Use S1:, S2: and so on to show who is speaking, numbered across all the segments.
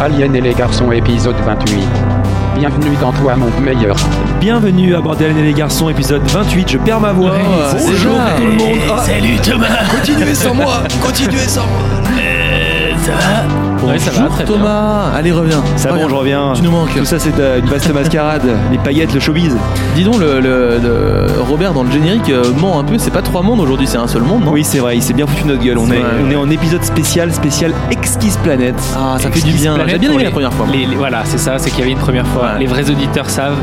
S1: Alien et les garçons épisode 28. Bienvenue dans toi mon meilleur.
S2: Bienvenue à Bordel et les garçons, épisode 28. Je perds ma voix. Euh,
S3: c'est
S2: bonjour
S3: ça.
S2: tout le monde. Ah,
S3: Salut Thomas
S4: Continuez sans moi Continuez sans moi
S3: Ça va
S5: Ouais, ça va,
S4: Bonjour
S5: très bien.
S4: Thomas Allez, reviens.
S2: ça bon, je reviens.
S4: Tu nous manques.
S2: Tout ça, c'est euh, une vaste mascarade. Les paillettes, le showbiz.
S4: Dis donc, le, le- le- Robert dans le générique euh, ment un peu. C'est pas trois mondes aujourd'hui, c'est un seul monde, non
S2: Oui, c'est vrai, il s'est bien foutu de notre gueule. On
S4: C'est
S2: est,
S4: vrai.
S2: on est en épisode spécial, spécial Exquise Planète.
S4: Ah, ça fait du
S5: Exquise
S4: bien.
S5: Planète
S4: J'ai bien
S5: pour
S4: aimé
S5: les-
S4: la première fois.
S5: les- les- voilà, c'est ça, c'est qu'il y avait une première fois.
S4: Ouais.
S5: Les vrais auditeurs savent.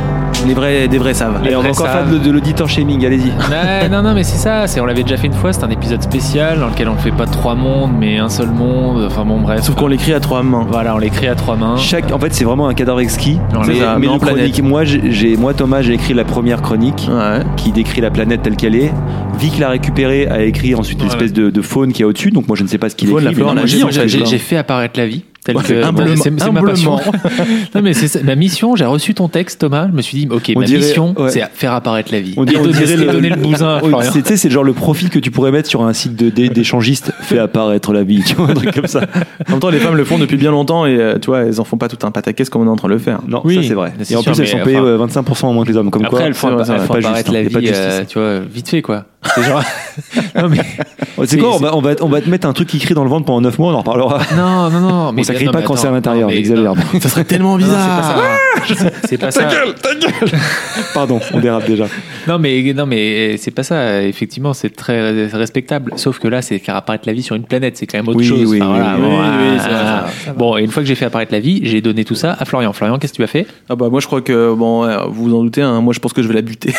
S4: Les vrais, des vrais savent.
S2: Et on est
S5: vrais
S2: encore
S5: savent.
S2: fan de, de l'auditeur shaming, allez-y.
S4: Hein
S5: Ouais, non, non, mais c'est ça. C'est, on l'avait déjà fait une fois. C'est un épisode spécial dans lequel on ne fait pas trois mondes, mais un seul monde. Enfin bon, bref.
S4: Sauf qu'on l'écrit à trois mains.
S5: Voilà, on l'écrit à trois mains.
S2: Chaque, en fait, c'est vraiment un cadavre exquis.
S5: Non,
S2: mais
S4: c'est ça,
S2: mais
S4: mais en
S2: nos chroniques.
S4: planète.
S2: Moi, j'ai, j'ai- moi, Thomas, j'ai écrit la première chronique.
S4: Ouais.
S2: qui décrit la planète telle qu'elle est. Vic l'a récupérée, a écrit ensuite
S5: Voilà.
S2: l'espèce de, de faune qui est au-dessus. Donc moi je ne sais pas ce qu'il
S4: Faune,
S2: écrit.
S4: la
S2: mais
S4: flore,
S2: non,
S4: la
S2: moi,
S5: J'ai,
S4: gestion,
S2: je sais
S5: j'ai-
S2: pas.
S5: j'ai- j'ai fait apparaître la vie. Telle
S4: Ouais,
S5: que, bon,
S4: humblement-
S5: c'est, c'est ma passion.
S4: humblement.
S5: non, mais c'est, ça- ma mission. J'ai reçu ton texte, Thomas. Je me suis dit, ok,
S2: On
S5: ma
S2: dirait-
S5: mission,
S2: ouais.
S5: c'est à faire apparaître la vie.
S2: On
S5: et
S2: dirait- on
S5: donner,
S2: dirait
S5: et
S2: le-
S5: donner le bousin à
S2: Oui,
S5: Florian.
S2: c'est- tu sais, c'est le genre le profil que tu pourrais mettre sur un site de dé- d'échangistes fait apparaître la vie, tu vois, un truc comme ça.
S4: En même temps, les femmes le font depuis bien longtemps et euh, tu vois, elles en font pas tout un pataquès comme on est en train de le faire.
S2: Non,
S5: Oui,
S2: ça c'est vrai.
S5: c'est
S2: Et en
S5: sûr,
S2: plus, elles
S5: mais
S2: sont payées
S5: enfin-
S2: euh, 25% en moins que les hommes. Comme
S5: Après,
S2: quoi,
S5: elles font,
S2: c'est vrai,
S5: appa-
S2: c'est
S5: elles
S2: vrai,
S5: font
S2: pas juste,
S5: apparaître
S2: hein,
S5: la
S2: y a pas de
S5: vie,
S2: justice.
S5: euh, tu vois, vite fait, quoi. C'est genre. non, mais.
S2: Oh, C'est quoi
S5: c'est-
S2: on va, on, va, on va te mettre un truc qui crie dans le ventre pendant 9 mois, on en reparlera.
S5: Non, non, non. Mais
S2: Mais ça
S5: non,
S2: crie
S5: mais
S2: pas quand
S5: attends,
S2: c'est à l'intérieur, Ah,
S5: non, mais-
S2: j'exagère.
S4: Ça serait tellement
S5: Non, non,
S4: bizarre.
S5: c'est pas ça. C'est pas ça.
S2: Pardon, on dérape déjà.
S5: Non, mais, non, mais c'est pas ça. Effectivement, c'est très respectable. Sauf que là, c'est faire apparaître la vie sur une planète. C'est quand même autre
S2: Oui,
S5: chose.
S2: oui, oui, oui,
S5: bon,
S4: oui,
S5: ah,
S4: oui, ça va, ça va,
S5: bon, et une fois que j'ai fait apparaître la vie, j'ai donné tout ça à Florian. Florian, qu'est-ce que tu as fait
S4: Ah bah moi je crois que bon ouais, vous vous en doutez hein, moi je pense que je vais la buter.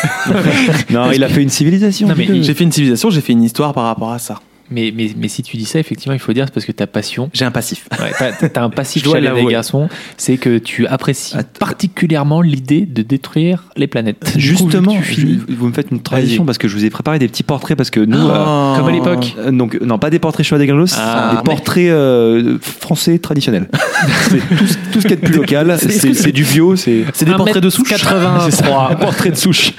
S2: Non, il a fait une civilisation.
S5: Non, mais
S2: dis-le.
S4: j'ai fait une civilisation, j'ai fait une histoire par rapport à ça.
S5: mais, mais, mais si tu dis ça, effectivement, il faut dire c'est parce que ta passion,
S4: J'ai un passif.
S5: ouais, t'as t'as un passif
S4: Je dois
S5: chez les
S4: l'avouer.
S5: garçons, c'est que tu apprécies
S2: Attends.
S5: particulièrement l'idée de détruire les planètes.
S2: Justement,
S5: Du coup, vu que tu finis-
S2: je- vous me faites une tradition parce que je vous ai préparé des petits portraits parce que nous,
S5: Ah.
S4: Oh.
S5: comme à l'époque.
S2: euh, donc non pas des portraits chevalier Galos,
S5: Ah,
S2: des
S5: mais-
S2: portraits euh, français traditionnels. c'est tout, ce- tout ce qu'il y a de plus local, c'est c'est du bio, c'est
S4: C'est des
S5: Un
S4: portraits de
S5: mètre
S4: souche.
S5: 83.
S2: portrait de souche.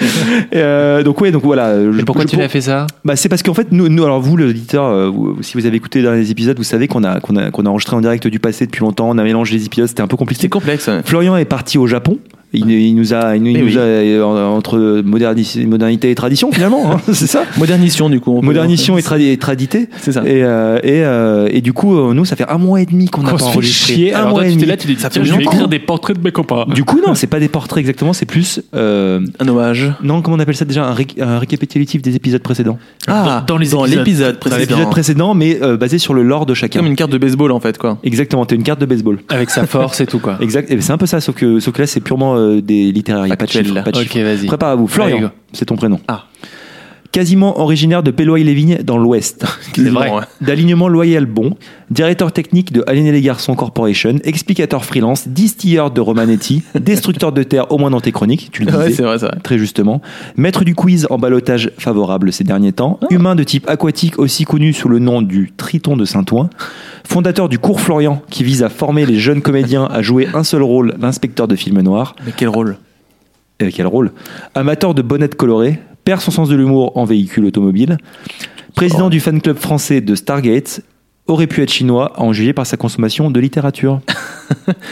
S2: Et, euh, donc ouais, donc voilà.
S5: Mais
S2: je-
S5: pourquoi
S2: je-
S5: tu l'as fait ça
S2: bah, c'est parce qu'en fait, nous, nous- alors vous, l'auditeur, euh, vous- si vous avez écouté dans les épisodes, vous savez qu'on a qu'on a qu'on a enregistré en direct du passé depuis longtemps, on a mélangé les épisodes, c'était un peu compliqué.
S4: C'est complexe. ouais.
S2: Florian est parti au Japon. Il, il nous a, il nous, il
S4: Eh
S2: nous
S4: oui.
S2: a, euh, en- entre moderni- modernité et tradition finalement, hein, c'est ça.
S4: Modernition du coup. on peut-
S2: Modernition et, tradi- et tradité.
S4: C'est ça.
S2: Et, euh, et, euh, et du coup, euh, nous, ça fait un mois et demi qu'on n'a
S5: Qu'on
S2: pas
S5: se fait
S2: enregistré.
S5: chier.
S2: Un
S5: Alors
S2: mois
S5: toi,
S2: et
S5: tu t'es
S2: demi.
S5: là, tu dis, tiens,
S2: Tiens,
S5: je vais
S2: j'entends.
S5: écrire des portraits de mes copains.
S2: Du coup, non, c'est pas des portraits exactement, c'est plus. euh,
S4: Un hommage.
S2: non, comment on appelle ça déjà un, ré- un récapitulatif des épisodes précédents.
S4: Ah,
S5: dans les épisodes.
S4: l'épisode
S2: Des
S4: précédent.
S2: épisodes précédents, mais euh, basé sur le lore de chacun.
S4: Comme une carte de baseball en fait quoi.
S2: Exactement, t'es une carte de baseball.
S5: Avec sa force et tout, quoi.
S2: Exact. Et C'est un peu ça, sauf que, sauf que là, c'est purement euh, des littéraires. Il n'y a pas de
S4: Factuel,
S2: chiffres.
S4: là.
S2: Pas de
S5: Ok,
S2: chiffres.
S5: vas-y.
S2: Préparez-vous. Florian,
S5: Allez, go.
S2: c'est ton prénom.
S4: Ah.
S2: Quasiment originaire de Péloy-les-Vignes dans l'Ouest.
S5: C'est vrai.
S4: Bon, ouais.
S2: d'alignement loyal bon, directeur technique de Alien et les Garçons Corporation, explicateur freelance, distilleur de Romanetti, destructeur de terre au moins dans tes chroniques, tu le disais.
S4: Ouais, c'est vrai, c'est vrai.
S2: Très justement. Maître du quiz en balotage favorable ces derniers temps.
S4: Ah.
S2: Humain de type aquatique aussi connu sous le nom du Triton de Saint-Ouen. Fondateur du cours Florian qui vise à former les jeunes comédiens à jouer un seul rôle, l'inspecteur de film noir.
S4: Mais quel rôle
S2: Et quel rôle Amateur de bonnettes colorées, perd son sens de l'humour en véhicule automobile,
S5: Oh.
S2: président du fan club français de Stargate, aurait pu être chinois à en juger par sa consommation de littérature.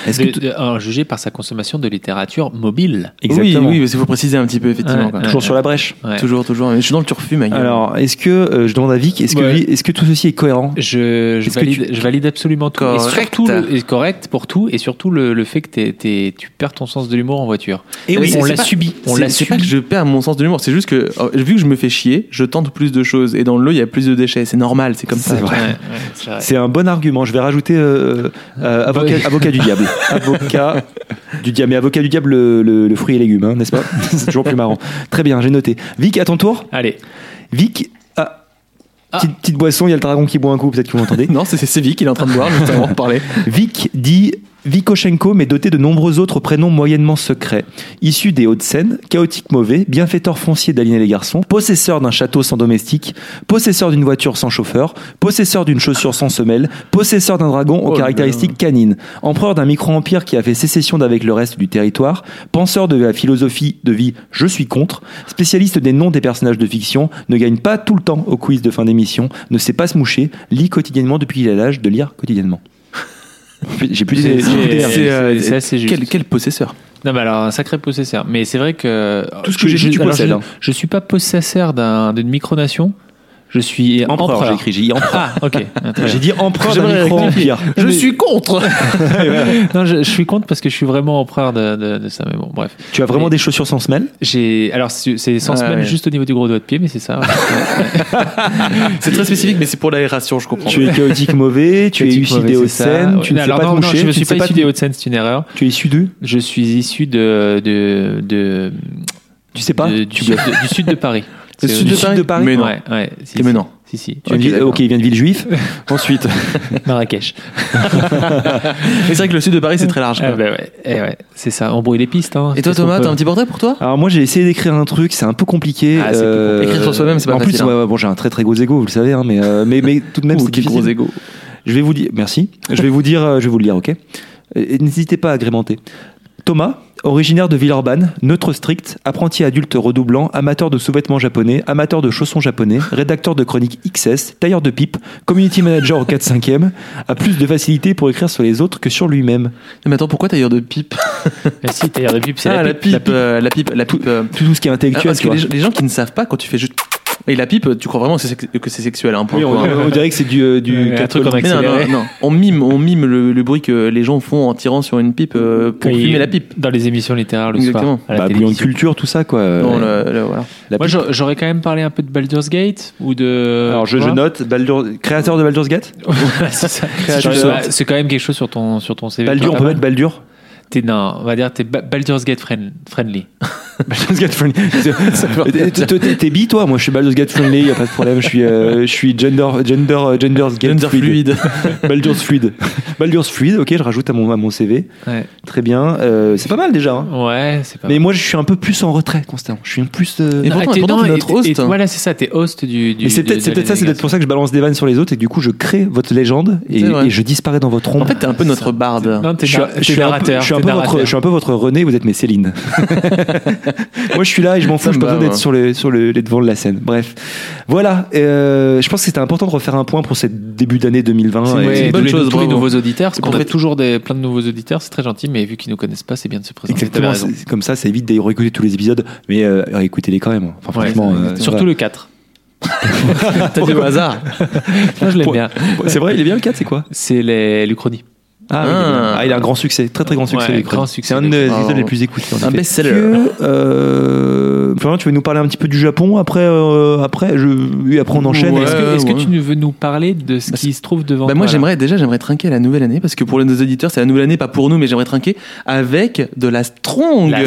S2: Est-ce que
S5: De-
S2: tout-
S5: de- alors, jugé par sa consommation de littérature mobile.
S2: Exactement.
S4: Oui, oui, il faut préciser un petit peu effectivement.
S5: Ouais,
S4: quoi.
S5: ouais.
S2: Toujours sur la brèche.
S5: Ouais.
S4: Toujours, toujours. Mais je suis dans le turfu, ma gueule.
S2: Alors, est-ce que euh, je demande à Vic, est-ce que
S5: Ouais.
S2: lui- est-ce que tout ceci est cohérent
S5: Je, je
S2: Est-ce que
S5: valide, je valide absolument tout. Et
S4: Correct.
S5: surtout, le- et correct pour tout, et surtout le, le fait que t'es- t'es- tu perds ton sens de l'humour en voiture.
S4: Et oui,
S5: on
S4: c'est
S5: l'a
S4: pas-
S5: subi. On
S4: C'est-
S5: l'a
S4: c'est pas que
S5: subi.
S4: je perds mon sens de l'humour, c'est juste que euh, vu que je me fais chier, je tente plus de choses et dans le lot il y a plus de déchets, c'est normal, c'est comme ça.
S2: C'est vrai.
S5: Ouais, ouais, c'est vrai.
S2: C'est un bon argument. Je vais rajouter euh, euh, avocat,
S5: Ouais.
S2: avocat du diable. Avocat du diable. Mais avocat du diable, le, le- le fruit et légumes, hein, n'est-ce pas C'est toujours plus marrant. Très bien, j'ai noté. Vic, à ton tour.
S5: Allez.
S2: Vic, ah,
S5: Ah.
S2: Petite, petite boisson, il y a le dragon qui boit un coup, peut-être que vous m'entendez.
S4: Non, c'est c'est Vic, il est en train de boire, je vais pas en reparler.
S2: Vic dit Vikoshenko, mais doté de nombreux autres prénoms moyennement secrets. Issu des Hauts-de-Seine, chaotique mauvais, bienfaiteur foncier d'Aline et les garçons, possesseur d'un château sans domestique, possesseur d'une voiture sans chauffeur, possesseur d'une chaussure sans semelle, possesseur d'un dragon aux
S4: Oh là
S2: caractéristiques canines, empereur d'un micro-empire qui a fait sécession d'avec le reste du territoire, penseur de la philosophie de vie je suis contre, spécialiste des noms des personnages de fiction, ne gagne pas tout le temps au quiz de fin d'émission, ne sait pas se moucher, lit quotidiennement depuis qu'il a l'âge de lire quotidiennement. J'ai plus
S5: C'est-
S2: des- j'ai plus des-
S5: c'est-
S4: c'est, euh,
S5: c'est assez juste.
S4: Quel, quel possesseur
S5: Non, mais alors, un sacré possesseur. Mais c'est vrai que.
S2: Tout ce que j'ai dit, tu
S5: alors,
S2: possèdes,
S5: je-
S2: hein.
S5: Je suis pas possesseur d'un- d'une micronation. Je suis
S2: Empereur,
S5: empereur.
S2: j'ai écrit, j'ai dit empereur.
S5: Ah, ok. Très
S2: J'ai dit
S5: bien.
S2: empereur d'un
S5: J'aimerais
S2: micro-empire.
S5: Je
S4: suis contre
S5: non, je, je suis contre parce que je suis vraiment empereur de, de- de ça. Mais bon, bref.
S2: Tu as vraiment des chaussures sans semelle
S5: J'ai. Alors, c'est c'est sans
S4: Ah,
S5: semaine
S4: ouais.
S5: juste au niveau du gros doigt de pied, mais c'est ça.
S2: Ah,
S4: C'est très spécifique, mais c'est pour l'aération, je comprends.
S2: Tu es chaotique mauvais, tu es
S5: Chaotique
S2: issu
S5: mauvais,
S2: des
S5: c'est
S2: Hauts-de-Seine,
S5: ça.
S2: tu ne sais
S5: alors,
S2: pas te
S5: non, non,
S2: moucher,
S5: je ne
S2: tu
S5: suis
S2: ne sais
S5: pas
S2: pas
S5: issu
S2: te-
S5: des Hauts-de-Seine, c'est une erreur.
S2: Tu es issu d'eux
S5: Je suis issu de. de, de,
S2: Tu sais pas
S5: de-
S2: Tu
S5: du, sud de, du sud de Paris.
S2: Du
S5: C'est-
S2: sud de Paris
S4: Mais non.
S5: Ouais, ouais. Si,
S4: Mais
S5: si.
S4: non.
S5: Si, si.
S2: viens de
S4: Ok,
S2: Ville-
S4: d'accord.
S2: Ok, il vient de Villejuif. Ensuite,
S5: Marrakech.
S4: Mais c'est vrai que le sud de Paris, c'est très large.
S5: Ah,
S4: quoi.
S5: bah ouais, eh ouais. c'est ça, on brouille les pistes. hein.
S4: Et toi,
S5: Qu'est-ce qu'on
S4: Thomas,
S5: peut-
S4: t'as un petit portrait pour toi
S2: alors moi j'ai essayé d'écrire un truc, c'est un peu compliqué.
S4: Ah, c'est plus
S2: euh,
S4: compliqué. Écrire sur soi-même, c'est pas
S2: En plus,
S4: facile, hein.
S2: ouais, ouais, bon, j'ai un très très gros ego, vous le savez, hein, mais, euh, mais, mais tout de même,
S4: Ouh,
S2: c'est
S4: quel
S2: difficile.
S4: gros ego.
S2: Je vais vous dire, merci. Je vais vous dire, euh, je vais vous le lire, ok Et N'hésitez pas à agrémenter. Thomas, originaire de Villeurbanne, neutre strict, apprenti adulte redoublant, amateur de sous-vêtements japonais, amateur de chaussons japonais, rédacteur de chroniques XS, tailleur de pipe, community manager au 4-5e, a plus de facilité pour écrire sur les autres que sur lui-même.
S4: Mais attends, pourquoi tailleur de pipe
S5: Mais Eh, si, tailleur de pipe, c'est
S4: Ah,
S5: la pipe.
S4: la pipe, euh, la pipe, la pipe, euh,
S2: Tout ce qui est
S4: Ah,
S2: intellectuel,
S4: parce
S2: tu
S4: que
S2: vois.
S4: les, gens- les gens qui ne savent pas, quand tu fais juste. Et la pipe, tu crois vraiment que c'est sex- que c'est sexuel, hein, pour
S2: Oui,
S4: le coup,
S2: on,
S4: hein.
S2: on dirait que c'est du, euh, du
S5: Ouais, un truc en
S2: catholique.
S4: Mais non,
S5: accéléré.
S4: non, non. On mime, on mime le, le bruit que les gens font en tirant sur une pipe euh, pour
S5: Oui.
S4: fumer la pipe.
S5: Dans les émissions littéraires, le
S4: Exactement.
S5: soir. à la
S2: Bah, bouillon de
S5: télévision.
S2: culture, tout ça, quoi.
S4: Non,
S2: Euh,
S4: le- le- voilà.
S2: la
S5: Moi,
S2: pipe.
S5: j'a- j'aurais quand même parlé un peu de Baldur's Gate ou de.
S2: Alors, je, je
S5: Voilà.
S2: note, Baldur- créateur de Baldur's Gate
S5: c'est ça.
S2: Créateur.
S5: Ouais, bah, c'est quand même quelque chose sur ton, sur ton CV.
S2: Baldur, on peut mettre Baldur
S5: T'es- non, on va dire t'es Ba- Baldur's Gate friend- friendly.
S2: Baldur's Gate friendly. T'es- t'es- T'es t'es bi toi Moi je suis Baldur's Gate friendly, y a pas de problème. Je suis, euh, je suis gender, gender, euh, gender's gate
S4: Gender fluide.
S2: Baldur's fluid. Baldur's fluid. Ok, je rajoute à mon à mon CV.
S5: Ouais,
S2: Très bien. Euh, c'est pas mal déjà. hein.
S5: ouais c'est pas
S2: Mais moi je suis un peu plus en retrait constamment. Je suis un plus. euh,
S4: Et pourtant-
S5: t'es-
S4: pourtant, t'es
S5: et-
S4: notre
S5: et-
S4: host.
S5: et- voilà, c'est ça, t'es host du. du
S2: Mais c'est
S5: du-
S2: peut-être
S5: de
S2: c'est peut-être ça. C'est peut-être pour ça que je balance des vannes sur les autres et que du coup je crée votre légende et,
S4: C'est vrai.
S2: et je disparais dans votre ombre.
S4: En fait, t'es un peu notre barde.
S5: Non, t'es
S2: je suis,
S5: nar-
S2: je suis
S5: t'es
S2: un peu,
S5: narrateur.
S2: je suis un
S5: t'es
S2: peu votre, je
S5: narrateur.
S2: suis un peu votre René, vous êtes mes Céline. moi, je suis là et je m'en
S4: Ça
S2: fous, je
S4: me
S2: pas
S4: va,
S2: besoin d'être
S4: moi.
S2: sur, le, sur le, les devants de la scène. Bref, voilà. euh, je pense que c'était important de refaire un point pour ce début d'année 2020.
S5: Ouais,
S2: et-
S4: une
S5: tous
S4: bonne
S5: les-
S4: chose,
S5: Tous les
S4: bravo.
S5: nouveaux auditeurs, parce
S4: Et
S5: qu'on
S4: pour
S5: a
S4: fait-
S5: toujours des, plein de nouveaux auditeurs, c'est très gentil, mais vu qu'ils nous connaissent pas, c'est bien de se présenter. t'avais
S2: Exactement,
S5: raison.
S2: c'est- comme ça, ça évite de réécouter tous les épisodes, mais euh, réécoutez-les quand même. Enfin,
S5: Ouais,
S2: franchement, euh,
S5: Surtout le 4.
S4: T'as dit au hasard.
S5: Moi, je l'aime
S2: Pour-
S5: bien.
S2: voilà. C'est vrai, il est bien le 4, c'est quoi
S5: C'est les l'Uchronie.
S2: ah, oui, il est bien.
S4: Ah.
S2: Ah, il a un grand succès, très très grand succès.
S5: Ouais,
S2: les
S5: grand
S2: Chroniques.
S5: succès,
S2: C'est un des
S5: les
S4: Chroniques.
S2: épisodes les plus écoutés. en
S4: Un
S2: effet.
S4: best-seller.
S2: Que, euh, Florian, tu veux nous parler un petit peu du Japon après, euh, après, je, oui, après on enchaîne.
S4: Ouais.
S5: Est-ce que, est-ce que
S4: ouais.
S5: tu ne veux nous parler de ce
S4: Bah,
S5: qui se trouve devant
S4: Bah
S5: toi,
S4: moi
S5: là
S4: j'aimerais déjà j'aimerais trinquer à la nouvelle année parce que pour nos auditeurs c'est la nouvelle année pas pour nous mais j'aimerais trinquer avec de la strong
S5: La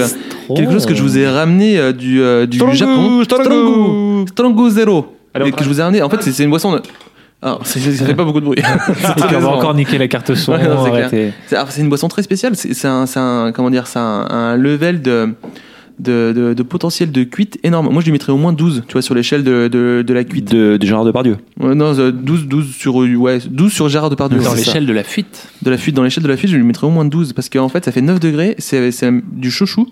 S4: quelque chose que je vous ai ramené euh, du, euh, du
S2: Strongu,
S4: Japon
S2: Strongu.
S4: Strongu zéro
S5: Alors,
S4: Et que je vous ai ramené en fait c'est c'est une boisson de... Ah, c'est- c'est- ça fait pas beaucoup de bruit
S5: Et qu'on va Ah, encore niquer la carte son.
S4: Ah, Ouais, non, c'est clair.
S5: arrêtez.
S4: C'est alors, c'est une boisson très spéciale. C'est c'est un, c'est un- comment dire, c'est un, un level de, de, de, de potentiel de cuite énorme. Moi, je lui mettrais au moins 12, tu vois, sur l'échelle de, de, de la cuite.
S2: de, de Gérard Depardieu.
S4: Ouais, non, euh, 12, 12 sur, euh, ouais, 12 sur Gérard Depardieu.
S5: Dans
S4: c'est ça.
S5: l'échelle de la fuite.
S4: De la fuite, dans l'échelle de la fuite, je lui mettrais au moins 12 parce qu'en fait, ça fait 9 degrés. C'est c'est du chouchou.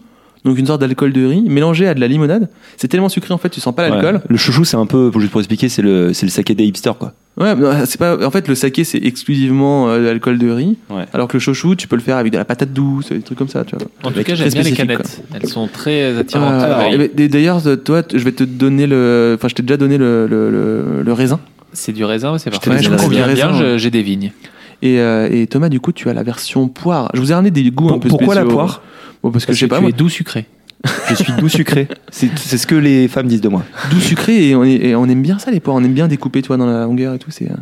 S4: Donc une sorte d'alcool de riz mélangé à de la limonade. C'est tellement sucré en fait, tu sens pas l'alcool.
S2: Ouais. Le chouchou, c'est un peu, pour- juste pour expliquer, c'est le, c'est le saké des hipsters, quoi.
S4: Ouais, bah, c'est pas. En fait, le saké c'est exclusivement euh, de l'alcool de riz.
S2: Ouais.
S4: Alors que le chouchou, tu peux le faire avec de la patate douce, des trucs comme ça, tu vois.
S5: En tout
S4: Avec-
S5: cas, j'aime
S4: très
S5: bien les
S4: spécifique,
S5: canettes. Elles sont très attirantes. Ah,
S4: Euh,
S2: ah,
S5: Alors,
S2: bah,
S4: eh ben, d- D'ailleurs, euh, toi, t- je vais te donner le. Enfin, je t'ai déjà donné le, le, le- le raisin.
S5: c'est du raisin, c'est
S4: Ouais,
S5: parfait.
S4: je
S5: Je
S4: trouve
S5: conviens
S4: du raisin,
S5: bien, je-
S4: ouais.
S5: j'ai des vignes.
S4: Et, euh, et Thomas, du coup, tu as la version poire. Je vous ai ramené des goûts un peu
S2: pourquoi la
S4: spéciaux.
S2: poire
S4: Bon, Parce que je sais pas,
S5: tu
S4: moi,
S5: es doux sucré.
S2: Je suis doux sucré. C'est c'est ce que les femmes disent de moi.
S4: doux sucré et on, est- et on aime bien ça, les poires. On aime bien découper, toi, dans la longueur et tout. C'est. euh,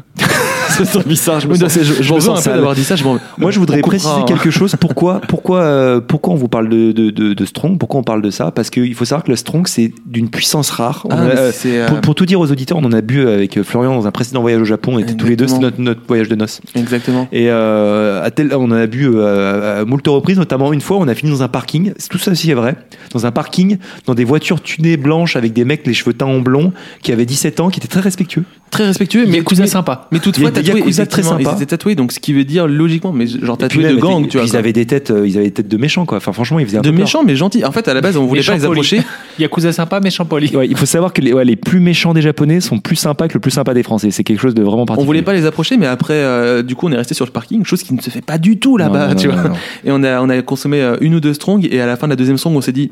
S2: se sens bizarre. Je me
S4: Oui, non,
S2: sens,
S4: c'est- je-
S2: je
S4: J'en
S2: me
S4: veux
S2: sens
S4: un peu
S2: sale.
S4: d'avoir dit ça. je m'en-
S2: Moi, je
S4: on
S2: voudrais
S4: coupera,
S2: préciser
S4: hein.
S2: quelque chose. Pourquoi, pourquoi, euh, pourquoi on vous parle de, de, de, de Strong Pourquoi on parle de ça Parce qu'il faut savoir que le Strong, c'est d'une puissance rare. On
S4: Ah,
S2: a,
S4: mais
S2: euh,
S4: c'est, euh,
S2: pour, pour tout dire aux auditeurs, on en a bu avec euh, Florian dans un précédent voyage au Japon. On était tous les deux, c'est
S4: Exactement.
S2: notre, notre voyage de noces.
S4: Exactement.
S2: Et euh, à tel, on en a bu euh, à, à moult reprises, notamment une fois, on a fini dans un parking. Tout ça aussi est vrai. Dans un parking, dans des voitures tunées blanches avec des mecs les cheveux teints en blond qui avaient 17 ans, qui étaient très respectueux.
S4: Très respectueux, mais
S5: Yakuza sympa.
S4: Mais toutefois,
S2: Il y a des
S4: tatoués,
S2: Yakuza très
S4: effectivement,
S2: sympas.
S4: Ils étaient tatoués, donc ce qui veut dire logiquement, mais genre
S2: Et puis
S4: tatoués
S2: même,
S4: de gang,
S2: puis
S4: tu vois.
S2: Ils
S4: quoi.
S2: avaient des têtes, euh, ils avaient des têtes de méchants quoi. Enfin franchement, ils faisaient un
S4: De
S2: peu peur.
S4: méchants, mais gentils. En fait, à la base, on voulait
S5: Méchants
S4: pas les
S5: polis.
S4: approcher.
S5: Yakuza sympa, méchant poli.
S2: Ouais, il faut savoir que les, ouais, les plus méchants des Japonais sont plus sympas que le plus sympa des Français. C'est quelque chose de vraiment
S4: On
S2: particulier.
S4: voulait pas les approcher, mais après, euh, du coup, on est resté sur le parking, chose qui ne se fait pas du tout
S2: Non,
S4: là-bas,
S2: non,
S4: tu
S2: non,
S4: vois.
S2: non, non.
S4: Et on a, on a consommé euh, une ou deux strong, et à la fin de la deuxième strong, on s'est dit,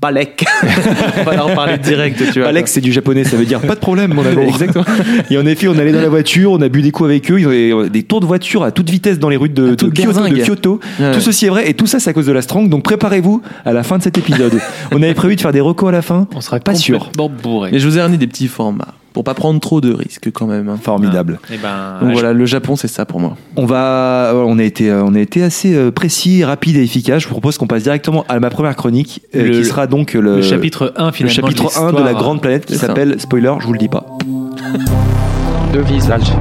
S4: Balek On va leur parler direct, tu vois.
S2: Alex, c'est du japonais, ça veut dire pas de problème, mon amour.
S4: Exactement.
S2: Et en effet, on allait dans la voiture, on a bu des coups avec eux, ils ont des- euh, des tours de voiture à toute vitesse dans les rues de, de
S4: toute
S2: Kyoto. de
S4: berzingue.
S2: Kyoto.
S4: Ouais.
S2: Tout ceci est vrai, et tout ça, c'est à cause de la strong. Donc préparez-vous à la fin de cet épisode. on avait prévu de faire des recos à la fin.
S5: On sera
S2: pas sûr.
S5: complètement bourré.
S4: Mais je vous ai ramené des petits formats, pour pas prendre trop de risques quand même. hein.
S2: Formidable.
S5: Eh ben,
S4: Donc voilà, le Japon, c'est ça pour moi.
S2: On va, euh, on a été, euh, on a été assez euh, précis, rapide et efficace. Je vous propose qu'on passe directement à ma première chronique, euh,
S5: Le-
S2: qui sera donc euh, le,
S5: le chapitre 1
S2: le
S5: finalement.
S2: chapitre 1 de
S5: l'histoire.
S2: la grande planète qui
S4: C'est ça.
S2: s'appelle spoiler. Je vous le dis pas.
S1: Deux visages.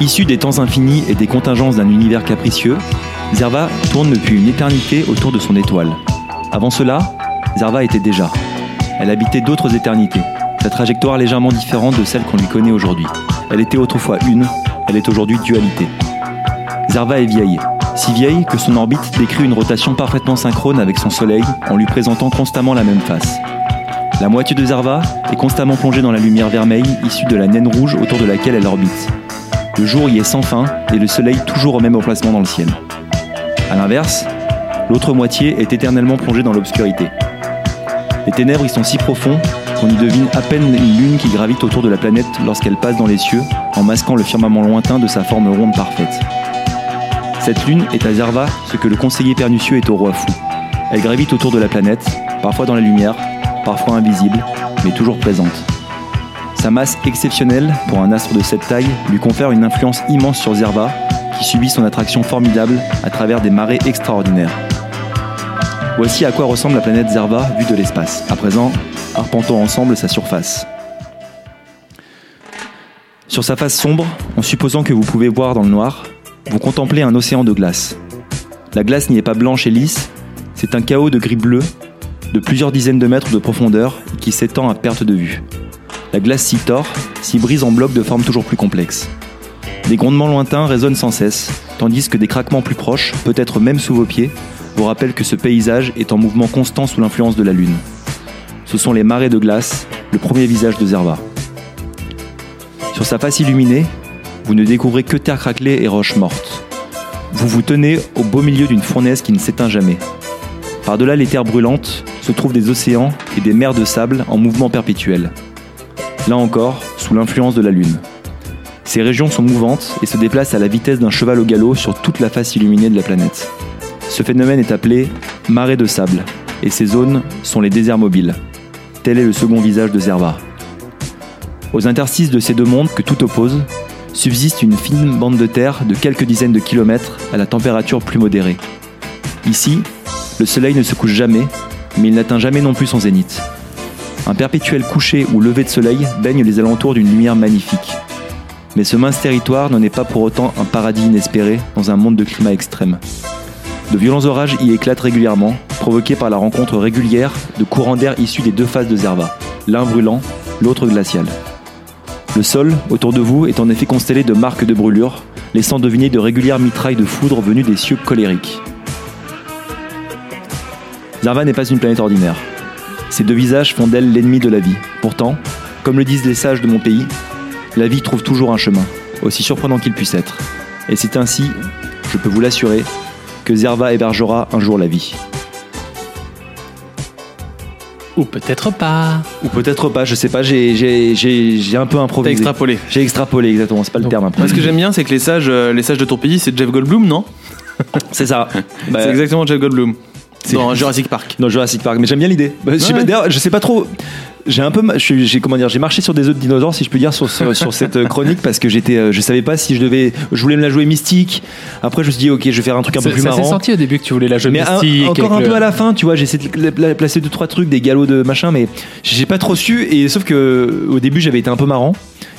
S2: Issu des temps infinis et des contingences d'un univers capricieux, Zerva tourne depuis une éternité autour de son étoile. Avant cela, Zerva était déjà. Elle habitait d'autres éternités, sa trajectoire légèrement différente de celle qu'on lui connaît aujourd'hui. Elle était autrefois une, elle est aujourd'hui dualité. Zerva est vieille, si vieille que son orbite décrit une rotation parfaitement synchrone avec son Soleil en lui présentant constamment la même face. La moitié de Zerva est constamment plongée dans la lumière vermeille issue de la naine rouge autour de laquelle elle orbite. Le jour y est sans fin et le soleil toujours au même emplacement dans le ciel. A l'inverse, l'autre moitié est éternellement plongée dans l'obscurité. Les ténèbres y sont si profonds qu'on y devine à peine une lune qui gravite autour de la planète lorsqu'elle passe dans les cieux en masquant le firmament lointain de sa forme ronde parfaite. Cette lune est à Zerva ce que le conseiller pernicieux est au roi fou. Elle gravite autour de la planète, parfois dans la lumière, parfois invisible, mais toujours présente. Sa masse exceptionnelle pour un astre de cette taille lui confère une influence immense sur Zerva, qui subit son attraction formidable à travers des marées extraordinaires. Voici à quoi ressemble la planète Zerva vue de l'espace. À présent, arpentons ensemble sa surface. Sur sa face sombre, en supposant que vous pouvez voir dans le noir, vous contemplez un océan de glace. La glace n'y est pas blanche et lisse, c'est un chaos de gris bleu, de plusieurs dizaines de mètres de profondeur, qui s'étend à perte de vue. La glace s'y tord, s'y brise en blocs de forme toujours plus complexes. Des grondements lointains résonnent sans cesse, tandis que des craquements plus proches, peut-être même sous vos pieds, vous rappellent que ce paysage est en mouvement constant sous l'influence de la Lune. Ce sont les marées de glace, le premier visage de Zerva. Sur sa face illuminée, vous ne découvrez que terre craquelée et roches mortes. Vous vous tenez au beau milieu d'une fournaise qui ne s'éteint jamais. Par-delà les terres brûlantes se trouvent des océans et des mers de sable en mouvement perpétuel là encore sous l'influence de la Lune. Ces régions sont mouvantes et se déplacent à la vitesse d'un cheval au galop sur toute la face illuminée de la planète. Ce phénomène est appelé marée de sable, et ces zones sont les déserts mobiles. Tel est le second visage de Zerva. Aux interstices de ces deux mondes que tout oppose, subsiste une fine bande de terre de quelques dizaines de kilomètres à la température plus modérée. Ici, le soleil ne se couche jamais, mais il n'atteint jamais non plus son zénith. Un perpétuel coucher ou lever de soleil baigne les alentours d'une lumière magnifique. Mais ce mince territoire n'en est pas pour autant un paradis inespéré dans un monde de climat extrême. De violents orages y éclatent régulièrement, provoqués par la rencontre régulière de courants d'air issus des deux faces de Zerva, l'un brûlant, l'autre glacial. Le sol, autour de vous, est en effet constellé de marques de brûlure, laissant deviner de régulières mitrailles de foudre venues des cieux colériques. Zerva n'est pas une planète ordinaire. Ces deux visages font d'elle l'ennemi de la vie. Pourtant, comme le disent les sages de mon pays, la vie trouve toujours un chemin, aussi surprenant qu'il puisse être. Et c'est ainsi, je peux vous l'assurer, que Zerva hébergera un jour la vie.
S5: Ou peut-être pas.
S2: Ou peut-être pas, je sais pas, j'ai- j'ai j'ai- j'ai un peu
S4: T'as
S2: improvisé.
S4: extrapolé.
S2: J'ai extrapolé, exactement, c'est pas le
S5: Donc,
S2: terme
S4: Moi, ce
S2: improvisé.
S4: que j'aime bien, c'est que les sages, euh, les sages de ton pays, c'est Jeff Goldblum, non
S2: C'est ça. Bah,
S4: C'est exactement Jeff Goldblum.
S2: C'est-
S4: Dans Jurassic Park.
S2: Non, Jurassic Park, mais j'aime bien l'idée. Bah, je, sais
S4: Ouais.
S2: pas, d'ailleurs, je sais pas trop. J'ai un peu, ma- je suis- j'ai comment dire, j'ai marché sur des œufs de dinosaures, si je peux dire, sur, sur, sur cette euh, chronique parce que j'étais, euh, je savais pas si je devais, je voulais me la jouer mystique. Après, je me suis dit, ok, je vais faire un truc un peu
S5: Ça
S2: plus
S5: ça s'est
S2: marrant.
S5: senti au début que tu voulais la jeune
S2: Mais un-
S5: mystique
S2: encore un
S5: avec
S2: peu
S5: le-
S2: à la fin, tu vois, j'ai essayé de la- la- placer deux trois trucs, des galops de machin, mais j'ai pas trop su. Et sauf que euh, au début, j'avais été un peu marrant.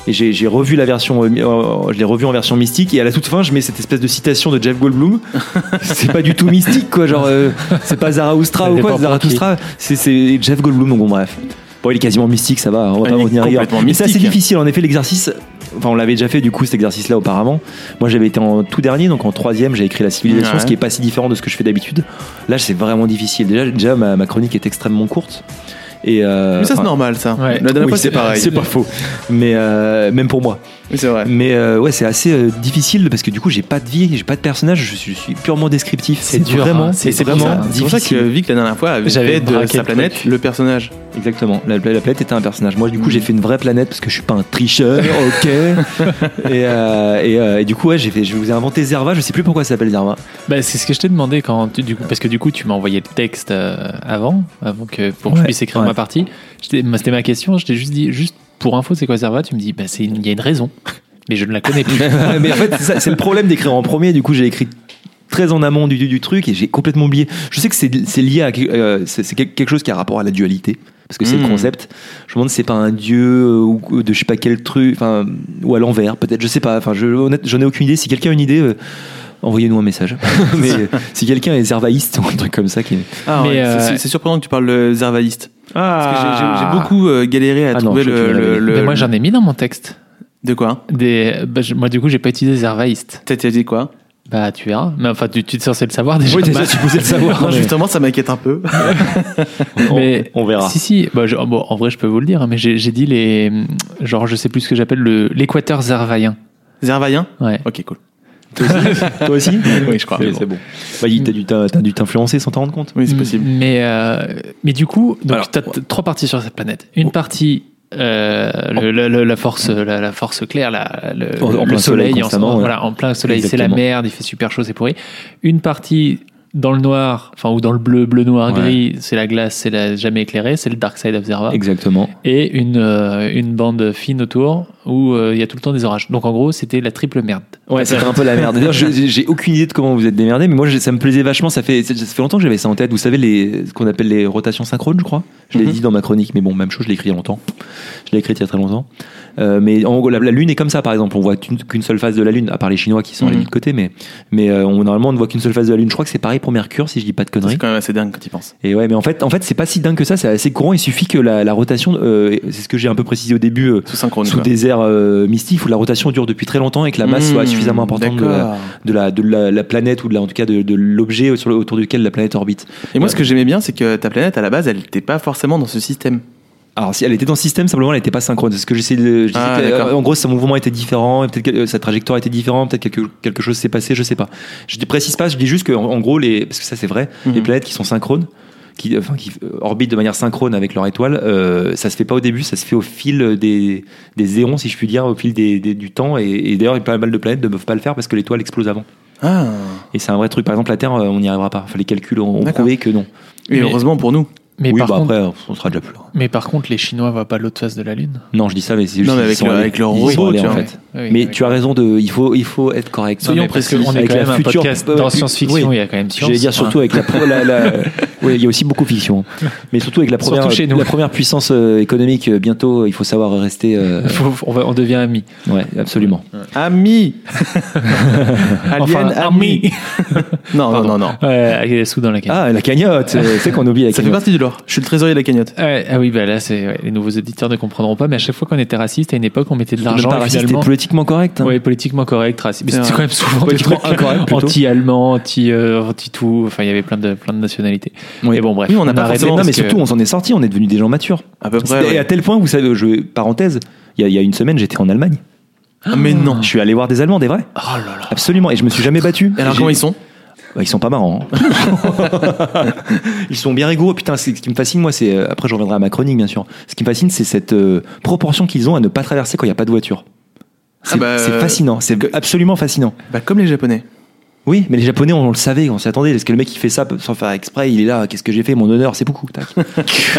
S2: Et j'ai j'ai revu la version, euh, mi- euh, je l'ai revu en version mystique. Et à la toute fin, je mets cette espèce de citation de Jeff Goldblum. c'est pas du tout mystique, quoi. Genre, euh, c'est pas Zaraoustra
S5: Ça
S2: ou
S5: dépend
S2: quoi.
S5: pour
S2: Zarathustra, c'est- c'est Jeff Goldblum. Donc bon, bref. Bon, il est quasiment mystique, ça va. On va
S4: Il
S2: pas
S4: est
S2: revenir ailleurs.
S4: complètement
S2: Mais ça, c'est
S4: mystique.
S2: difficile. En effet, l'exercice. Enfin, on l'avait déjà fait du coup cet exercice-là auparavant. Moi, j'avais été en tout dernier, donc en troisième, j'ai écrit la civilisation,
S4: Ouais.
S2: ce qui est pas si différent de ce que je fais d'habitude. Là, c'est vraiment difficile. Déjà, déjà ma, ma chronique est extrêmement courte. Et euh,
S4: Mais ça, c'est
S2: enfin,
S4: normal, ça.
S5: Ouais.
S4: La dernière
S2: oui,
S4: fois, c'est pareil.
S2: C'est pas faux. Mais euh, même pour moi.
S4: Oui, c'est vrai.
S2: Mais euh, ouais, c'est assez euh, difficile parce que du coup, j'ai pas de vie, j'ai pas de personnage, je suis, je suis purement descriptif.
S5: C'est dur,
S2: Vraiment,
S5: hein,
S2: c'est
S5: c'est
S2: vraiment
S5: bizarre.
S4: C'est pour ça que
S2: difficile.
S4: Vic, la dernière fois, avait
S5: J'avais
S4: fait de
S5: braqué
S4: sa
S5: le
S4: planète
S5: truc.
S4: le personnage.
S2: Exactement. La, la planète était un personnage. Moi, du coup, j'ai fait une vraie planète parce que je suis pas un tricheur, ok. et, euh, et, euh, et du coup, ouais, j'ai fait. Je vous ai inventé Zerva. Je sais plus pourquoi ça s'appelle Zerva.
S5: Bah, c'est ce que je t'ai demandé quand tu- du coup, parce que du coup tu m'as envoyé le texte euh, avant, avant que pour que
S2: Ouais,
S5: je puisse écrire
S2: ouais.
S5: ma partie. Je t'ai- moi, C'était ma question. Je t'ai juste dit, juste pour info, c'est quoi Serva Tu me dis, bah c'est une- il y a une raison, mais je ne la connais plus.
S2: Mais en fait, c'est ça, c'est le problème d'écrire en premier. Du coup, j'ai écrit très en amont du, du, du truc et j'ai complètement oublié. Je sais que c'est c'est lié à quel- euh, c'est c'est quel- quelque chose qui a rapport à la dualité parce que c'est le
S4: Mhm.
S2: concept. Je me demande si c'est pas un dieu euh, ou de je sais pas quel truc, enfin ou à l'envers peut-être. Je sais pas. Enfin, je honnête, j'en ai aucune idée. Si quelqu'un a une idée. euh, Envoyez-nous un message. Mais euh, si quelqu'un est zervaïste ou un truc comme ça, qui est...
S4: Ah,
S5: Mais,
S4: ouais.
S5: euh,
S4: C'est- C'est surprenant que tu parles le Zervaïste. Parce que j'ai- j'ai-
S5: Ah.
S4: j'ai beaucoup euh, galéré à
S2: Ah non,
S4: trouver
S2: je crois
S4: le,
S2: que tu
S4: le,
S2: l'avais
S4: le-
S5: Mais moi j'en ai mis dans mon texte.
S4: De quoi
S5: Des, bah, je- moi du coup j'ai pas utilisé Zervaïst.
S4: T'as t'as dit quoi
S5: Bah tu verras. Mais enfin tu, tu es censé le savoir déjà.
S2: Oui, t'es
S5: Bah,
S2: sûr, tu pouvais le savoir.
S4: Non,
S2: mais-
S4: Justement, ça m'inquiète un peu.
S5: mais-
S2: on, on verra.
S5: Si si. Bah, je- oh, bon, en vrai je peux vous le dire, hein, mais j'ai j'ai dit les genre je sais plus ce que j'appelle le l'équateur zervaïen.
S4: Zervaïen
S5: Ouais.
S4: Ok, cool.
S2: Toi aussi
S4: Oui, je crois.
S2: C'est c'est bon. Bah, il- t'as dû t'in- t'as dû t'influencer sans t'en rendre compte.
S4: Oui, c'est possible.
S5: Mais, euh, mais du coup,
S2: Alors, Oh.
S5: donc tu as trois parties sur cette planète. Une partie, euh, le- le- le- la force, la, la force claire, la, le,
S2: En- en
S5: le
S2: plein soleil,
S5: soleil, en,
S2: constamment, ouais.
S5: voilà, en plein soleil, c'est la
S2: Exactement.
S5: merde, il fait super chaud, c'est pourri. Une partie dans le noir, enfin ou dans le bleu, bleu noir,
S2: Ouais.
S5: gris, c'est la glace, c'est la jamais éclairée, c'est le Dark Side of Zerva.
S2: Exactement.
S5: Et une, euh, une bande fine autour où euh, il y a tout le temps des orages. Donc en gros, c'était la triple merde.
S2: Ouais, c'était un peu la merde. D'ailleurs, je- j'ai aucune idée de comment vous êtes démerdé, mais moi, j'ai- ça me plaisait vachement. Ça fait, ça fait longtemps que j'avais ça en tête. Vous savez, les, ce qu'on appelle les rotations synchrones, je crois. Je l'ai
S4: Mhm.
S2: dit dans ma chronique, mais bon, même chose, je l'ai écrit il y a longtemps. Je l'ai écrit il y a très longtemps. Euh, mais en gros, la, la Lune est comme ça, par exemple. On voit qu'une qu'une seule face de la Lune, à part les Chinois qui sont allés
S4: Mhm.
S2: de côté, mais, mais euh, on, normalement, on ne voit qu'une seule face de la Lune. Je crois que c'est pareil pour Mercure, si je dis pas de conneries.
S4: C'est quand même assez dingue quand tu y penses.
S2: Et ouais, mais en fait, en fait, c'est pas si dingue que ça. C'est assez courant. Il suffit que la, la rotation, euh, c'est ce que j'ai un peu précisé au début, euh,
S4: Sous synchrone.
S2: sous
S4: quoi.
S2: des airs euh, mystiques où la rotation dure depuis très longtemps et que la masse soit
S4: Mmh,
S2: suffisamment importante de la,
S4: d'accord.
S2: de la, de la- la planète ou de la, en tout cas de, de l'objet sur le- autour duquel la planète orbite.
S4: Et moi, ce que j'aimais bien, c'est que ta planète, à la base, elle n'était pas forcément dans ce système.
S2: Alors, si elle était dans le système, simplement, elle n'était pas synchrone. C'est ce que j'essaie de. je disais
S4: Ah,
S2: que, euh,
S4: d'accord.
S2: en gros, son mouvement était différent, et peut-être que euh, sa trajectoire était différente, peut-être quelque, quelque chose s'est passé, je sais pas. Je ne précise pas, je dis juste que, en, en gros, les, parce que ça c'est vrai,
S4: Mhm.
S2: les planètes qui sont synchrones, qui, enfin, qui euh, orbitent de manière synchrone avec leur étoile, euh, ça se fait pas au début, ça se fait au fil des, des éons, si je puis dire, au fil des, des- du temps. Et, et d'ailleurs, pas mal de planètes ne peuvent pas le faire parce que l'étoile explose avant.
S4: Ah.
S2: Et c'est un vrai truc. Par exemple, la Terre, euh, on n'y arrivera pas. Enfin, les calculs ont, ont
S4: D'accord.
S2: prouvé que non.
S4: Et
S5: Mais-
S4: heureusement pour nous.
S5: Mais,
S2: oui,
S5: par
S2: bah,
S5: contre,
S2: après, on sera déjà plus là.
S5: mais par contre, les Chinois voient pas l'autre face de la Lune.
S2: Non, je dis ça, mais c'est juste
S4: Non, mais
S2: qu'ils
S4: avec
S2: sont
S4: le-
S2: allés-
S4: avec leur
S2: ils y sont
S4: robot,
S2: allés,
S4: tu
S2: en
S4: vois.
S2: fait. Mais tu as raison de, il faut, il faut être correct.
S5: Soyons
S2: Non, mais
S5: précis.
S2: parce que
S5: On est
S2: avec
S5: quand
S2: la
S5: même un
S2: future-
S5: podcast
S2: euh,
S5: dans
S2: pu-
S5: science-fiction.
S2: oui.
S5: Il y a quand même science.
S2: J'allais dire surtout avec la, pro- la, la- oui, il y a aussi beaucoup de fiction, mais surtout avec la
S5: Surtout
S2: première,
S5: chez nous.
S2: la première puissance euh, économique. euh, Bientôt, il faut savoir rester. euh,
S5: Faut- faut- on, va- on devient amis.
S2: ouais, absolument.
S4: Ami Alien
S5: Enfin,
S4: Ami Non, non,
S5: Pardon.
S4: non, non.
S5: Ouais, avec les sous dans la cagnotte.
S2: Ah, la cagnotte. euh, C'est qu'on oublie la
S4: Ça fait
S2: cagnotte.
S4: partie du lore. Je suis le trésorier de la cagnotte.
S5: Ouais, ah oui, bah là, c'est ouais, les nouveaux auditeurs ne comprendront pas, mais à chaque fois qu'on était raciste, à une époque, on mettait de l'argent.
S2: Même pas
S5: et
S2: raciste,
S5: finalement-
S2: C'était politiquement correct. hein.
S5: Ouais, politiquement correct, raciste. Mais
S4: C'est
S5: c'était
S4: un-
S5: quand même souvent des
S2: politiquement
S5: trucs
S2: incorrect, plutôt.
S5: anti-allemand, anti, euh, anti-tout. enfin, il y avait plein de, plein de nationalités.
S2: Oui.
S5: Mais bon, bref.
S4: Oui, on n'a pas
S5: arrêté
S2: Mais non,
S4: forcément-
S2: mais
S5: parce que-
S2: surtout, on s'en est sorti. On est devenus des gens matures.
S4: À peu près.
S2: C'était- Et à
S4: ouais.
S2: tel point, vous savez, je parenthèse. Il y, a, il y a une semaine, j'étais en Allemagne.
S4: Ah, Mais non.
S2: Je suis allé voir des Allemands, des vrais.
S5: Oh là là.
S2: Absolument. Et je me suis jamais battu.
S4: Et alors,
S2: J'ai-
S4: comment ils sont
S2: Ouais, ils sont pas marrants. hein. ils sont bien rigoureux. Putain, c'est- ce qui me fascine, moi, c'est. euh, Après, je reviendrai à ma chronique, bien sûr. Ce qui me fascine, c'est cette euh, proportion qu'ils ont à ne pas traverser quand il n'y a pas de voiture. C'est
S4: Ah bah,
S2: c'est fascinant. C'est
S4: que-
S2: absolument fascinant.
S4: Bah, comme les Japonais.
S2: Oui, mais les Japonais, on, on le savait, on s'y attendait. Est-ce que le mec qui fait ça sans faire exprès, il est là, qu'est-ce que j'ai fait, mon honneur, c'est beaucoup. tac.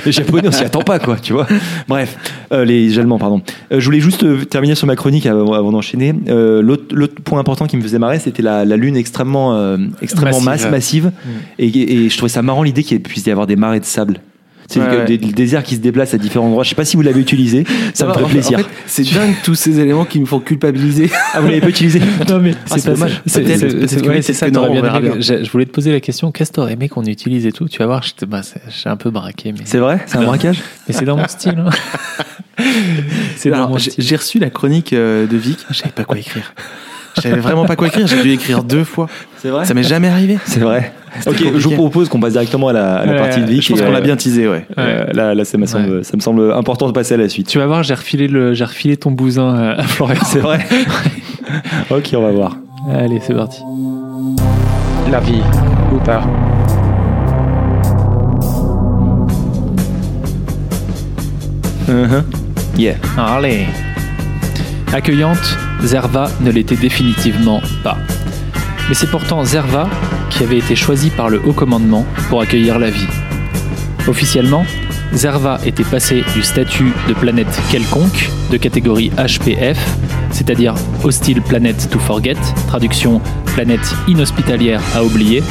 S2: les Japonais, on s'y attend pas, quoi, tu vois. Bref, euh, les Allemands, pardon. Euh, je voulais juste euh, terminer sur ma chronique avant, avant d'enchaîner. Euh, L'autre l'autre point important qui me faisait marrer, c'était la, la lune extrêmement, euh, extrêmement masse,
S5: Massive.
S2: massive. Et, et je trouvais ça marrant l'idée qu'il puisse y avoir des marées de sable. C'est
S4: Ouais,
S2: que
S4: ouais.
S2: des- le désert qui se déplace à différents endroits. Je sais pas si vous l'avez utilisé, ça me
S4: va, en
S2: ferait
S4: fait-
S2: plaisir.
S4: en fait, c'est dingue tous ces éléments qui me font culpabiliser.
S2: Ah, vous l'avez pas utilisé
S5: Non, mais
S2: c'est pas ça.
S5: Ah, C'est
S4: Peut-être-
S5: c'est-
S4: peut-être
S5: c'est-
S4: que
S5: ouais,
S4: oui,
S5: c'est
S4: peut-être
S5: ça,
S4: que
S5: t'aurais
S4: non,
S5: bien
S4: on verra
S5: aimé.
S4: bien.
S5: J'ai- Je voulais te poser la question qu'est-ce que t'aurais aimé qu'on utilise et tout Tu vas voir, j'étais- bah, c'est- j'ai un peu braqué, mais
S2: C'est vrai C'est un braquage
S5: mais c'est dans mon style. hein. c'est dans
S4: Alors,
S5: mon
S4: j'ai-
S5: style.
S4: j'ai reçu la chronique euh, de Vic. Je savais pas quoi écrire. Je savais vraiment pas quoi écrire. J'ai dû écrire deux fois.
S2: C'est vrai
S4: Ça m'est jamais arrivé.
S2: C'est vrai. Ok,
S4: compliqué.
S2: je vous propose qu'on passe directement à la, à la
S5: Ouais,
S2: partie de Vic.
S4: Je pense
S2: et,
S4: qu'on
S2: euh,
S4: l'a bien teasé, ouais.
S2: euh, là, là, ça, me semble, ça me semble important de passer à la suite.
S5: Tu vas voir, j'ai refilé, le, j'ai refilé ton bousin euh, à Florian.
S2: C'est vrai Ok, on va voir.
S5: Allez, c'est parti.
S1: La vie, ou pas.
S2: Mhm. Yeah.
S5: Allez. Accueillante, Zerva ne l'était définitivement pas. Mais c'est pourtant Zerva qui avait été choisi par le haut commandement pour accueillir la vie. Officiellement, Zerva était passé du statut de planète quelconque de catégorie HPF, c'est-à-dire Hostile Planet to Forget, traduction planète inhospitalière à oublier,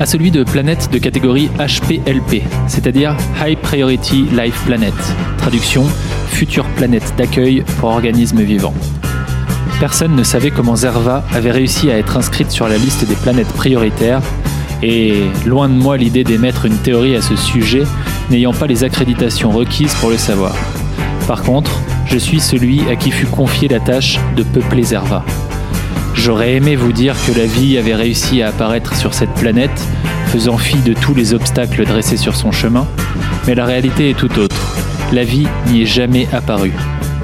S5: à celui de planète de catégorie HPLP, c'est-à-dire High Priority Life Planet, traduction future planète d'accueil pour organismes vivants. Personne ne savait comment Zerva avait réussi à être inscrite sur la liste des planètes prioritaires, et loin de moi l'idée d'émettre une théorie à ce sujet, n'ayant pas les accréditations requises pour le savoir. Par contre, je suis celui à qui fut confiée la tâche de peupler Zerva. J'aurais aimé vous dire que la vie avait réussi à apparaître sur cette planète, faisant fi de tous les obstacles dressés sur son chemin, mais la réalité est tout autre. La vie n'y est jamais apparue,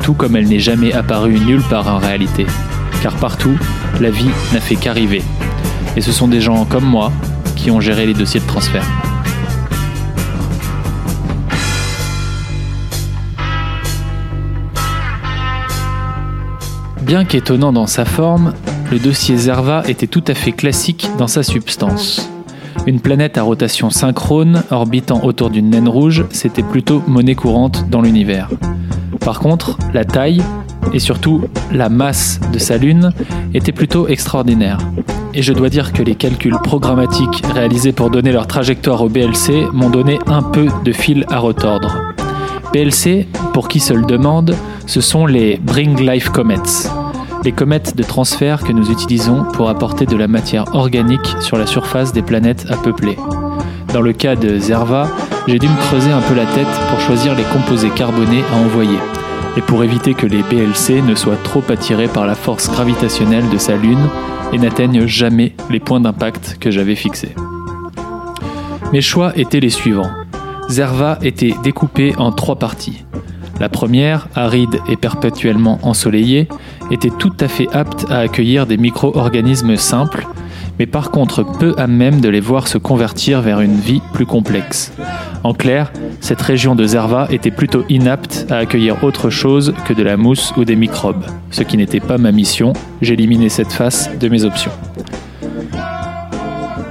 S5: tout comme elle n'est jamais apparue nulle part en réalité, car partout, la vie n'a fait qu'arriver. Et ce sont des gens comme moi qui ont géré les dossiers de transfert. Bien qu'étonnant dans sa forme, le dossier Zerva était tout à fait classique dans sa substance. Une planète à rotation synchrone orbitant autour d'une naine rouge, c'était plutôt monnaie courante dans l'univers. Par contre, la taille et surtout la masse de sa lune était plutôt extraordinaire. Et je dois dire que les calculs programmatiques réalisés pour donner leur trajectoire au BLC m'ont donné un peu de fil à retordre. BLC, pour qui se le demande, ce sont les Bring Life Comets, les comètes de transfert que nous utilisons pour apporter de la matière organique sur la surface des planètes à peupler. Dans le cas de Zerva, j'ai dû me creuser un peu la tête pour choisir les composés carbonés à envoyer, et pour éviter que les BLC ne soient trop attirés par la force gravitationnelle de sa Lune et n'atteignent jamais les points d'impact que j'avais fixés. Mes choix étaient les suivants. Zerva était découpé en trois parties. La première, aride et perpétuellement ensoleillée, était tout à fait apte à accueillir des micro-organismes simples, mais par contre peu à même de les voir se convertir vers une vie plus complexe. En clair, cette région de Zerva était plutôt inapte à accueillir autre chose que de la mousse ou des microbes, ce qui n'était pas ma mission, j'éliminais cette face de mes options.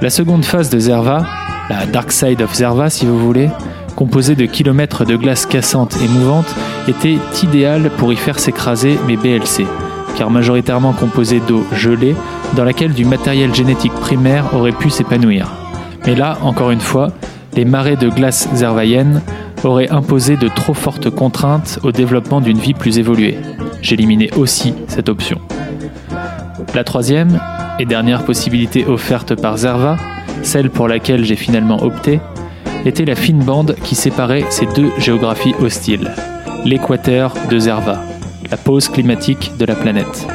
S5: La seconde phase de Zerva, la Dark Side of Zerva si vous voulez, composée de kilomètres de glace cassante et mouvante, était idéale pour y faire s'écraser mes BLC, car majoritairement composée d'eau gelée, dans laquelle du matériel génétique primaire aurait pu s'épanouir. Mais là, encore une fois, les marées de glace zervaïenne auraient imposé de trop fortes contraintes au développement d'une vie plus évoluée. J'éliminais aussi cette option. La troisième et dernière possibilité offerte par Zerva, celle pour laquelle j'ai finalement opté, était la fine bande qui séparait ces deux géographies hostiles, l'équateur de Zerva, la pause climatique de la planète.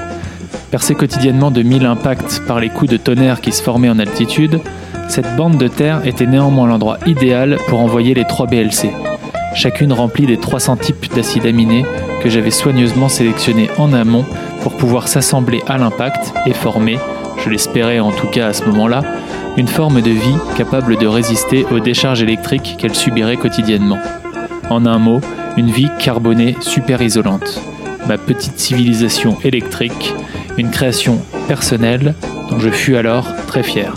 S5: Percée quotidiennement de mille impacts par les coups de tonnerre qui se formaient en altitude, cette bande de terre était néanmoins l'endroit idéal pour envoyer les trois BLC, chacune remplie des 300 types d'acides aminés que j'avais soigneusement sélectionnés en amont pour pouvoir s'assembler à l'impact et former, je l'espérais en tout cas à ce moment-là, une forme de vie capable de résister aux décharges électriques qu'elle subirait quotidiennement. En un mot, une vie carbonée super isolante. ma petite civilisation électrique, une création personnelle dont je fus alors très fier.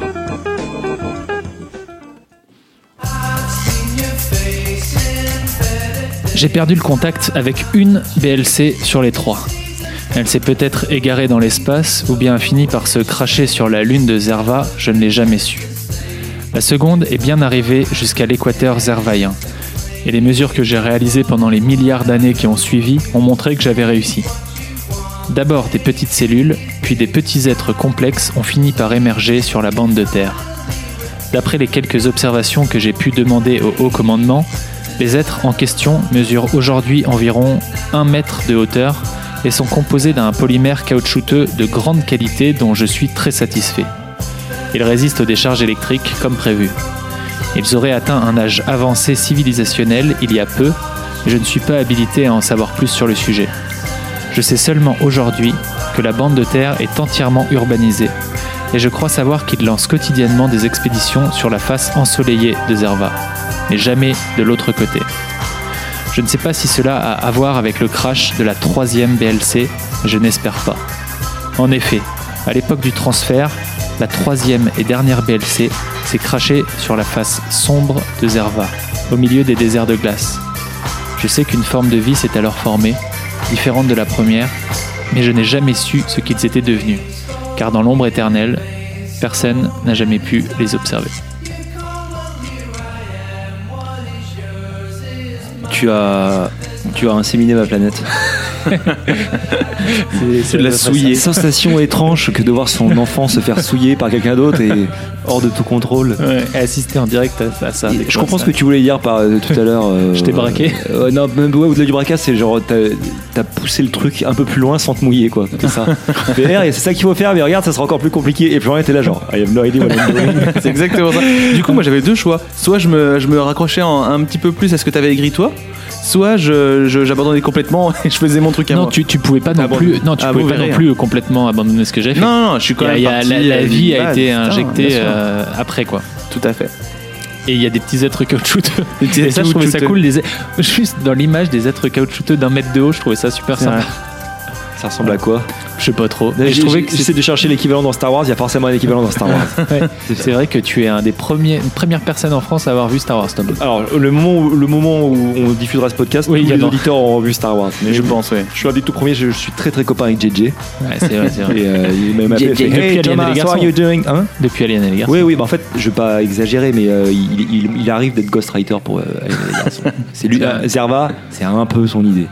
S5: J'ai perdu le contact avec une BLC sur les trois. Elle s'est peut-être égarée dans l'espace ou bien a fini par se cracher sur la lune de Zerva, je ne l'ai jamais su. La seconde est bien arrivée jusqu'à l'équateur zervaïen. Et les mesures que j'ai réalisées pendant les milliards d'années qui ont suivi ont montré que j'avais réussi. D'abord des petites cellules, puis des petits êtres complexes ont fini par émerger sur la bande de Terre. D'après les quelques observations que j'ai pu demander au haut commandement, les êtres en question mesurent aujourd'hui environ 1 mètre de hauteur et sont composés d'un polymère caoutchouteux de grande qualité dont je suis très satisfait. Ils résistent aux décharges électriques comme prévu. Ils auraient atteint un âge avancé civilisationnel il y a peu, mais je ne suis pas habilité à en savoir plus sur le sujet. Je sais seulement aujourd'hui que la bande de terre est entièrement urbanisée, et je crois savoir qu'ils lancent quotidiennement des expéditions sur la face ensoleillée de Zerva, mais jamais de l'autre côté. Je ne sais pas si cela a à voir avec le crash de la troisième BLC, je n'espère pas. En effet, à l'époque du transfert, la troisième et dernière BLC s'est crachée sur la face sombre de Zerva, au milieu des déserts de glace. Je sais qu'une forme de vie s'est alors formée, différente de la première, mais je n'ai jamais su ce qu'ils étaient devenus, car dans l'ombre éternelle, personne n'a jamais pu les observer.
S6: Tu as, tu as inséminé ma planète.
S5: C'est
S4: de la
S2: Souillé. Sensation étrange que de voir son enfant se faire souiller par quelqu'un d'autre et hors de tout contrôle.
S5: assister en direct à, à Ah, ça.
S2: Et Je comprends ce que tu voulais dire par euh, tout à l'heure. euh,
S5: Je t'ai braqué.
S2: euh, non, même ouais, au-delà du braquage, c'est genre t'as t'as poussé le truc un peu plus loin sans te mouiller, quoi. C'est ça. VR, c'est ça qu'il faut faire, mais regarde, ça sera encore plus compliqué. Et puis on était là, genre, I have no idea what I'm doing.
S4: C'est exactement ça. Du coup, moi j'avais deux choix. Soit je me, je me raccrochais en- un petit peu plus à ce que t'avais écrit toi, soit je- je- j'abandonnais complètement et je faisais mon truc à
S5: Non,
S4: moi.
S5: tu, tu pouvais pas non
S4: Ah bon.
S5: plus, non, tu
S4: Ah,
S5: pouvais
S4: vous
S5: pas
S4: verrez,
S5: non plus complètement abandonner ce que j'ai fait.
S4: Non, non, je suis quand
S5: Il y a-
S4: même.
S5: il
S4: parti,
S5: y a- la, la
S4: euh,
S5: vie a
S4: d'une
S5: été
S4: base, putain,
S5: injectée
S4: bien sûr.
S5: euh, après quoi.
S4: Tout à fait.
S5: Et il y a des petits êtres caoutchouteux.
S4: Des petits
S5: Et ça, je trouvais ça
S4: caoutchouteux.
S5: cool. Les... Juste dans l'image des êtres caoutchouteux d'un mètre de haut, je trouvais ça super
S4: C'est
S5: sympa.
S4: vrai.
S2: Ça ressemble à quoi
S5: Je sais pas trop. Et je
S2: J'ai-
S5: trouvais que
S2: J'essaie de chercher l'équivalent dans Star Wars, il y a forcément un équivalent dans Star Wars.
S5: c'est c'est vrai que tu es un des premiers, une première personne en France à avoir vu Star Wars. Tom.
S2: Alors, le moment où, le moment où on diffusera ce podcast,
S5: Oui, il y
S2: tous
S5: a
S2: les
S5: dans-
S2: auditeurs auront vu Star Wars. Mais je,
S4: Je pense, ouais.
S2: je suis un des tout premiers, je, je suis très très copain avec JJ.
S5: Ouais, c'est vrai, c'est vrai.
S2: Et euh, il m'a appelé,
S5: JJ,
S2: il fait,
S5: depuis Alien et
S2: Hey
S5: les
S2: Thomas,
S5: garçons.
S2: how are you doing Hein
S5: Depuis Alien et les garçons.
S2: Oui, oui, bah en fait, je vais pas exagérer, mais euh, il, il- il arrive d'être ghostwriter pour euh, Alien et les garçons. C'est lui, euh, Zerva, c'est un peu son idée.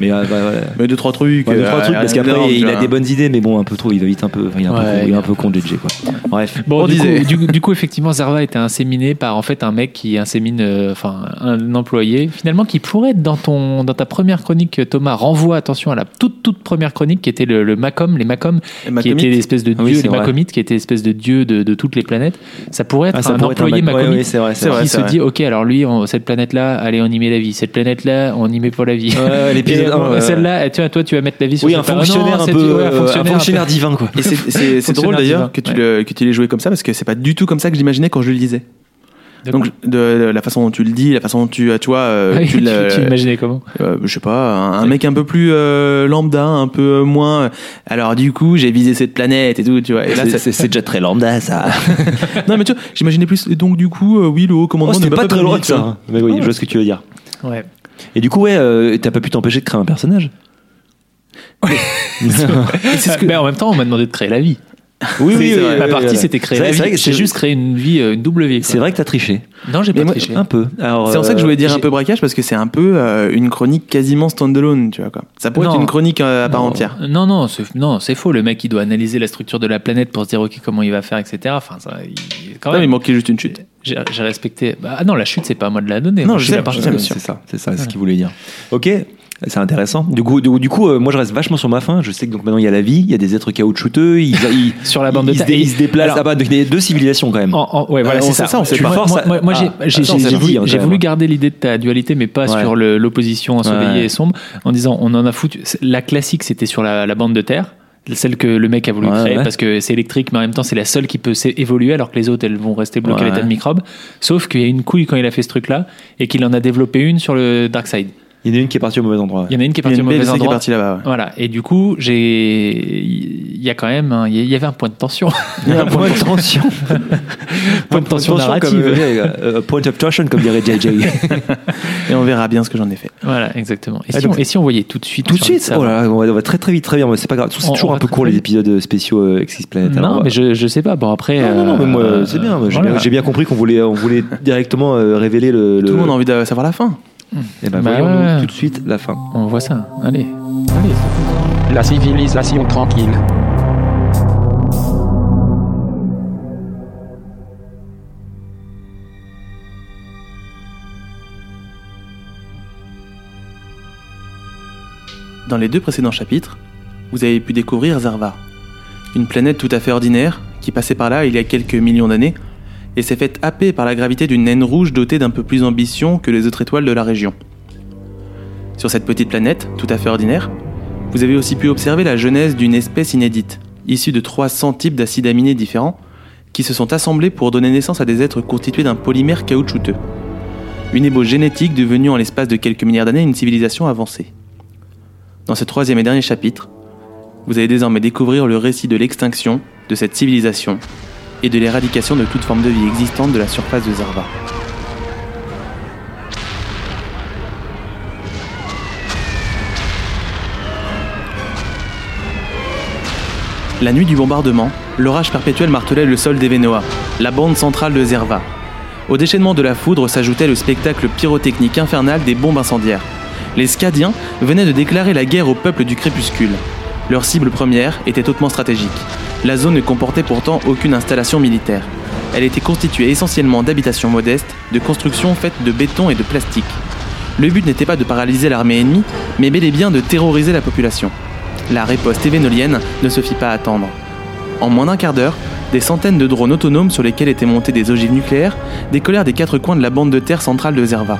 S2: Mais euh, bah, voilà.
S4: Mais deux, trois trucs.
S2: Ouais, deux,
S4: euh,
S2: trois trucs, parce
S4: rien d'énorme,
S2: qu'après, il
S4: tu
S2: a
S4: vois.
S2: des bonnes idées, mais bon, un peu trop, il va vite un peu. Il est un peu,
S5: Ouais,
S2: con, il est un peu con, JJ, quoi. Bref.
S5: Bon,
S4: On
S5: du,
S4: disait.
S5: Coup, du, coup- du coup, effectivement, Zarva était inséminé par en fait un mec qui insémine, euh, enfin, un employé, finalement, qui pourrait être dans ton, dans ta première chronique, Thomas. Renvoie attention à la toute, toute première chronique qui était le, le Macom, les Macom, qui
S4: Macomites.
S5: était l'espèce de dieu,
S2: Ah oui, c'est
S5: les
S2: vrai.
S5: Macomites, qui était l'espèce de dieu de, de toutes les planètes. Ça pourrait être
S2: Ah, ça
S5: un
S2: pourrait être un
S5: employé
S2: mec- ouais,
S5: Macomite
S2: ouais, c'est vrai,
S5: qui
S2: c'est vrai.
S5: se dit, ok, alors lui, on- cette planète-là, allez, on y met la vie. Cette planète-là, on y met pas la vie.
S2: Ouais, ouais,
S5: Et,
S2: l'épisode
S5: euh,
S2: un, ouais, ouais.
S5: Celle-là, tu vois, toi, tu vas mettre la vie sur
S2: Oui,
S5: cette
S2: un
S5: planète.
S2: fonctionnaire
S5: Non,
S2: un
S5: c'est-
S2: peu.
S5: ouais, un
S2: euh, Un
S5: fonctionnaire un peu.
S2: fonctionnaire divin, quoi.
S4: Et c'est- c'est c'est drôle
S5: Fonctionnaire divin,
S4: d'ailleurs que tu le- que tu l'aies joué comme ça parce que c'est pas du tout comme ça que j'imaginais quand je le lisais.
S5: D'accord.
S4: Donc de, de la façon dont tu le dis, la façon dont tu, tu vois, euh,
S5: Ouais,
S4: tu,
S5: tu,
S4: l'as-
S5: tu imaginais comment
S4: euh, je sais pas, un, un mec un peu plus euh, lambda, un peu euh, moins. euh, Alors du coup, j'ai visé cette planète et tout, tu vois. Et là,
S2: C'est-
S4: ça-
S2: c'est c'est déjà très lambda, ça.
S4: non mais tu vois, j'imaginais plus. Et donc du coup, euh, oui, le haut
S2: Oh,
S4: commandement
S2: c'était
S4: n'est
S2: pas, très
S4: permis,
S2: loin de
S4: tu vois.
S2: ça. hein. Mais oui, je vois ce que tu veux dire.
S5: Ouais.
S2: Et du coup, ouais, euh, t'as pas pu t'empêcher de créer un personnage.
S5: C'est ce que- Mais en même temps, on m'a demandé de créer la vie.
S2: Oui,
S5: C'est- c'est vrai.
S2: oui,
S5: Ma
S2: oui,
S5: partie,
S2: oui.
S5: c'était créer
S2: C'est
S5: la
S2: vrai, c'est vrai
S5: vie.
S2: que
S5: J'ai
S2: c'est-
S5: juste créé une vie, euh, une double vie. quoi.
S2: C'est vrai ah, que t'as triché.
S5: Non, j'ai
S4: Mais
S5: pas
S4: moi-
S5: triché.
S2: Un peu. Alors,
S4: C'est en ça que je
S2: euh,
S4: voulais dire un
S2: j'ai-
S4: peu braquage parce que c'est un peu euh, une chronique quasiment standalone, tu vois quoi. Ça pourrait
S5: Non.
S4: être une chronique euh, à part
S5: Non.
S4: entière.
S5: Non, non, c'est, non, c'est faux. Le mec, il doit analyser la structure de la planète pour se dire, OK, comment il va faire, etc. Enfin, ça, il-
S2: Ah
S5: quand
S4: Non, il
S5: même,
S4: manquait juste une chute.
S5: j'ai, j'ai respecté. Bah, ah non, la chute, c'est pas à moi de la donner.
S4: Non,
S5: Moi,
S4: je
S5: suis
S4: sais,
S5: là par-
S4: je sais, bien sûr.
S2: C'est ça, c'est ça, c'est ce qu'il voulait dire. Ok, c'est intéressant. Du coup, du, du coup, euh, moi je reste vachement sur ma fin. Je sais que donc maintenant il y a la vie, il y a des êtres caoutchouteux, ils, ils-
S5: Sur la bande de
S2: ils se
S5: terre.
S2: dé- ils se déplacent.
S5: Alors- Oh.
S2: Ah bah, donc il y a deux civilisations quand même.
S5: En- en- ouais, voilà,
S2: Euh, on
S5: c'est
S2: sait
S5: ça.
S2: ça, on sait
S5: Tu
S2: pas.
S5: vois,
S2: Force
S5: moi,
S2: à-
S5: moi, moi, j'ai,
S2: Ah,
S5: j'ai-
S2: ça, on
S5: j'ai
S2: sait pas.
S5: voulu,
S2: Oui, on sait,
S5: j'ai voulu
S2: ouais.
S5: garder l'idée de ta dualité, mais pas
S2: Ouais.
S5: sur le- l'opposition ensoleillée
S2: Ouais.
S5: et sombre, en disant on en a foutu. C'est- La classique, c'était sur la, la bande de terre. Celle que le mec a voulu
S2: Ouais,
S5: créer
S2: ouais.
S5: parce que c'est électrique, mais en même temps c'est la seule qui peut s'é- évoluer alors que les autres elles vont rester bloquées à
S2: Ouais,
S5: l'état
S2: ouais.
S5: de microbes. Sauf qu'il y a une couille quand il a fait ce truc là et qu'il en a développé une sur le Dark Side.
S2: Il y en a une qui est partie au mauvais endroit.
S5: Il y en a une qui est
S4: Il y a
S5: partie au
S4: une
S5: mauvais
S4: BLC qui est
S5: endroit.
S4: partie là-bas. ouais.
S5: Voilà, et du coup, j'ai. Il y a quand même. un- Il y avait un point de tension.
S6: Il y a un point de tension.
S5: point de tension
S2: comme,
S5: narrative.
S2: euh, euh, point of torsion, comme dirait JJ.
S4: Et on verra bien ce que j'en ai fait.
S5: Voilà, exactement. Et,
S2: Ah,
S5: si,
S2: donc-
S5: on, et si on voyait tout de suite
S2: Tout de
S5: sur le
S2: suite
S5: serveur
S2: Oh là là, on va, on va très très vite, très bien. mais C'est pas grave. C'est
S5: On-
S2: toujours
S5: on
S2: un
S5: va
S2: peu
S5: très
S2: court
S5: très
S2: les
S5: vite.
S2: épisodes spéciaux euh, Exquis Planet. Alors, on
S5: Non,
S2: va-
S5: mais je, je sais pas. Bon, après.
S2: non, non, non, mais moi,
S5: euh,
S2: c'est bien. moi, J'ai
S5: voilà.
S2: bien, j'ai bien compris qu'on voulait, on voulait directement euh, révéler le.
S4: Tout le monde a envie de savoir la fin.
S2: Et ben,
S5: Bah
S2: voyons-nous
S5: ouais.
S2: tout de suite la fin.
S5: On voit ça. Allez.
S1: La civilisation tranquille.
S4: Dans les deux précédents chapitres, vous avez pu découvrir Zarva, une planète tout à fait ordinaire qui passait par là il y a quelques millions d'années et s'est faite happer par la gravité d'une naine rouge dotée d'un peu plus d'ambition que les autres étoiles de la région. Sur cette petite planète tout à fait ordinaire, vous avez aussi pu observer la genèse d'une espèce inédite, issue de 300 types d'acides aminés différents qui se sont assemblés pour donner naissance à des êtres constitués d'un polymère caoutchouteux. Une ébauche génétique devenue en l'espace de quelques milliards d'années une civilisation avancée. Dans ce troisième et dernier chapitre, vous allez désormais découvrir le récit de l'extinction de cette civilisation et de l'éradication de toute forme de vie existante de la surface de Zarva. La nuit du bombardement, l'orage perpétuel martelait le sol d'Evenoa, la bande centrale de Zerva. Au déchaînement de la foudre s'ajoutait le spectacle pyrotechnique infernal des bombes incendiaires. Les Scadiens venaient de déclarer la guerre au peuple du crépuscule. Leur cible première était hautement stratégique. La zone ne comportait pourtant aucune installation militaire. Elle était constituée essentiellement d'habitations modestes, de constructions faites de béton et de plastique. Le but n'était pas de paralyser l'armée ennemie, mais bel et bien de terroriser la population. La riposte événolienne ne se fit pas attendre. En moins d'un quart d'heure, des centaines de drones autonomes sur lesquels étaient montées des ogives nucléaires décollèrent des quatre coins de la bande de terre centrale de Zerva.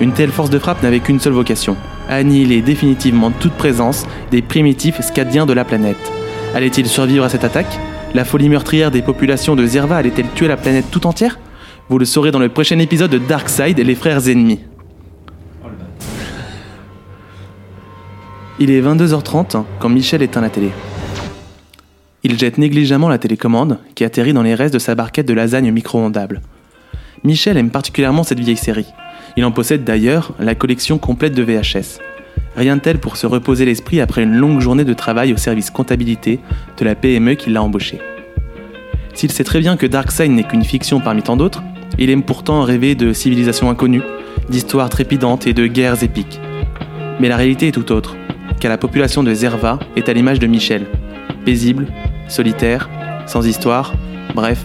S4: Une telle force de frappe n'avait qu'une seule vocation annihiler définitivement toute présence des primitifs scadiens de la planète. Allait-il survivre à cette attaque La folie meurtrière des populations de Zerva allait-elle tuer la planète tout entière Vous le saurez dans le prochain épisode de Darkseid et les frères ennemis. Il est 22h30 quand Michel éteint la télé. Il jette négligemment la télécommande qui atterrit dans les restes de sa barquette de lasagne micro-ondable. Michel aime particulièrement cette vieille série. Il en possède d'ailleurs la collection complète de VHS. Rien de tel pour se reposer l'esprit après une longue journée de travail au service comptabilité de la PME qui l'a embauché. S'il sait très bien que Darkseid n'est qu'une fiction parmi tant d'autres, il aime pourtant rêver de civilisations inconnues, d'histoires trépidantes et de guerres épiques. Mais la réalité est tout autre, car la population de Zerva est à l'image de Michel, paisible, solitaire, sans histoire, bref,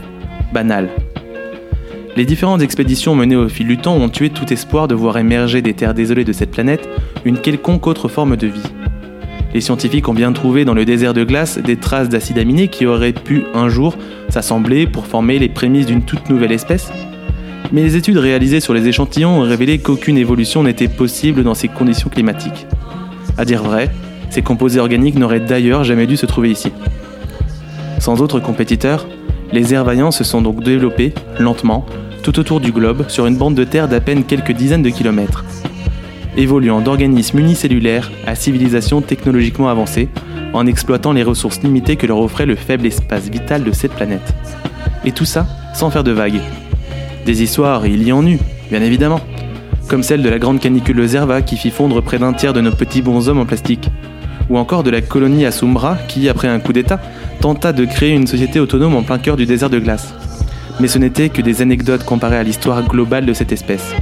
S4: banale. Les différentes expéditions menées au fil du temps ont tué tout espoir de voir émerger des terres désolées de cette planète une quelconque autre forme de vie. Les scientifiques ont bien trouvé dans le désert de glace des traces d'acides aminés qui auraient pu un jour s'assembler pour former les prémices d'une toute nouvelle espèce. Mais les études réalisées sur les échantillons ont révélé qu'aucune évolution n'était possible dans ces conditions climatiques. À dire vrai, ces composés organiques n'auraient d'ailleurs jamais dû se trouver ici. Sans autres compétiteurs, les airvaillants se sont donc développés, lentement, tout autour du globe, sur une bande de terre d'à peine quelques dizaines de kilomètres. Évoluant d'organismes unicellulaires à civilisations technologiquement avancées, en exploitant les ressources limitées que leur offrait le faible espace vital de cette planète. Et tout ça sans faire de vagues. Des histoires, il y en eut, bien évidemment comme celle de la grande canicule de Zerva qui fit fondre près d'un tiers de nos petits bonshommes en plastique, ou encore de la colonie à Sumbra qui, après un coup d'État, tenta de créer une société autonome en plein cœur du désert de glace. Mais ce n'étaient que des anecdotes comparées à l'histoire globale de cette espèce.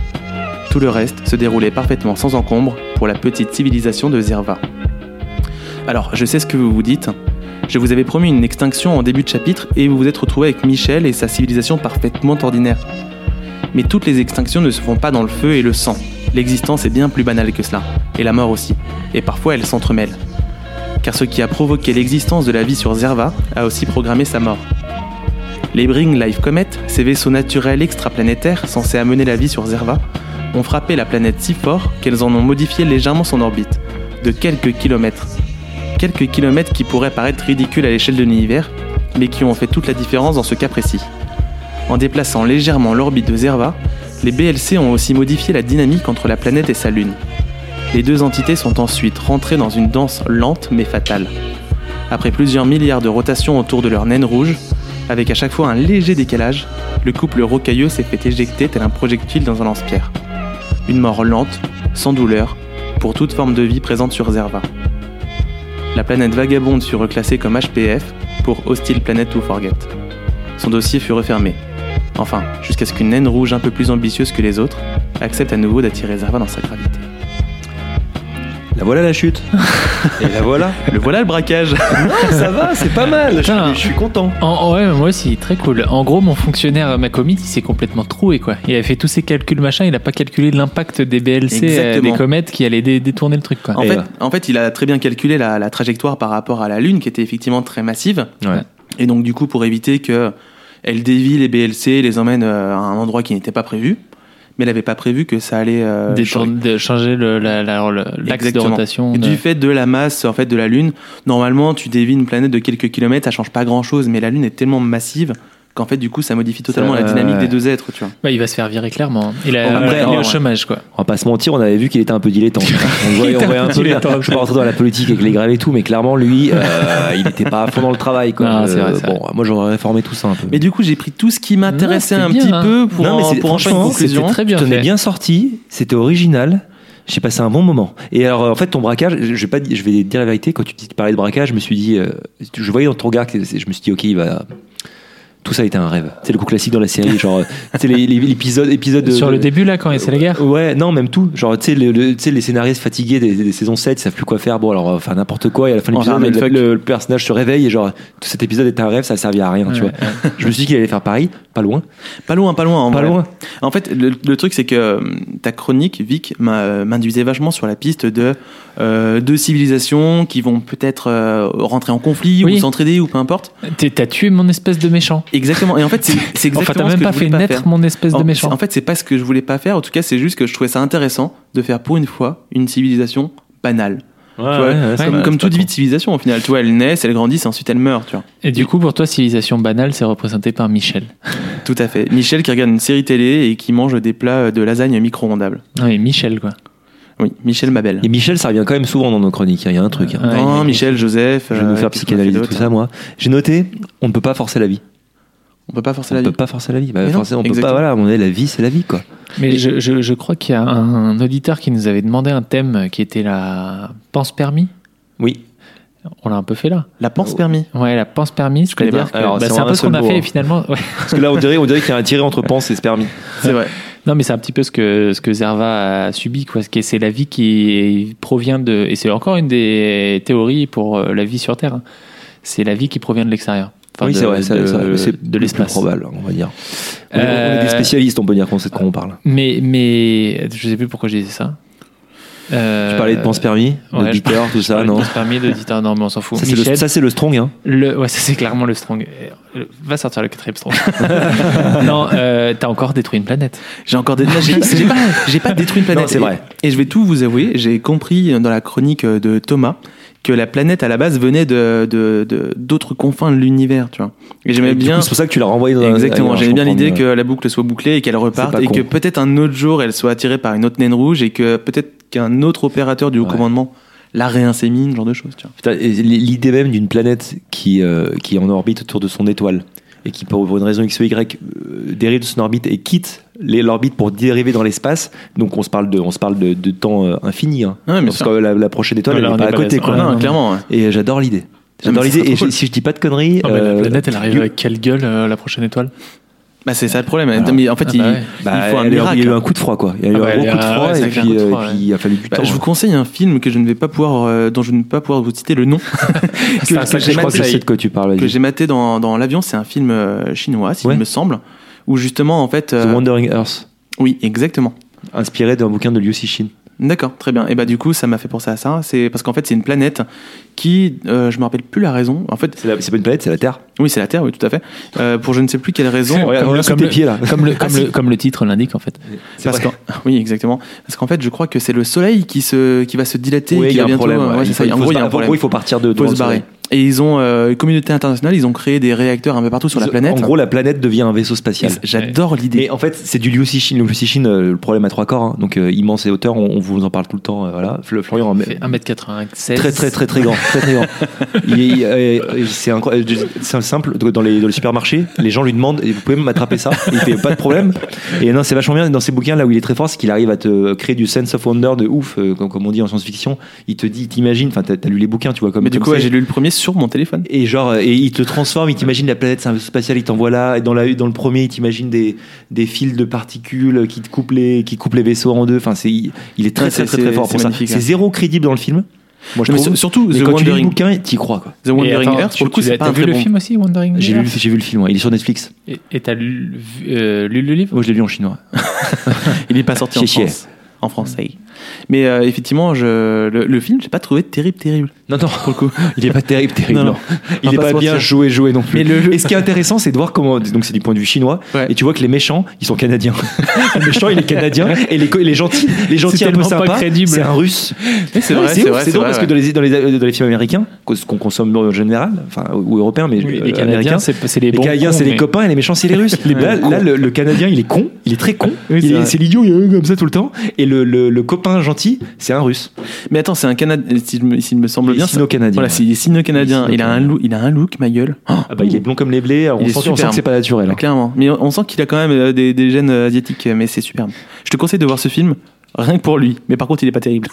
S4: Tout le reste se déroulait parfaitement sans encombre pour la petite civilisation de Zerva. Alors, je sais ce que vous vous dites. Je vous avais promis une extinction en début de chapitre et vous vous êtes retrouvé avec Michel et sa civilisation parfaitement ordinaire. Mais toutes les extinctions ne se font pas dans le feu et le sang. L'existence est bien plus banale que cela, et la mort aussi, et parfois elles s'entremêlent. Car ce qui a provoqué l'existence de la vie sur Zerva a aussi programmé sa mort. Les Bring Life Comet, ces vaisseaux naturels extraplanétaires censés amener la vie sur Zerva, ont frappé la planète si fort qu'elles en ont modifié légèrement son orbite, de quelques kilomètres. Quelques kilomètres qui pourraient paraître ridicules à l'échelle de l'univers, mais qui ont fait toute la différence dans ce cas précis. En déplaçant légèrement l'orbite de Zerva, les BLC ont aussi modifié la dynamique entre la planète et sa lune. Les deux entités sont ensuite rentrées dans une danse lente mais fatale. Après plusieurs milliards de rotations autour de leur naine rouge, avec à chaque fois un léger décalage, le couple rocailleux s'est fait éjecter tel un projectile dans un lance-pierre. Une mort lente, sans douleur, pour toute forme de vie présente sur Zerva. La planète vagabonde fut reclassée comme HPF pour Hostile Planet to Forget. Son dossier fut refermé. Enfin, jusqu'à ce qu'une naine rouge un peu plus ambitieuse que les autres accepte à nouveau d'attirer Zerva dans sa gravité.
S2: La voilà la chute. Et la voilà.
S4: Le voilà le braquage
S2: Ça va, c'est pas mal.
S5: Putain.
S2: Bah, Je, je suis content.
S5: En, ouais, moi aussi, très cool. En gros, mon fonctionnaire, ma commit, il s'est complètement troué, quoi. Il avait fait tous ses calculs, machin, il a pas calculé l'impact des BLC, euh,
S4: Exactement.
S5: des comètes qui allaient dé- détourner le truc, quoi.
S4: En
S2: Et euh,
S4: fait,
S2: ouais.
S4: en fait, il a très bien calculé la, la trajectoire par rapport à la Lune, qui était effectivement très massive.
S2: Ouais.
S4: Et donc, du coup, pour éviter que elle dévie les BLC, les emmène euh, à un endroit qui n'était pas prévu, mais elle n'avait pas prévu que ça allait euh,
S5: Détourner- de changer le- la- la- le- l'axe de
S4: Exactement.
S5: rotation.
S4: changer.
S5: de-
S4: Du fait de la masse en fait de la Lune, normalement, tu dévies une planète de quelques kilomètres, ça change pas grand-chose, mais la Lune est tellement massive qu'en fait, du coup, ça modifie totalement
S2: Ça,
S4: la dynamique
S2: ouais. Mm.
S4: des deux êtres, tu vois.
S5: Bah, il va se faire virer clairement. Il a,
S4: En vrai,
S5: il est
S4: ouais,
S5: au
S4: ouais.
S5: chômage, quoi.
S2: On va pas se mentir, on avait vu qu'il était un peu dilettante. On le voyait, on voyait un peu. bien. Je suis pas rentré dans la politique avec les grèves et tout, mais clairement lui, euh, il était pas à fond dans le travail. Quoi.
S5: Non, c'est vrai,
S2: Euh,
S5: c'est
S2: bon, moi j'aurais réformé tout ça un peu.
S4: Mais du coup, j'ai pris tout ce qui m'intéressait
S5: Ouais,
S4: Ah, un
S5: c'était
S4: petit
S5: bien, hein.
S4: peu pour,
S2: Non, mais
S4: en-
S2: c'est-
S4: pour en faire une
S2: franchement,
S4: conclusion.
S5: C'était très bien
S2: Tu t'en es
S5: fait.
S2: bien sorti, c'était original. J'ai passé un bon moment. Et alors, euh, en fait, ton braquage, je vais, pas, di- je vais dire la vérité, quand tu dis- tu parlais de braquage, je me suis dit, euh, je voyais dans ton regard, que c'est- je me suis dit, ok, il va. Tout ça était un rêve. C'est le coup classique dans la série, genre, c'est l'épisode, épisode de-
S5: Sur le
S2: de-
S5: début, là, quand il c'est la guerre.
S2: Ouais, non, même tout. Genre, tu sais, le- le- tu sais, les scénaristes fatigués des, des saisons 7, ils savent plus quoi faire. Bon, alors, euh, enfin, n'importe quoi. Et à la fin de
S4: On
S2: l'épisode,
S4: ramène
S2: le,
S4: fuck.
S2: le- le personnage se réveille et genre, tout cet épisode était un rêve, ça servait à rien, tu vois. Je me suis dit qu'il allait faire pareil, pas loin,
S4: Pas loin, pas loin. En
S2: pas
S4: vrai.
S2: loin.
S4: En fait, le, le truc, c'est que euh, ta chronique, Vic, m'a- euh, m'induisait vachement sur la piste de euh, deux civilisations qui vont peut-être euh, rentrer en conflit
S5: Oui.
S4: ou s'entraider ou peu importe.
S5: T'es- T'as tué mon espèce de méchant.
S4: Exactement. Et en fait, c'est c'est exactement
S5: Enfin, t'as
S4: ce
S5: même
S4: que
S5: pas
S4: je
S5: fait
S4: voulais
S5: naître
S4: faire.
S5: mon espèce de
S4: En-
S5: méchant.
S4: En fait, c'est pas ce que je voulais pas faire. En tout cas, c'est juste que je trouvais ça intéressant de faire pour une fois une civilisation banale.
S2: Ah
S4: Tu vois, comme comme toute vie de civilisation, au final, tu vois, elles naissent, elles grandissent, ensuite elles meurent. Tu vois.
S5: Et du coup, pour toi, civilisation banale, c'est représenté par Michel.
S4: Tout à fait. Michel qui regarde une série télé et qui mange des plats de lasagne micro-ondables.
S5: Non, mais Michel, quoi.
S4: Oui, Michel Mabel.
S2: Et Michel, ça revient quand même souvent dans nos chroniques. hein. Il y a un truc. hein.
S5: Ouais,
S4: Non,
S5: il-
S4: Michel, Joseph.
S2: Je vais nous
S4: euh,
S2: faire
S4: qu'est-ce qu'on a fait
S2: psychanalyser
S4: d'autre
S2: tout ça, moi. J'ai noté, on ne peut pas forcer la vie.
S4: On peut pas forcer
S2: On
S4: la
S2: ne peut
S4: vie.
S2: pas forcer la vie. Bah,
S4: Mais non,
S2: forcément, on peut pas.
S4: exactement.
S2: Voilà, à mon avis, la vie, c'est la vie, quoi.
S5: Mais je, je- je crois qu'il y a un, auditeur qui nous avait demandé un thème qui était la pense permis.
S2: Oui.
S5: On l'a un peu fait là.
S4: La pense permis.
S5: Ouais, la pense permis,
S4: connais
S5: c'est-à-dire
S2: pas.
S5: que-
S2: Alors,
S5: bah,
S2: c'est
S5: c'est
S2: en
S5: un
S2: un
S5: peu ce
S2: seul
S5: qu'on a
S2: mot,
S5: fait
S2: hein.
S5: finalement. Ouais.
S2: Parce que là, on dirait, on dirait qu'il y a un tiré entre pense et spermie.
S4: C'est vrai.
S5: Non, mais c'est un petit peu ce que ce que Zerva a subi, quoi. Ce qui est- C'est la vie qui provient de, et c'est encore une des théories pour euh, la vie sur Terre. hein. C'est la vie qui provient de l'extérieur. Enfin,
S2: oui,
S5: de-
S2: c'est vrai.
S5: de-
S2: ça- ça-
S5: de,
S2: c'est le plus
S5: l'espace.
S2: probable, on va dire. On est- on est
S5: Euh,
S2: des spécialistes, on peut dire qu'on sait de quoi on parle.
S5: Mais mais je sais plus pourquoi je disais ça. Euh,
S2: Tu parlais de pense permis,
S5: ouais, je-
S2: d'auditeur, tout ça,
S5: parlais de
S2: non
S5: pense permis d'auditeur, non, mais on s'en fout.
S2: Ça, c'est le-
S5: Michel,
S2: Ça, c'est le strong, hein.
S5: Le, ouais, ça c'est clairement le strong. Euh, Va sortir le quatrième strong. non, euh, t'as encore détruit une planète.
S4: J'ai encore des. Là, J'ai j'ai pas, j'ai pas détruit une planète.
S2: Non, c'est
S4: Et-
S2: vrai.
S4: Et je vais tout vous avouer, j'ai compris dans la chronique de Thomas que la planète à la base venait de de- de- d'autres confins de l'univers, tu vois. Et
S2: Et
S4: j'aimais
S2: du
S4: bien.
S2: coup, C'est pour ça que tu l'as renvoyé dans un-
S4: Exactement,
S2: ailleurs,
S4: j'aimais
S2: je
S4: bien
S2: comprends
S4: l'idée
S2: mieux.
S4: que la boucle soit bouclée et qu'elle reparte
S2: pas
S4: et
S2: con.
S4: que peut-être un autre jour elle soit attirée par une autre naine rouge et que peut-être qu'un autre opérateur du haut
S2: Ouais.
S4: commandement la réinsémine, ce genre de choses, tu vois.
S2: Putain, et L'idée même d'une planète qui, euh, qui est en orbite autour de son étoile et qui, pour pour une raison X ou Y, euh, dérive de son orbite et quitte les- l'orbite pour dériver dans l'espace. Donc, on se parle de, on se parle de, de temps euh, infini. hein.
S4: Ouais, mais
S2: Parce que la, la prochaine étoile,
S5: Non, là,
S2: elle
S5: on
S2: est Ah pas
S5: est
S2: à côté.
S5: balèze.
S2: Quoi.
S5: Ouais,
S4: non, clairement. ouais.
S2: Et euh, j'adore l'idée.
S4: Non,
S2: J'adore
S4: mais ça
S2: l'idée.
S4: serait
S2: Et
S4: trop
S2: je- si je dis pas de conneries.
S5: Non, Oh, mais
S2: euh,
S5: la planète, elle arrive
S2: you-
S5: avec quelle gueule euh, la prochaine étoile
S4: Bah, c'est ça le problème. mais en fait,
S5: Ah,
S4: il,
S5: bah ouais.
S4: il
S2: bah,
S4: faut un
S2: elle a eu-
S4: miracle.
S2: Il y a eu un coup de froid, quoi. Il y a eu
S5: Ah bah,
S2: un gros
S5: elle
S2: coup de
S5: a- ouais,
S2: froid
S5: c'est
S2: et
S5: un
S2: puis
S5: coup de
S2: euh,
S5: froid,
S2: et puis il a fallu du
S4: Bah,
S2: temps.
S4: je vous conseille un film que je ne vais pas pouvoir, euh, dont je ne vais pas pouvoir vous citer le nom,
S2: hein.
S4: que,
S5: un
S4: que
S5: sacré
S4: j'ai
S2: Je crois que je sais
S4: maté,
S2: de quoi tu parles.
S4: que
S2: vas-y.
S4: j'ai maté dans, dans l'avion. C'est un film euh, chinois, s'il
S2: Ouais.
S4: me semble, où justement, en fait,
S2: The
S4: euh,
S2: Wandering Earth,
S4: oui, exactement.
S2: inspiré d'un bouquin de Liu Cixin.
S4: D'accord, très bien. Et bah du coup, ça m'a fait penser à ça. C'est parce qu'en fait, c'est une planète qui, euh, je me rappelle plus la raison. En fait,
S2: C'est la- c'est pas une planète, c'est la Terre.
S4: oui, c'est la Terre, oui, tout à fait. Euh, pour je ne sais plus quelle raison.
S5: Comme
S2: Regarde,
S5: le-
S2: regarde sous
S5: comme
S2: tes
S5: le-
S2: pieds là.
S5: comme le, comme, le, comme le titre l'indique en fait.
S4: Parce qu'en- oui, exactement. Parce qu'en fait, je crois que c'est le Soleil qui se, qui va se dilater. et
S2: Oui,
S4: qui
S2: il y a
S4: va
S2: un
S4: bientôt- hein,
S2: problème. ouais.
S4: ouais, c'est
S2: Il
S4: ça.
S2: faut-
S4: En
S2: faut
S4: gros,
S2: se
S4: il y a
S2: barrer.
S4: un
S2: En gros,
S4: problème.
S2: il faut partir de.
S4: faut
S2: devant
S4: se
S2: le
S4: barrer.
S2: soleil.
S4: Et ils ont, euh, une communauté internationale, ils ont créé des réacteurs un peu partout sur la
S2: Ils-
S4: planète.
S2: En gros, la planète devient un vaisseau spatial.
S4: Ils- J'adore l'idée.
S2: Mais en fait, c'est du Liu-Cixin. Le Liu-Cixin, euh, le problème à trois corps, hein. donc euh, immense et hauteur, on, on vous en parle tout le temps. euh, voilà. Fl- Florian, euh,
S5: fait 1m96.
S2: très très très très grand, très très grand. Il est- il est- euh, c'est incroyable. C'est simple. Dans les, dans les supermarchés, les gens lui demandent, et vous pouvez m'attraper ça Il fait pas de problème. Et non, c'est vachement bien. Dans ses bouquins, là où il est très fort, c'est qu'il arrive à te créer du sense of wonder de ouf, euh, comme, comme on dit en science-fiction. Il te dit, il t'imagine. Enfin, t'as t'as lu les bouquins, tu vois comme.
S4: Mais du
S2: comme
S4: coup, ouais,
S2: c'est.
S4: j'ai lu le premier sur mon téléphone.
S2: Et genre, euh, et il te transforme, il t'imagine la planète, c'est un vaisseau spatial, il t'envoie là. Et dans, la, dans le premier, il t'imagine des, des fils de particules qui te coupent les, qui coupent les vaisseaux en deux. Enfin, c'est, il il est très,
S4: Ouais,
S2: très,
S4: c'est-
S2: très, très
S4: c'est-
S2: fort pour
S4: c'est
S2: ça.
S4: magnifique,
S2: C'est
S4: hein.
S2: zéro crédible dans le film. Moi, je
S4: Mais
S2: trouve.
S4: sur- surtout,
S2: mais
S4: The
S2: quand tu lis le
S4: Wandering,
S2: bouquin, t'y crois, quoi.
S4: The
S5: Et
S4: Wandering
S5: attends,
S4: Earth,
S5: tu-
S4: pour le coup,
S5: tu
S4: c'est
S5: l'as-
S4: pas
S5: t'as
S4: un
S5: vu
S4: très
S5: le
S4: bon-
S5: film aussi, Wandering
S2: J'ai
S5: Earth
S2: vu, j'ai vu le film, ouais. il est sur Netflix.
S5: Et et t'as lu, vu- euh, lu le livre
S2: Moi, je l'ai lu en chinois.
S4: Il est pas sorti en
S2: Chier, chier.
S4: France. En français. Mais euh, effectivement, je, le, le film, j'ai pas trouvé terrible, terrible.
S2: Non, non, pour le coup, il est pas terrible, terrible.
S4: Non, non.
S2: non. Il
S4: On
S2: est
S4: va
S2: pas,
S4: pas se
S2: bien
S4: mentir.
S2: joué, joué non plus.
S4: Mais le-
S2: Et ce qui est intéressant, c'est de voir comment. Donc, c'est du point de vue chinois.
S4: Ouais.
S2: Et tu vois que les méchants, ils sont canadiens. le méchant, il est canadien. Et les, co- les gentils, les gentils un peu
S5: tellement pas
S2: sympas,
S5: crédible.
S2: c'est un russe.
S4: c'est
S2: Non, mais c'est
S4: vrai, c'est
S2: ouf,
S4: vrai,
S2: C'est
S4: c'est
S2: drôle
S4: vrai,
S2: parce que dans les, dans, les, dans les films américains, qu'on qu'on consomme en général, enfin, ou ou européens, mais
S5: Oui,
S2: euh,
S5: Les Canadiens,
S2: américains,
S5: c'est c'est les
S2: les
S5: bons.
S2: Canadiens,
S5: cons,
S2: c'est les
S5: mais-
S2: copains et les méchants, c'est les Russes. là, là, le, le Canadien, il est con, il est très con.
S4: Oui, c'est
S2: Il est-
S4: vrai.
S2: c'est l'idiot, il est comme ça tout le temps. Et le, le- le copain gentil, c'est un Russe.
S4: Mais attends, c'est un Canadien, s'il me, s'il me semble
S2: Il est
S4: bien. c'est-
S2: sino-canadien.
S4: Voilà, c'est- il est sino-canadien.
S2: Il est
S4: Il, a un look- il a un look, ma gueule.
S2: Ah bah, il est blond comme les blés. On
S4: Il est
S2: sent, on sent
S4: superbe.
S2: que c'est pas naturel. hein.
S4: Clairement. Mais on on sent qu'il a quand même euh, des, des gènes euh, asiatiques, mais c'est superbe. Je te conseille de voir ce film, rien que pour lui. mais par contre il est pas terrible.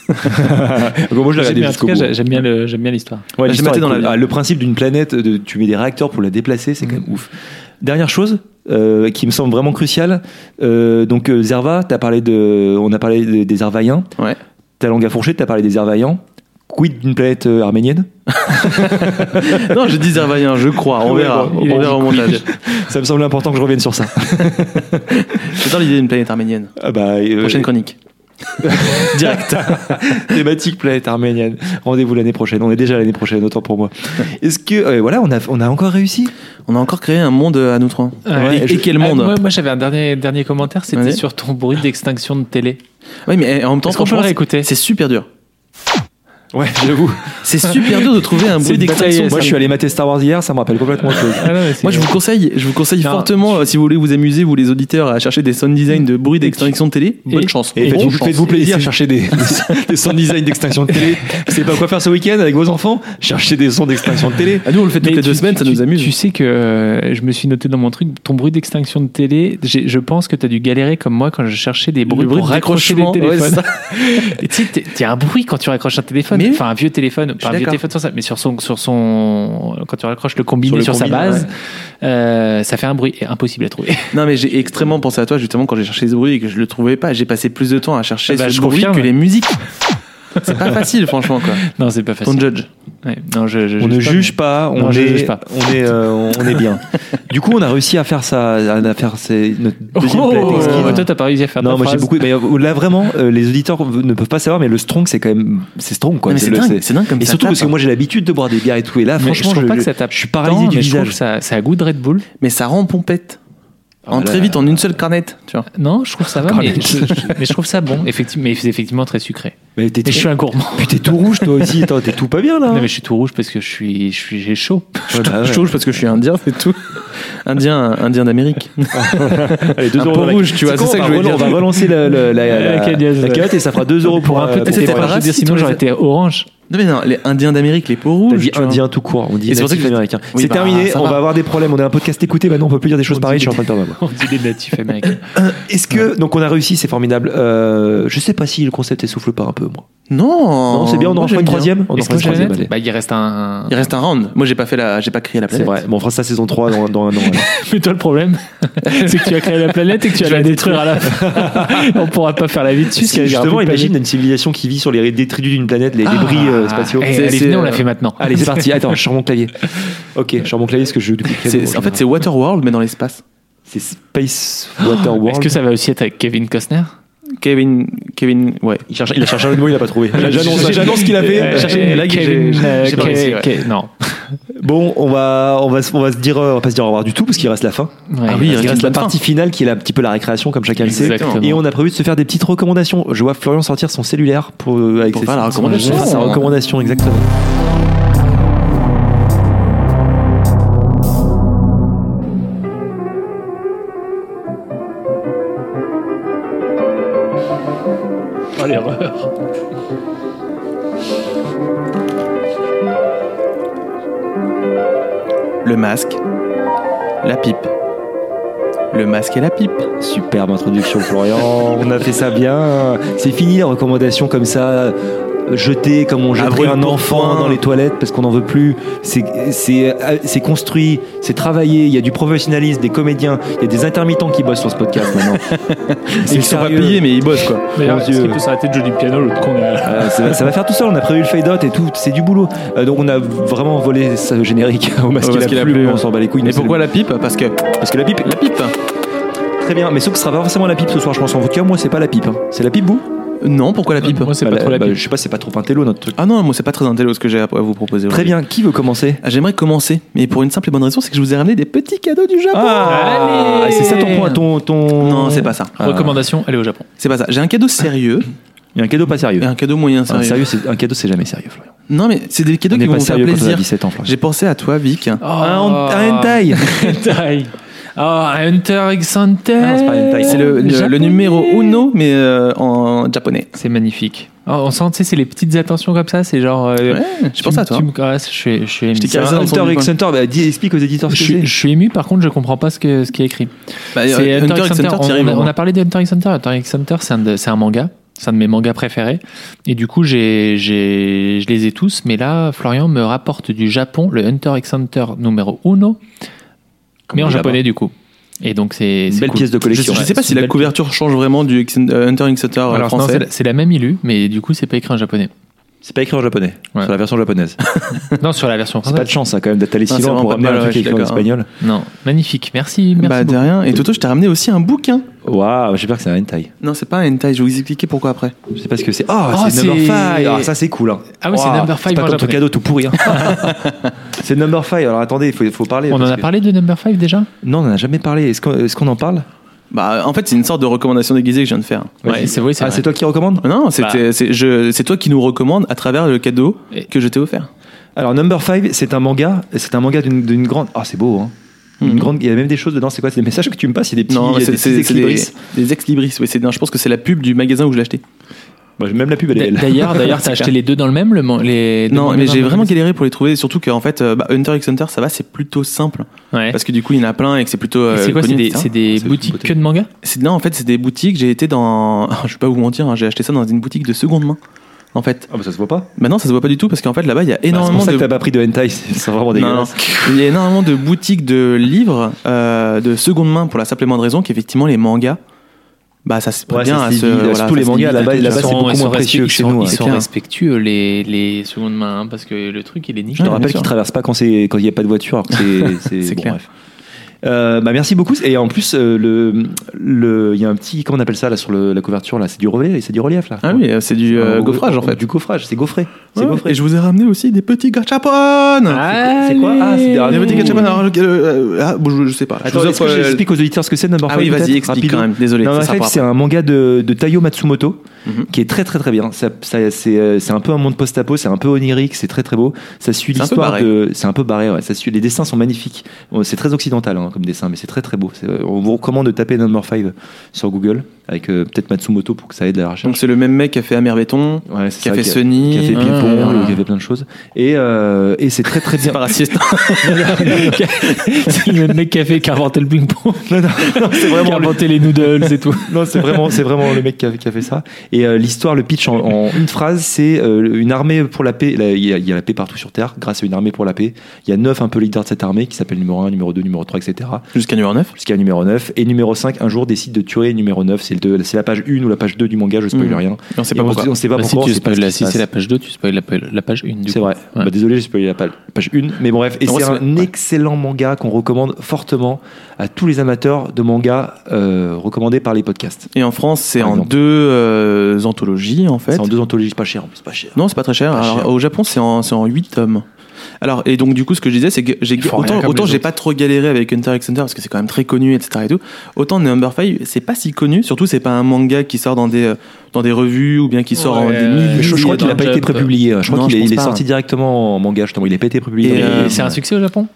S2: Donc, moi, je l'ai
S5: J'aime
S2: regardé
S5: bien- En tout
S2: jusqu'au
S5: cas,
S2: bout.
S5: j'a- j'aime bien le- j'aime bien l'histoire.
S2: Ouais,
S4: J'ai
S2: l'histoire
S4: maté
S2: est
S4: dans la
S2: cool. Mm.
S4: vie.
S2: Ah, le principe d'une planète, de, tu mets des réacteurs pour la déplacer, c'est quand même ouf. Dernière chose euh, qui me semble vraiment cruciale, euh, donc euh, Zerva, as parlé de, on a parlé de- des Zervaïens.
S4: Ouais.
S2: Ta langue à fourcher, t'as parlé des Zervaïens. Quid d'une planète euh, arménienne
S4: non, je dis Zervaïen, je crois, on
S2: Ouais,
S4: verra,
S2: bon,
S4: on
S2: bon,
S4: verra au montage.
S2: Ça me semble important que je revienne sur ça.
S4: J'adore l'idée d'une planète arménienne.
S2: Ah bah, euh,
S4: Prochaine chronique.
S2: Direct. Thématique planète arménienne. Rendez-vous l'année prochaine. On est déjà à l'année prochaine, autant pour moi. Est-ce que euh, voilà, on a on a encore réussi
S4: On a encore créé un monde euh, à nous trois.
S5: Ouais,
S4: et,
S2: je-
S4: et quel
S5: Ah,
S4: monde
S5: moi, moi, j'avais un dernier, dernier commentaire, c'était
S4: Allez.
S5: sur ton bruit d'extinction de télé.
S4: Oui, mais euh, en même temps,
S5: Est-ce qu'on peut
S4: franchement,
S5: le réécouter
S4: c'est super dur.
S2: Ouais, j'avoue.
S4: C'est super dur de trouver un
S5: C'est
S4: bruit
S5: une
S4: d'extinction.
S5: bataille,
S2: Moi,
S5: ça.
S2: je suis allé mater Star Wars hier, ça me rappelle complètement autre
S5: Ah
S2: chose.
S4: Moi, je vous conseille, je vous conseille
S5: Non.
S4: fortement, euh, si vous voulez vous amuser, vous les auditeurs, à chercher des sound design de bruits d'extinction de télé.
S5: Et-
S4: Bonne chance.
S2: Et
S5: Bon
S2: faites-vous
S5: chance.
S2: faites-vous plaisir, cherchez des, des- des sons de design d'extinction de télé. Vous savez pas quoi faire ce week-end avec vos enfants Cherchez des sons d'extinction de télé.
S4: Ah, nous, on le fait toutes
S5: Mais
S4: les
S5: tu-
S4: deux semaines, ça
S5: tu-
S4: nous amuse.
S5: Tu sais que euh, je me suis noté dans mon truc, ton bruit d'extinction de télé, j'ai- je pense que t'as dû galérer comme moi quand je cherchais des bruits
S4: bruit
S5: pour
S4: de
S5: raccrocher les
S4: décrochement, ouais,
S5: téléphones.
S4: c'est ça.
S5: Et tu sais, t'es- t'as un bruit quand tu raccroches un téléphone,
S4: Mais oui.
S5: enfin un vieux téléphone, pas un vieux
S4: d'accord.
S5: téléphone sans ça, mais sur son, sur son, quand tu raccroches le combiné
S2: Sur
S5: sur,
S2: le
S5: sa
S2: combiné,
S5: base, euh, ça fait un bruit et impossible à trouver.
S4: Non, mais j'ai extrêmement pensé à toi justement quand j'ai cherché ce bruit et que je le trouvais pas. J'ai passé plus de temps à chercher
S5: Ah bah,
S4: ce
S5: je
S4: bruit
S5: confirme.
S4: que les musiques. C'est pas facile, franchement, quoi.
S5: non, c'est pas
S4: On
S5: facile.
S4: judge.
S5: Ouais, non, je, je
S2: On ne
S5: pas,
S2: juge pas, on
S5: Non, je
S2: est,
S5: juge pas.
S2: on est, euh, on est bien. Du coup, on a réussi à faire ça, à faire ces- notre
S5: mais-
S2: deuxième
S5: Oh,
S2: planète exquise.
S5: toi, t'as pas réussi à faire
S2: Non,
S5: ta
S2: moi j'ai
S5: phrase.
S2: beaucoup. Mais euh, là, vraiment, euh, les auditeurs ne peuvent pas savoir, mais le strong, c'est quand même, c'est strong quoi.
S4: Non, mais c'est
S2: le-
S4: dingue, c'est dingue comme
S2: Et
S4: ça
S2: surtout
S4: tape,
S2: parce que
S4: hein.
S2: moi j'ai l'habitude de boire des bières et tout. Et
S4: Ah,
S2: là,
S5: Mais
S2: franchement,
S5: je trouve
S2: je,
S5: pas que ça tape
S2: je suis paralysé
S5: tant,
S2: du
S5: mais je trouve
S2: visage.
S5: que ça, ça a goût de Red Bull.
S4: Mais ça rend pompette.
S2: Ah,
S4: en
S2: là,
S4: très vite, en une seule carnette, tu vois.
S5: Non, je trouve ça va,
S2: Encore
S5: mais
S2: les-
S5: je, je- mais je trouve ça bon, effectivement, mais c'est effectivement très sucré.
S2: Mais t'es
S5: Et je suis un gourmand.
S2: Puis t'es tout rouge toi aussi. Attends, t'es tout pas bien là. hein.
S5: Non, mais je suis tout rouge parce que je suis, je suis, j'ai chaud.
S2: Ouais, bah,
S4: Je
S2: ouais.
S4: touche parce que je suis indien, c'est tout. Indien, indien d'Amérique.
S2: Allez, deux
S4: Un
S2: euros
S4: pot
S2: dans la-
S4: rouge, tu vois,
S2: quoi,
S4: c'est ça
S2: on va
S4: que je voulais
S2: relan-
S4: dire.
S2: On va relancer la, la, la,
S5: La cagnotte.
S2: cagnotte et ça fera 2 euros pour,
S5: Pour un
S2: euh, pour
S5: peu tester
S2: tes
S5: ta
S4: pas
S2: parents.
S5: race,
S4: raciste,
S5: sinon
S4: toi,
S5: j'aurais
S4: les-
S5: été orange.
S4: Non, mais non, les indiens d'Amérique, les peaux
S2: T'as
S4: rouges.
S2: dit
S4: tu vois.
S2: indien tout court, on dit
S4: Et c'est pour ça
S2: natif
S4: que je-
S2: américain.
S4: Oui,
S2: c'est
S4: bah,
S2: terminé,
S4: ça
S2: on
S4: va.
S2: va avoir des problèmes. On est un podcast écouté, maintenant on peut plus dire des choses
S5: On
S2: pareilles, je
S5: dit
S2: suis en train de perdre ma voix.
S5: On dit des natifs américains.
S2: Est-ce que, donc on a réussi, c'est formidable. Euh, je sais pas si le concept essouffle pas un peu, moi.
S4: Non.
S2: Non, c'est bien, on en fera
S4: Moi, j'aime
S2: une
S4: bien.
S2: troisième. On en
S5: Est-ce
S2: fera une
S5: que je
S2: troisième,
S5: vais
S2: allez.
S5: Bah, il reste un.
S4: Il reste un round. Moi, j'ai pas fait la, j'ai pas crié la
S2: C'est
S4: planète.
S2: vrai, bon, on fera ça saison 3 dans, dans un an. alors.
S5: Mais toi, le problème, c'est que tu as créé la planète et que tu vas la détruire à la fin. On pourra pas faire la vie dessus.
S2: Parce que justement, imagine une civilisation qui vit sur les détritus d'une planète, les débris euh, spatiaux. C'est-
S5: Ah, eh, Allez,
S2: c'est-
S5: venez, on la fait maintenant.
S2: Allez, c'est parti. Attends, je sors mon clavier. Ok, je sors mon clavier parce que je. du coup,
S4: C'est- c'est- en fait, c'est Waterworld, mais dans l'espace.
S2: c'est Space Water World.
S5: Oh, Est-ce que ça va aussi être avec Kevin Costner
S4: Kevin, Kevin, ouais.
S2: Il, cherche- il a cherché un mot, il a pas trouvé.
S5: Il a-
S2: J'annonce
S5: j'ai-
S2: j'annonce qu'il a
S5: Euh,
S2: fait.
S4: chercher une blague,
S5: Kevin,
S4: j'ai-
S5: euh,
S4: j'ai pas
S5: Ke-
S4: réussi, ouais.
S5: Ke- Non.
S2: Bon, on va, on va, se- on va se dire, euh, on va pas se dire au revoir du tout parce qu'il reste la fin.
S5: Ouais,
S4: Ah oui,
S5: parce
S4: il
S2: Il
S5: que-
S2: reste
S4: une
S2: la
S4: bonne
S2: partie finale qui est la- un petit peu la récréation, comme chacun le sait.
S5: Exactement.
S2: Et on a prévu de se faire des petites recommandations. Je vois Florian sortir son cellulaire pour, euh, avec
S4: Pour
S2: ses-
S4: faire la
S2: son-
S4: recommandation.
S2: pour faire sa recommandation, exactement.
S5: Oh, l'erreur.
S4: Le masque, la pipe. Le masque et la pipe.
S2: Superbe introduction, Florian. On a fait ça bien. C'est fini les recommandations comme ça, jetées comme on jetterait
S4: brûle
S2: un
S4: pour
S2: enfant
S4: point.
S2: dans les toilettes parce qu'on n'en veut plus. C'est c'est- euh, c'est construit, c'est travaillé. Il y a du professionnalisme, des comédiens, il y a des intermittents qui bossent sur ce podcast maintenant.
S4: Ils sont pas payés, mais ils bossent quoi.
S5: D'ailleurs,
S2: Mon
S5: est-ce
S2: Dieu.
S5: qu'il peut s'arrêter de jouer du piano l'autre con euh, derrière
S2: Voilà, ça, ça va faire tout seul, on a prévu le fade out et tout, c'est du boulot. Euh, donc on a vraiment volé ça au générique au masque
S4: Au
S2: et la
S4: masque et la
S2: plume,
S4: plume.
S2: on s'en bat les couilles.
S4: Et
S2: nous, c'est
S4: pourquoi la pipe Parce que.
S2: le- Parce que la pipe,
S4: La pipe
S2: très bien, mais sauf que ce sera pas forcément la pipe ce soir, je pense. En tout cas, moi, c'est pas la pipe. hein. C'est la pipe, vous
S4: Non, pourquoi la pipe
S5: Moi, c'est
S2: Bah,
S5: pas trop la
S2: bah,
S5: pipe.
S2: Je sais pas, c'est pas trop un télo notre truc.
S4: Ah non, moi c'est pas très intello ce que j'ai à à vous proposer.
S2: Très
S4: aujourd'hui.
S2: bien, qui veut commencer
S4: Ah, J'aimerais commencer, mais pour une simple et bonne raison, c'est que je vous ai ramené des petits cadeaux du Japon.
S2: Ah,
S5: Allez
S2: c'est ça ton point, ton, ton-
S4: Non, c'est pas ça.
S2: Ah.
S5: Recommandation aller au Japon.
S4: C'est pas ça. J'ai un cadeau sérieux
S2: Il y a un cadeau pas sérieux.
S4: et un cadeau
S5: Ah,
S4: moyen
S2: Un,
S4: sérieux.
S2: sérieux, c'est- un cadeau, c'est jamais sérieux, Florian.
S4: Non, mais c'est des cadeaux
S2: On
S4: qui
S2: n'est
S4: vont
S2: pas
S4: vous faire
S2: sérieux quand on a
S4: plaisir.
S2: 17 ans, Florian. Ah,
S4: J'ai pensé à toi, Vic.
S5: Oh,
S2: Un, un hentai
S5: hentai. Ah, un hentai x hentai.
S2: Ah non, c'est pas un hentai.
S4: C'est le, le- le
S5: Japonais.
S4: numéro uno, mais euh, en japonais.
S5: C'est magnifique. Ah, on sent, tu sais, c'est les petites attentions comme ça. C'est genre. euh,
S4: Ouais, je
S5: tu
S4: pense
S5: me-
S4: à toi.
S5: Tu me caresses, je suis, je suis ému.
S4: t'ai
S2: C'est
S4: caressé
S2: un
S4: dans son
S2: Hunter
S4: coin.
S2: x Hunter, bah, dis- explique aux éditeurs
S5: Je
S2: ce que
S5: suis,
S2: c'est.
S5: je suis ému, par contre, je comprends pas ce, que, ce qui est écrit.
S4: Bah,
S5: C'est
S4: euh,
S5: Hunter x Hunter.
S4: Thierry
S5: On, a-
S4: Laurent.
S5: on a parlé de Hunter x Hunter. Hunter x Hunter, c'est un, de- c'est un manga. C'est un de mes mangas préférés. Et du coup, j'ai, j'ai, je les ai tous. Mais là, Florian me rapporte du Japon le Hunter x Hunter numéro 1. Mais en
S2: là-bas.
S5: japonais, du coup. Et donc, c'est.
S2: Une
S5: c'est
S2: belle
S5: cool.
S2: pièce de
S4: Je,
S2: collection.
S4: je sais pas
S5: c'est
S4: si
S5: une
S4: la
S5: belle-
S4: couverture change vraiment du X- euh, Hunter x Hunter euh,
S5: Alors, non,
S4: français.
S5: c'est, la- c'est la même illu, mais du coup, c'est pas écrit en japonais.
S2: C'est pas écrit en japonais,
S5: Ouais.
S2: c'est la version japonaise.
S5: non, sur la version
S2: C'est pas
S5: française.
S2: de chance, ça, quand même, d'être allé
S4: Ah,
S2: si
S4: c'est
S2: loin
S4: vraiment
S2: pour
S4: pas
S2: ramener
S4: mal,
S2: un
S4: ouais,
S2: truc
S4: je suis
S2: écrit en
S4: d'accord. hein.
S2: espagnol.
S5: Non, magnifique. Merci, merci.
S4: bah, de
S5: beaucoup.
S4: rien. Et Toto, je t'ai ramené aussi un bouquin.
S2: Waouh, j'espère que c'est un hentai.
S4: Non, c'est pas un hentai, je vais vous expliquer pourquoi après.
S2: Je sais pas ce que c'est. Ah,
S5: Oh,
S2: c'est Number
S5: c'est-
S2: 5 Ah, ça c'est cool. hein.
S5: Ah oui, c'est
S2: Waouh,
S5: Number Five
S2: C'est pas
S5: en
S2: comme ton
S5: japonais.
S2: cadeau tout pourri. hein. c'est Number 5, alors attendez, il faut, faut parler.
S5: On en
S2: parce
S5: a
S2: que-
S5: parlé de Number 5 déjà
S2: Non, on en a jamais parlé. Est-ce qu'on est-ce qu'on en parle
S4: Bah, en fait, c'est une sorte de recommandation déguisée que je viens de faire.
S5: Ouais, c'est vrai, c'est
S2: Ah,
S5: vrai.
S2: c'est toi qui recommande
S5: Bah.
S4: Non, c'était- c'est je- c'est toi qui nous recommande à travers le cadeau
S5: Et-
S4: que je t'ai offert.
S2: Alors Number 5, c'est un manga, c'est un manga d'une d'une grande Ah, c'est beau hein. Une
S5: Hmm.
S4: Mhm.
S2: grande, il y a même des choses dedans, c'est quoi C'est des messages que tu me passes, il y a des petits, il
S4: Non,
S2: y a
S4: c'est
S2: des petits
S4: c'est- c'est des,
S2: ex-libris.
S4: des ex-libris. Oui, c'est- non, je pense que c'est la pub du magasin où je l'ai acheté.
S2: Bah, même la pub elle est
S5: D'a-
S2: belle.
S5: D'ailleurs, d'ailleurs, t'as acheté les deux dans le même le man- les deux
S4: Non,
S5: mangas
S4: mais
S5: dans
S4: j'ai
S5: le
S4: vraiment
S5: même
S4: galéré pour les trouver. Surtout qu'en fait, euh, bah, Hunter x Hunter, ça va, c'est plutôt simple.
S2: Eh.
S5: Ouais.
S4: Parce que du coup, il y en a plein et que c'est plutôt.
S5: Et
S4: euh,
S5: c'est quoi
S4: connu,
S5: C'est des,
S4: etc.
S5: c'est des
S2: C'est
S5: boutiques
S2: une beauté.
S5: que de manga
S4: C'est- Non, en fait, c'est des boutiques. J'ai été dans. Je vais pas vous mentir, hein, j'ai acheté ça dans une boutique de seconde main. En fait,
S2: Ah bah ça se voit pas.
S4: maintenant, ça se voit pas du tout parce qu'en fait, là-bas, il y a
S2: Bah, c'est
S4: énormément
S2: pour ça
S4: de.
S2: que t'as pas pris de hentai, c'est c'est vraiment
S4: Non, non.
S2: dégueulasse.
S4: Il y a énormément de boutiques de livres euh, de seconde main pour la simple et bonne raison qu'effectivement les mangas, bah ça se prête
S2: Ouais,
S4: bien
S2: ça
S4: à
S2: se
S4: se.
S2: divise.
S4: voilà,
S2: Surtout
S4: ça
S2: les
S4: se
S2: mangas,
S4: divise
S2: là-bas,
S4: à tout.
S2: là-bas,
S5: Ils
S2: c'est
S5: sont-
S2: beaucoup
S5: ils sont
S2: moins précieux
S5: respect-
S2: que chez
S5: ils sont-
S2: nous. hein.
S5: Ils sont
S4: clair.
S5: respectueux les, les secondes mains hein, parce que le truc il est
S2: Je
S5: niche.
S2: te
S4: Ouais, bien
S2: rappelle
S4: sûr.
S2: qu'ils traversent pas quand c'est quand il n'y a pas de voiture. alors que C'est
S4: C'est
S2: bon,
S4: clair.
S2: bref. Euh, bah merci beaucoup et en plus euh, le le il y a un petit comment on appelle ça là sur le- la couverture là c'est du relief c'est du relief là
S4: Ah oui, euh, c'est du euh, gaufrage en fait.
S2: du gaufrage c'est gaufré c'est
S4: Ouais,
S2: gaufré
S4: Et je vous ai ramené aussi des petits gachapon.
S2: c'est quoi ah c'est des
S4: des
S2: ah,
S4: petits
S2: oui.
S4: gachapon. alors, euh, euh, ah, bon, je, je sais pas. Je
S2: Attends,
S4: vous
S2: est-ce que
S4: offre, euh,
S2: j'explique aux auditeurs ce que c'est Number
S4: Ah
S2: Five,
S4: oui, vas-y,
S2: peut-être
S4: explique
S2: Rapido.
S4: quand même. Désolé.
S2: Number
S4: ça sera
S2: Five,
S4: pour
S2: c'est
S4: après.
S2: un manga de, de Taio Matsumoto
S4: Mhm.
S2: qui est très très très bien. Ça, ça- c'est euh, c'est un peu un monde post-apo, c'est un peu onirique, c'est très très beau. Ça suit
S4: C'est un peu
S2: l'histoire
S4: barré.
S2: de. C'est un peu barré, ouais. Ça suit, les dessins sont magnifiques. Bon, C'est très occidental hein, comme dessin, mais c'est très très beau. C'est- euh, On vous recommande de taper Number 5 sur Google avec euh, peut-être Matsumoto pour que ça aide à la recherche.
S4: Donc c'est le même mec qui a fait Amer Béton,
S2: Ouais, c'est
S4: qui a
S2: ça,
S4: fait
S2: qui a-
S4: Sony.
S2: qui a fait
S4: hein,
S2: Pimpon,
S4: voilà.
S2: qui a fait plein de choses. Et, euh, et c'est très très bien.
S4: Pas raciste.
S5: c'est le même mec qui a fait qui a inventé le ping pong,
S2: Non, non, non, c'est
S5: qui a
S2: vraiment
S5: inventé les noodles et tout.
S2: Non, c'est vraiment, c'est vraiment le mec qui a, qui a fait ça. Et euh, l'histoire, le pitch en, en une phrase, c'est euh, une armée pour la paix. Là, Il y, a- il y a la paix partout sur Terre, grâce à une armée pour la paix. Il y a neuf un peu leaders de cette armée qui s'appellent numéro 1, numéro 2, numéro 3, etc.
S4: Jusqu'à numéro 9.
S2: Jusqu'à numéro 9. Et numéro 5, un jour, décide de tuer numéro 9. C'est, le deux- c'est la page 1 ou la page 2 du manga, je spoil
S4: Mhm.
S2: rien.
S4: On sait
S2: Et
S4: pas
S2: on-
S4: pourquoi.
S2: on, sait pas
S5: Bah, si
S2: pourquoi.
S5: tu
S2: on sait pas
S5: spoil
S2: ce qui
S5: la-
S2: se
S5: si c'est
S2: passe.
S5: la page 2, tu spoil la, la page 1.
S2: C'est vrai.
S5: Ouais.
S2: Bah, désolé, j'ai spoilé la page 1. Mais bref, et
S4: Non,
S2: c'est
S4: c'est-
S2: un
S4: ouais.
S2: excellent manga qu'on recommande fortement à tous les amateurs de manga euh, recommandés par les podcasts.
S4: Et en France, c'est
S2: Par
S4: en
S2: exemple.
S4: deux euh, anthologies en fait.
S2: C'est en deux anthologies, c'est pas cher en plus, pas cher.
S4: Non, c'est pas très cher.
S2: Pas
S4: Alors,
S2: cher.
S4: Au Japon, c'est en, c'est en 8 tomes. Alors, et donc, du coup, ce que je disais, c'est que j'ai,
S5: Ils font rien
S4: autant,
S5: comme
S4: autant
S5: les
S4: j'ai
S5: autres.
S4: pas trop galéré avec Hunter x Hunter parce que c'est quand même très connu, etc. Et tout. Autant Number 5, c'est pas si connu. Surtout, c'est pas un manga qui sort dans des, euh, dans des revues ou bien qui sort en
S5: Ouais.
S4: des milliers.
S2: Mais je, je crois qu'il n'a
S5: Euh, dans
S2: pas
S5: le
S2: été
S5: Jump.
S2: prépublié. hein. Je crois
S4: Non,
S2: qu'il
S4: je
S2: est,
S4: pense
S2: il est
S4: pas,
S2: sorti
S4: hein.
S2: directement en manga, justement. Il n'a pas été prépublié.
S4: Et,
S2: dans les-
S4: euh,
S5: Et c'est un succès au Japon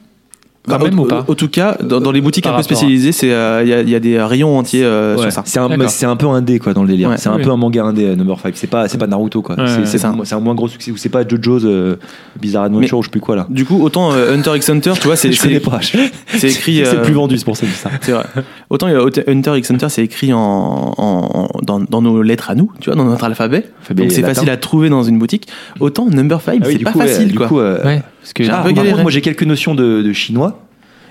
S5: Quand
S4: Bah,
S5: même
S4: au-
S5: ou pas
S4: En tout cas, dans, dans les boutiques
S5: Par
S4: un peu
S5: rapport à-
S4: spécialisées, c'est, euh, il y, a- il y a des rayons entiers euh,
S2: Ouais.
S4: sur ça.
S2: C'est un,
S5: D'accord.
S2: c'est un peu un dé quoi dans le délire.
S4: Ouais.
S2: c'est un
S5: Oui.
S2: peu un manga indé euh, Number 5. C'est pas c'est pas Naruto quoi.
S5: Ouais,
S2: c'est
S5: ouais.
S2: c'est
S4: ça.
S2: un, c'est un moins gros succès ou c'est pas JoJo's euh, Bizarre Adventure
S4: Mais-
S2: ou je sais plus quoi là.
S4: Du coup, autant euh, Hunter x Hunter, tu vois, c'est,
S2: je connais
S4: c'est,
S2: pas. je-
S4: c'est écrit.
S2: C'est
S4: euh,
S2: plus vendu c'est pour ça que je dis ça.
S4: c'est vrai. Autant euh, Hunter x Hunter, c'est écrit en, en- en- dans, dans nos lettres à nous, tu vois, dans notre alphabet.
S2: Alphabet
S4: Donc c'est
S2: latin.
S4: facile à trouver dans une boutique. Autant Number 5,
S2: Ah oui,
S4: c'est
S2: du
S4: pas
S2: coup, ouais,
S4: facile,
S2: du
S4: quoi.
S2: coup, euh,
S5: Ouais, parce que
S4: J'ai un
S2: ah,
S4: peu
S2: par
S4: galéré.
S2: contre, moi j'ai quelques notions de, de chinois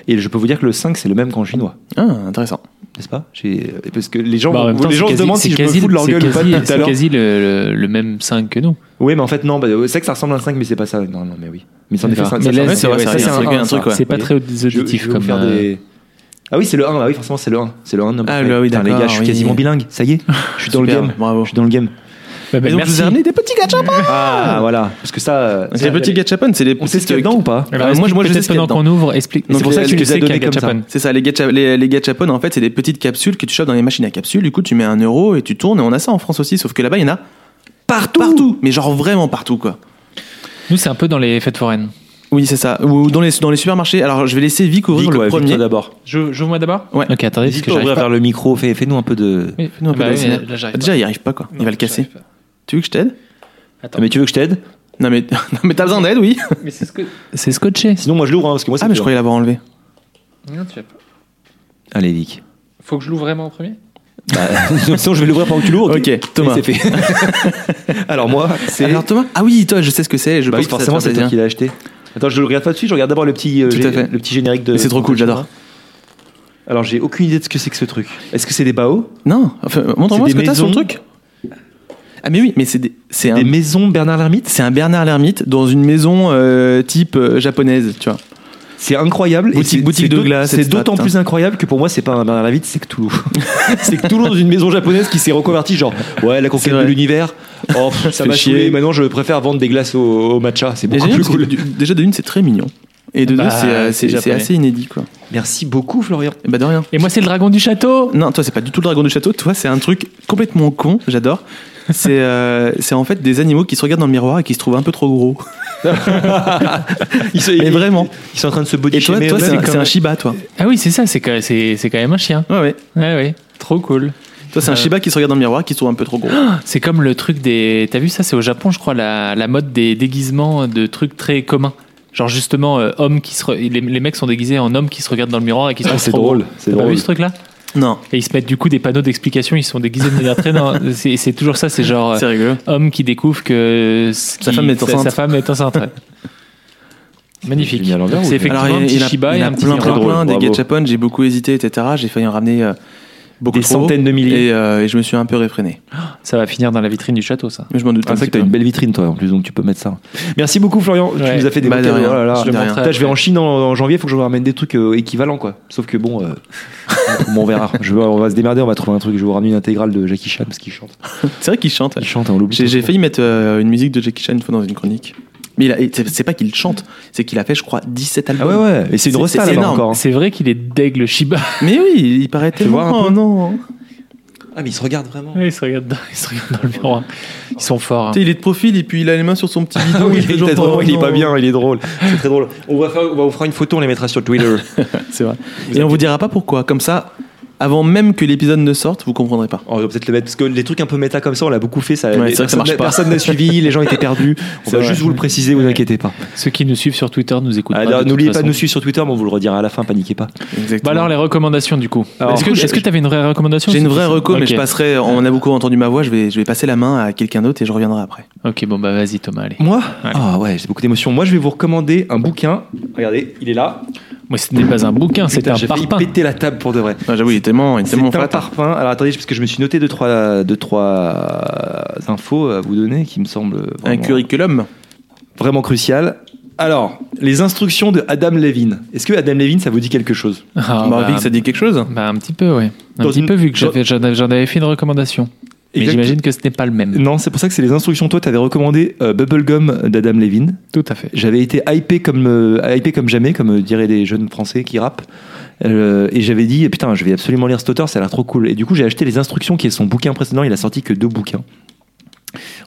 S2: et je peux vous dire que le 5 c'est le même qu'en chinois,
S4: Ah, intéressant.
S2: n'est-ce pas J'ai- Parce que les gens,
S5: Bah, en
S2: vont-
S5: même temps,
S2: les gens
S5: c'est
S2: se
S5: quasi-
S2: demandent si
S5: c'est
S2: je me
S5: quasi-
S2: fous de leur
S5: c'est
S2: gueule ou pas
S5: quasi-
S2: depuis tout à
S5: C'est
S2: l'heure.
S5: quasi le, le- le même 5 que nous.
S2: Oui, mais en fait, non, bah, c'est que ça ressemble à un 5, mais c'est pas ça. Non, non, mais oui. Mais ça en effet,
S5: D'accord.
S2: ça-
S5: Mais
S2: ça-
S5: là,
S2: ça-
S5: c'est-
S2: ça-
S4: ouais,
S2: ça-
S4: c'est
S2: ça-
S4: un truc,
S2: ça-
S4: un
S2: ça-
S4: truc, ouais.
S2: vous
S5: C'est pas
S2: voyez
S5: très
S2: Je- je
S5: auditif
S2: vais vous
S5: comme.
S2: faire
S5: euh,
S2: des- Ah oui, c'est le 1, bah oui, forcément, c'est le 1. C'est le 1, number
S4: Ah,
S2: five.
S4: là, oui,
S2: Putain, les gars,
S4: d'accord,
S2: je suis
S4: oui.
S2: quasiment bilingue. Ça y est, je suis dans le
S4: Super,
S2: game.
S4: Bravo.
S2: Je suis dans le game.
S5: Bah, bah,
S4: Et donc, je vous
S5: merci.
S4: ai ramené des petits gachapons.
S2: Ah, voilà. Parce que ça. euh,
S4: Des petits gachapons, c'est les
S2: On sait ce qu'il y a
S4: petites-
S2: dedans ou pas
S5: Alors,
S4: Euh, moi,
S5: explique
S4: moi, je sais
S5: peut-être
S4: ce qu'il y a
S5: pendant qu'on ouvre, explique.
S4: Donc,
S5: C'est pour
S4: je
S5: ça que tu
S4: te
S5: le
S2: les
S5: sais
S2: ai
S5: qu'il y a
S2: donnés comme ça.
S5: Gachapan.
S4: C'est ça, les gachapons, les, les gachapon, en fait, c'est des petites capsules que tu chopes dans les machines à capsules. Du coup, tu mets un euro et tu tournes. Et on a ça en France aussi, sauf que là-bas, il y en a partout. Partout, mais genre vraiment partout, quoi.
S5: Nous, c'est un peu dans les fêtes foraines.
S4: Oui, c'est ça. Ou dans les, dans les supermarchés. Alors, je vais laisser Vic ouvrir
S2: Vic,
S4: le
S2: ouais, Vic,
S4: premier.
S2: toi d'abord.
S5: J'ouvre moi d'abord
S4: Ouais.
S5: Ok, attendez, parce
S2: N'hésite
S5: que
S2: pas à
S5: j'arrive
S2: ouvrir
S5: pas.
S2: vers le micro. Fais- Fais-nous un peu de.
S5: Oui,
S4: Fais-nous un peu
S5: ah bah
S4: de
S5: oui,
S4: ASMR.
S5: là, j'arrive
S4: Ah, déjà, il n'y arrive pas, quoi. il va le casser. Tu veux que je t'aide
S2: Ah, Mais tu veux que je t'aide
S4: Non, mais, non, mais t'as besoin d'aide, oui.
S5: C'est scotché.
S2: Sinon, moi je l'ouvre, hein, parce que moi ça
S4: Ah, mais
S2: me
S4: je
S2: fait-
S4: croyais l'avoir enlevé.
S2: Allez, Vic.
S5: Faut que je l'ouvre vraiment en premier
S2: Bah, Sinon, je vais l'ouvrir pendant que tu l'ouvres.
S4: Ok, Thomas.
S2: Et C'est fait. Alors, moi, c'est.
S4: Alors, Thomas Ah oui, toi, je sais ce que c'est. Je
S2: Bah oui,
S4: pense que ça te
S2: forcément,
S4: fera
S2: c'est toi
S4: plaisir.
S2: qui l'as acheté. Attends, je le regarde pas dessus, je regarde d'abord le petit, euh,
S4: Tout à
S2: gé-
S4: fait.
S2: le petit générique de.
S4: Mais c'est trop cool, j'adore.
S2: Alors, j'ai aucune idée de ce que c'est que ce truc. Est-ce que c'est des baos
S4: Non, enfin, montre-moi
S2: C'est
S4: ce que
S2: des
S4: t'as sur le
S2: maisons.
S4: truc. Ah, mais oui, mais c'est des- c'est un
S2: Des maisons Bernard Lermite
S4: C'est un Bernard Lermite dans une maison euh, type euh, japonaise, tu vois.
S2: C'est incroyable.
S4: Boutique-
S2: c'est-
S4: boutique
S2: c'est
S4: de hein.
S2: d'aut-
S4: glace,
S2: C'est
S4: etc.,
S2: d'autant
S4: putain.
S2: plus incroyable que pour moi, c'est pas un Bernard Lermite, c'est Cthulhu. c'est Cthulhu dans une maison japonaise qui s'est reconvertie, genre, ouais, la
S4: C'est
S2: conquête de
S4: vrai.
S2: l'univers. Oh, pff, ça
S4: Fait
S2: m'a
S4: chier.
S2: chier. Maintenant, je préfère vendre des glaces au, au matcha. C'est
S4: Et
S2: beaucoup
S4: génial,
S2: plus
S4: parce que
S2: cool.
S4: du- déjà de une, c'est très mignon. Et de
S5: Bah,
S4: deux, c'est, euh,
S5: c'est
S4: c'est c'est
S5: japonais.
S4: assez inédit, quoi.
S2: Merci beaucoup, Florian.
S4: Et bah de rien.
S5: Et moi, c'est le dragon du château
S4: Non, toi, c'est pas du tout le dragon du château. Toi, c'est un truc complètement con. J'adore. C'est euh, c'est en fait des animaux qui se regardent dans le miroir et qui se trouvent un peu trop gros.
S2: Ils sont,
S4: Mais
S2: ils-
S4: vraiment.
S2: ils sont en train de se body
S4: Et toi,
S2: shamer
S4: toi c'est
S2: eux-mêmes.
S4: un, c'est un Shiba, toi.
S5: Ah oui, c'est ça, c'est quand, c'est- c'est quand même un chien.
S4: Ouais, ouais.
S5: Ouais, ouais. Trop cool.
S4: Toi, c'est un
S5: Euh.
S4: Shiba qui se regarde dans le miroir et qui se trouve un peu trop gros.
S5: Ah, C'est comme le truc des. T'as vu ça C'est au Japon, je crois, la, la mode des déguisements de trucs très communs. Genre justement, euh, hommes qui se. re- Les, les mecs sont déguisés en hommes qui se regardent dans le miroir et qui se
S2: Ah,
S5: trouvent
S2: c'est
S5: trop gros.
S2: drôle. C'est
S5: T'as pas
S2: drôle.
S5: vu ce truc-là
S4: Non,
S5: Et ils se mettent du coup des panneaux d'explication, ils sont déguisés de manière très. non, c'est c'est toujours ça, c'est genre. euh,
S4: c'est rigolo.
S5: homme qui découvre que ce
S4: Sa
S5: qui-
S4: femme est enceinte.
S5: Sa, femme est enceinte. ouais. Magnifique.
S2: mis à l'envers
S5: Donc,
S2: ou
S5: C'est
S2: bien
S5: effectivement
S4: Alors,
S5: un
S4: il y
S5: petit
S4: en a,
S5: Shiba
S4: il y
S5: et
S4: en a
S5: un petit
S4: plein,
S5: lion.
S4: plein,
S2: Très
S4: plein
S2: drôle,
S4: des
S2: bravo.
S4: gachapon. J'ai beaucoup hésité, etc. J'ai failli en ramener euh, beaucoup
S2: Des
S4: trop.
S2: centaines de milliers.
S4: Et, euh, et je me suis un peu réfréné.
S5: Ça va finir dans la vitrine du château, ça.
S4: Mais je m'en doute
S2: Ah,
S4: un
S2: c'est vrai
S4: petit
S2: que t'as
S4: peu.
S2: une belle vitrine, toi, en plus, donc tu peux mettre ça. Merci beaucoup, Florian.
S5: Ouais.
S2: Tu nous as fait des
S4: Bah, de
S2: bouquets,
S4: rien.
S2: oh là là.
S4: de
S5: Je le
S4: rien.
S5: montrerai
S2: Putain, je vais
S5: après.
S2: en Chine en, en janvier, faut que je vous ramène des trucs euh, équivalents, quoi. Sauf que bon, euh, bon, on verra. Je vais- on va se démerder, on va trouver un truc. Je vais vous ramène une intégrale de Jackie Chan parce qu'il chante.
S4: C'est vrai qu'il chante. ouais.
S2: Il chante, hein, on l'oublie.
S4: J'ai j'ai
S2: toujours.
S4: failli mettre euh, une musique de Jackie Chan une fois dans une chronique. Mais il a- et c'est c'est pas qu'il chante, c'est qu'il a fait, je crois, 17
S2: Ah
S4: albums.
S2: ouais, ouais. Et c'est une
S4: C'est-
S2: resta
S4: c'est
S2: là-bas
S4: énorme.
S2: encore. hein.
S5: C'est vrai qu'il est d'aigle Shiba.
S4: Mais oui, il paraît tellement.
S2: voir un
S4: oh non.
S2: Ah, mais il se regarde vraiment.
S5: ils, se regardent dans, ils se regardent dans le miroir. Ils sont forts. hein.
S4: Tu sais, il est de profil et puis il a les mains sur son petit bidon.
S2: il,
S4: fait
S2: est
S4: genre,
S2: peut-être vraiment-
S4: oh
S2: il est
S4: non.
S2: pas bien, il est drôle. C'est très drôle. On va, faire- on va vous fera une photo, on les mettra sur Twitter.
S4: C'est vrai. et on vous dira pas pourquoi. Comme ça, avant même que l'épisode ne sorte, vous comprendrez pas.
S2: On va peut-être le mettre parce que les trucs un peu méta comme ça, on l'a beaucoup fait. Ça,
S4: Ouais,
S2: les-
S4: c'est vrai que
S2: personne-
S4: ça marche pas.
S2: Personne n'a suivi, les gens étaient perdus. On
S4: C'est
S2: va
S4: vrai.
S2: juste vous le préciser, vous inquiétez pas.
S5: Ceux qui nous suivent sur Twitter nous écoutent.
S2: Alors,
S5: pas, de
S2: Ah, N'oubliez
S5: toute
S2: pas de
S5: façon.
S2: nous suivre sur Twitter, mais on vous le redira à la fin, paniquez pas.
S5: Bah
S4: Exactement.
S5: alors, les recommandations, du coup.
S2: Alors,
S5: Est-ce que
S2: du coup,
S5: est-ce que t'avais une vraie recommandation
S4: J'ai une
S5: ou c'est
S4: vraie
S5: ça
S4: reco, mais
S5: Ok.
S4: je passerai. On a beaucoup entendu ma voix. Je vais, je vais passer la main à quelqu'un d'autre et je reviendrai après.
S5: Ok, bon, bah vas-y, Thomas, allez.
S2: Moi
S5: Allez.
S2: Ah ouais, j'ai beaucoup d'émotions. Moi, je vais vous recommander un bouquin. Regardez, il est là.
S5: Moi, ce n'est pas un bouquin, c'était
S2: Putain,
S5: un
S2: J'ai failli
S5: parpaing.
S2: péter la table pour de vrai.
S4: Ah, J'avoue, il est tellement, il est
S2: C'est
S4: tellement
S2: un
S4: fat.
S2: parpaing. Alors attendez, parce que je me suis noté deux trois, deux, trois infos à vous donner qui me semblent
S4: Un
S2: vraiment,
S4: curriculum.
S2: vraiment cruciales. Alors, les instructions de Adam Levine. Est-ce que Adam Levine, ça vous dit quelque chose
S5: Ah,
S4: Bah,
S5: bah,
S4: Vic, ça dit quelque chose
S5: Bah un petit peu, oui. Un
S2: Dans
S5: petit
S2: une-
S5: peu vu que
S2: dans-
S5: j'avais- j'en avais, j'en avais fait une recommandation. Mais
S2: Exact-
S5: j'imagine que ce n'est pas le même.
S2: Non, c'est pour ça que c'est les instructions. Toi, t'avais recommandé euh, Bubblegum d'Adam Levine.
S5: Tout à fait.
S2: J'avais été hypé comme, euh, hypé comme jamais, comme euh, diraient les jeunes français qui rappent. Euh, et j'avais dit, putain, je vais absolument lire cet auteur, ça a l'air trop cool. Et du coup, j'ai acheté les instructions qui est son bouquin précédent. Il a sorti que deux bouquins.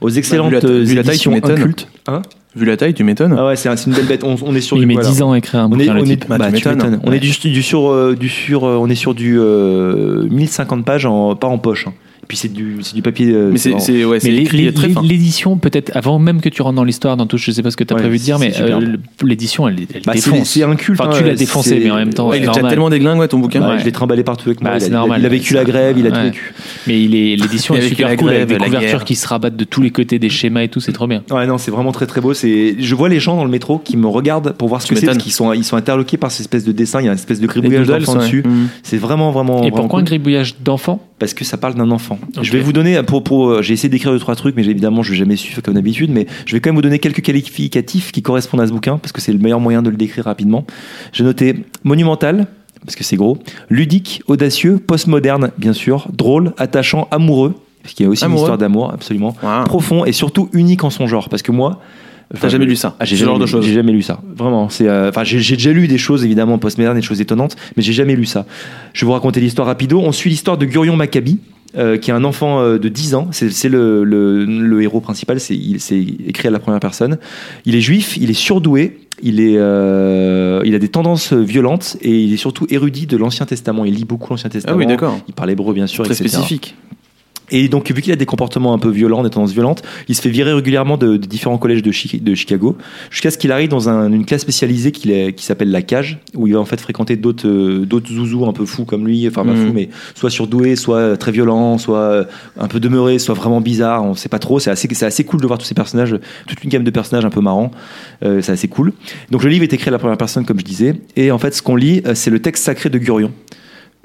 S2: Aux excellentes
S4: Bah, vu la-
S2: euh,
S4: vu la taille, tu
S2: éditions
S4: m'étonnes.
S2: Inculte. Hein
S4: Vu la taille, tu m'étonnes.
S2: Ah ouais, c'est un- c'est une belle bête. On, on est sur
S5: Il
S2: du
S5: met
S2: voilà.
S5: 10 ans à écrire un
S2: On est,
S5: bouquin
S2: on
S5: le
S2: est-
S5: type.
S2: bah,
S4: Bah, tu
S2: tu
S4: m'étonnes.
S2: m'étonnes. On est du, du sur, euh, du sur euh, on est sur du euh, 1050 pages, en, pas en poche. hein. Et puis c'est du, c'est du papier. euh,
S4: Mais c'est
S2: en-
S4: c'est- ouais, c'est
S5: Mais l'é-
S4: écrit
S5: l'é-
S4: très
S5: l'é-
S4: fin.
S5: l'édition, peut-être avant même que tu rentres dans l'histoire, dans tout, je sais pas ce que tu as
S2: Ouais,
S5: prévu de dire,
S2: c'est
S5: mais
S2: superbe.
S5: euh, l'édition, elle, elle
S2: bah, c'est-
S5: défonce.
S2: C'est un culte.
S5: Enfin, tu
S2: hein,
S5: l'as défoncé,
S2: c'est-
S5: mais en même temps,
S4: Ouais, il est déjà
S5: normal.
S4: tellement déglingue, ouais, ton bouquin.
S2: Bah,
S5: Ouais.
S2: Je l'ai trimballé partout avec moi. il,
S5: Bah,
S2: a,
S5: c'est
S2: il a-
S5: normal,
S2: il a vécu
S5: ouais,
S2: la
S5: ça.
S2: grève, il a tout
S5: Ouais.
S2: vécu.
S5: Mais il est- l'édition
S4: Il y
S5: est
S4: avait que
S5: super
S4: la
S5: cool,
S4: grève,
S5: avec des
S4: la guerre.
S5: couvertures qui se rabattent de tous les côtés, des schémas et tout, c'est trop bien.
S2: Ouais, non, c'est vraiment très très beau. C'est, je vois les gens dans le métro qui me regardent pour voir ce
S4: Tu
S2: que c'est, parce
S4: m'étonnes.
S2: qu'ils sont, ils sont interloqués par cette espèce de dessin. Il y a une espèce de
S4: Les
S2: gribouillage
S4: doodles,
S2: d'enfants
S4: ouais.
S2: dessus.
S4: Mhm.
S2: C'est vraiment vraiment.
S5: Et
S2: vraiment
S5: pourquoi un
S2: cool.
S5: gribouillage d'enfants
S2: Parce que ça parle d'un enfant.
S5: Ok.
S2: Je vais vous donner, pour, pour, euh, j'ai essayé d'écrire deux trois trucs, mais j'ai- évidemment je vais jamais su comme d'habitude, mais je vais quand même vous donner quelques qualificatifs qui correspondent à ce bouquin parce que c'est le meilleur moyen de le décrire rapidement. J'ai noté monumental parce que c'est gros, ludique, audacieux, postmoderne bien sûr, drôle, attachant, amoureux parce qu'il y a aussi une
S4: Amoureux.
S2: histoire d'amour absolument,
S4: Wow.
S2: profond et surtout unique en son genre parce que moi
S4: T'as
S2: enfin,
S4: jamais lu ça,
S2: ah,
S4: ce
S2: j'ai jamais,
S4: genre de
S2: lu-
S4: choses.
S2: j'ai jamais lu ça. Vraiment, c'est euh, enfin j'ai j'ai déjà lu des choses évidemment postmodernes, des choses étonnantes, mais j'ai jamais lu ça. Je vais vous raconter l'histoire rapido. On suit l'histoire de Gurion Maccabi. euh, qui est un enfant euh, de 10 ans, c'est c'est le, le, le héros principal, c'est il- c'est écrit à la première personne. Il est juif, il est surdoué, il, est, euh, il a des tendances violentes et il est surtout érudit de l'Ancien Testament. Il lit beaucoup l'Ancien
S4: Ah
S2: Testament.
S4: oui, d'accord.
S2: Il parle hébreu bien sûr.
S4: Très
S2: etc.
S4: spécifique.
S2: Et donc, vu qu'il a des comportements un peu violents, des tendances violentes, il se fait virer régulièrement de, de différents collèges de, Chi- de Chicago, jusqu'à ce qu'il arrive dans un- une classe spécialisée qu'il est- qui s'appelle la cage, où il va en fait fréquenter d'autres euh, d'autres zouzous un peu fous comme lui, enfin pas
S4: Mhm.
S2: fous, mais soit surdoués, soit très violents, soit euh, un peu demeurés, soit vraiment bizarres, on sait pas trop. C'est assez, c'est assez cool de voir tous ces personnages, toute une gamme de personnages un peu marrants, Euh, c'est assez cool. Donc le livre est écrit à la première personne, comme je disais, et en fait ce qu'on lit, euh, c'est le texte sacré de Gurion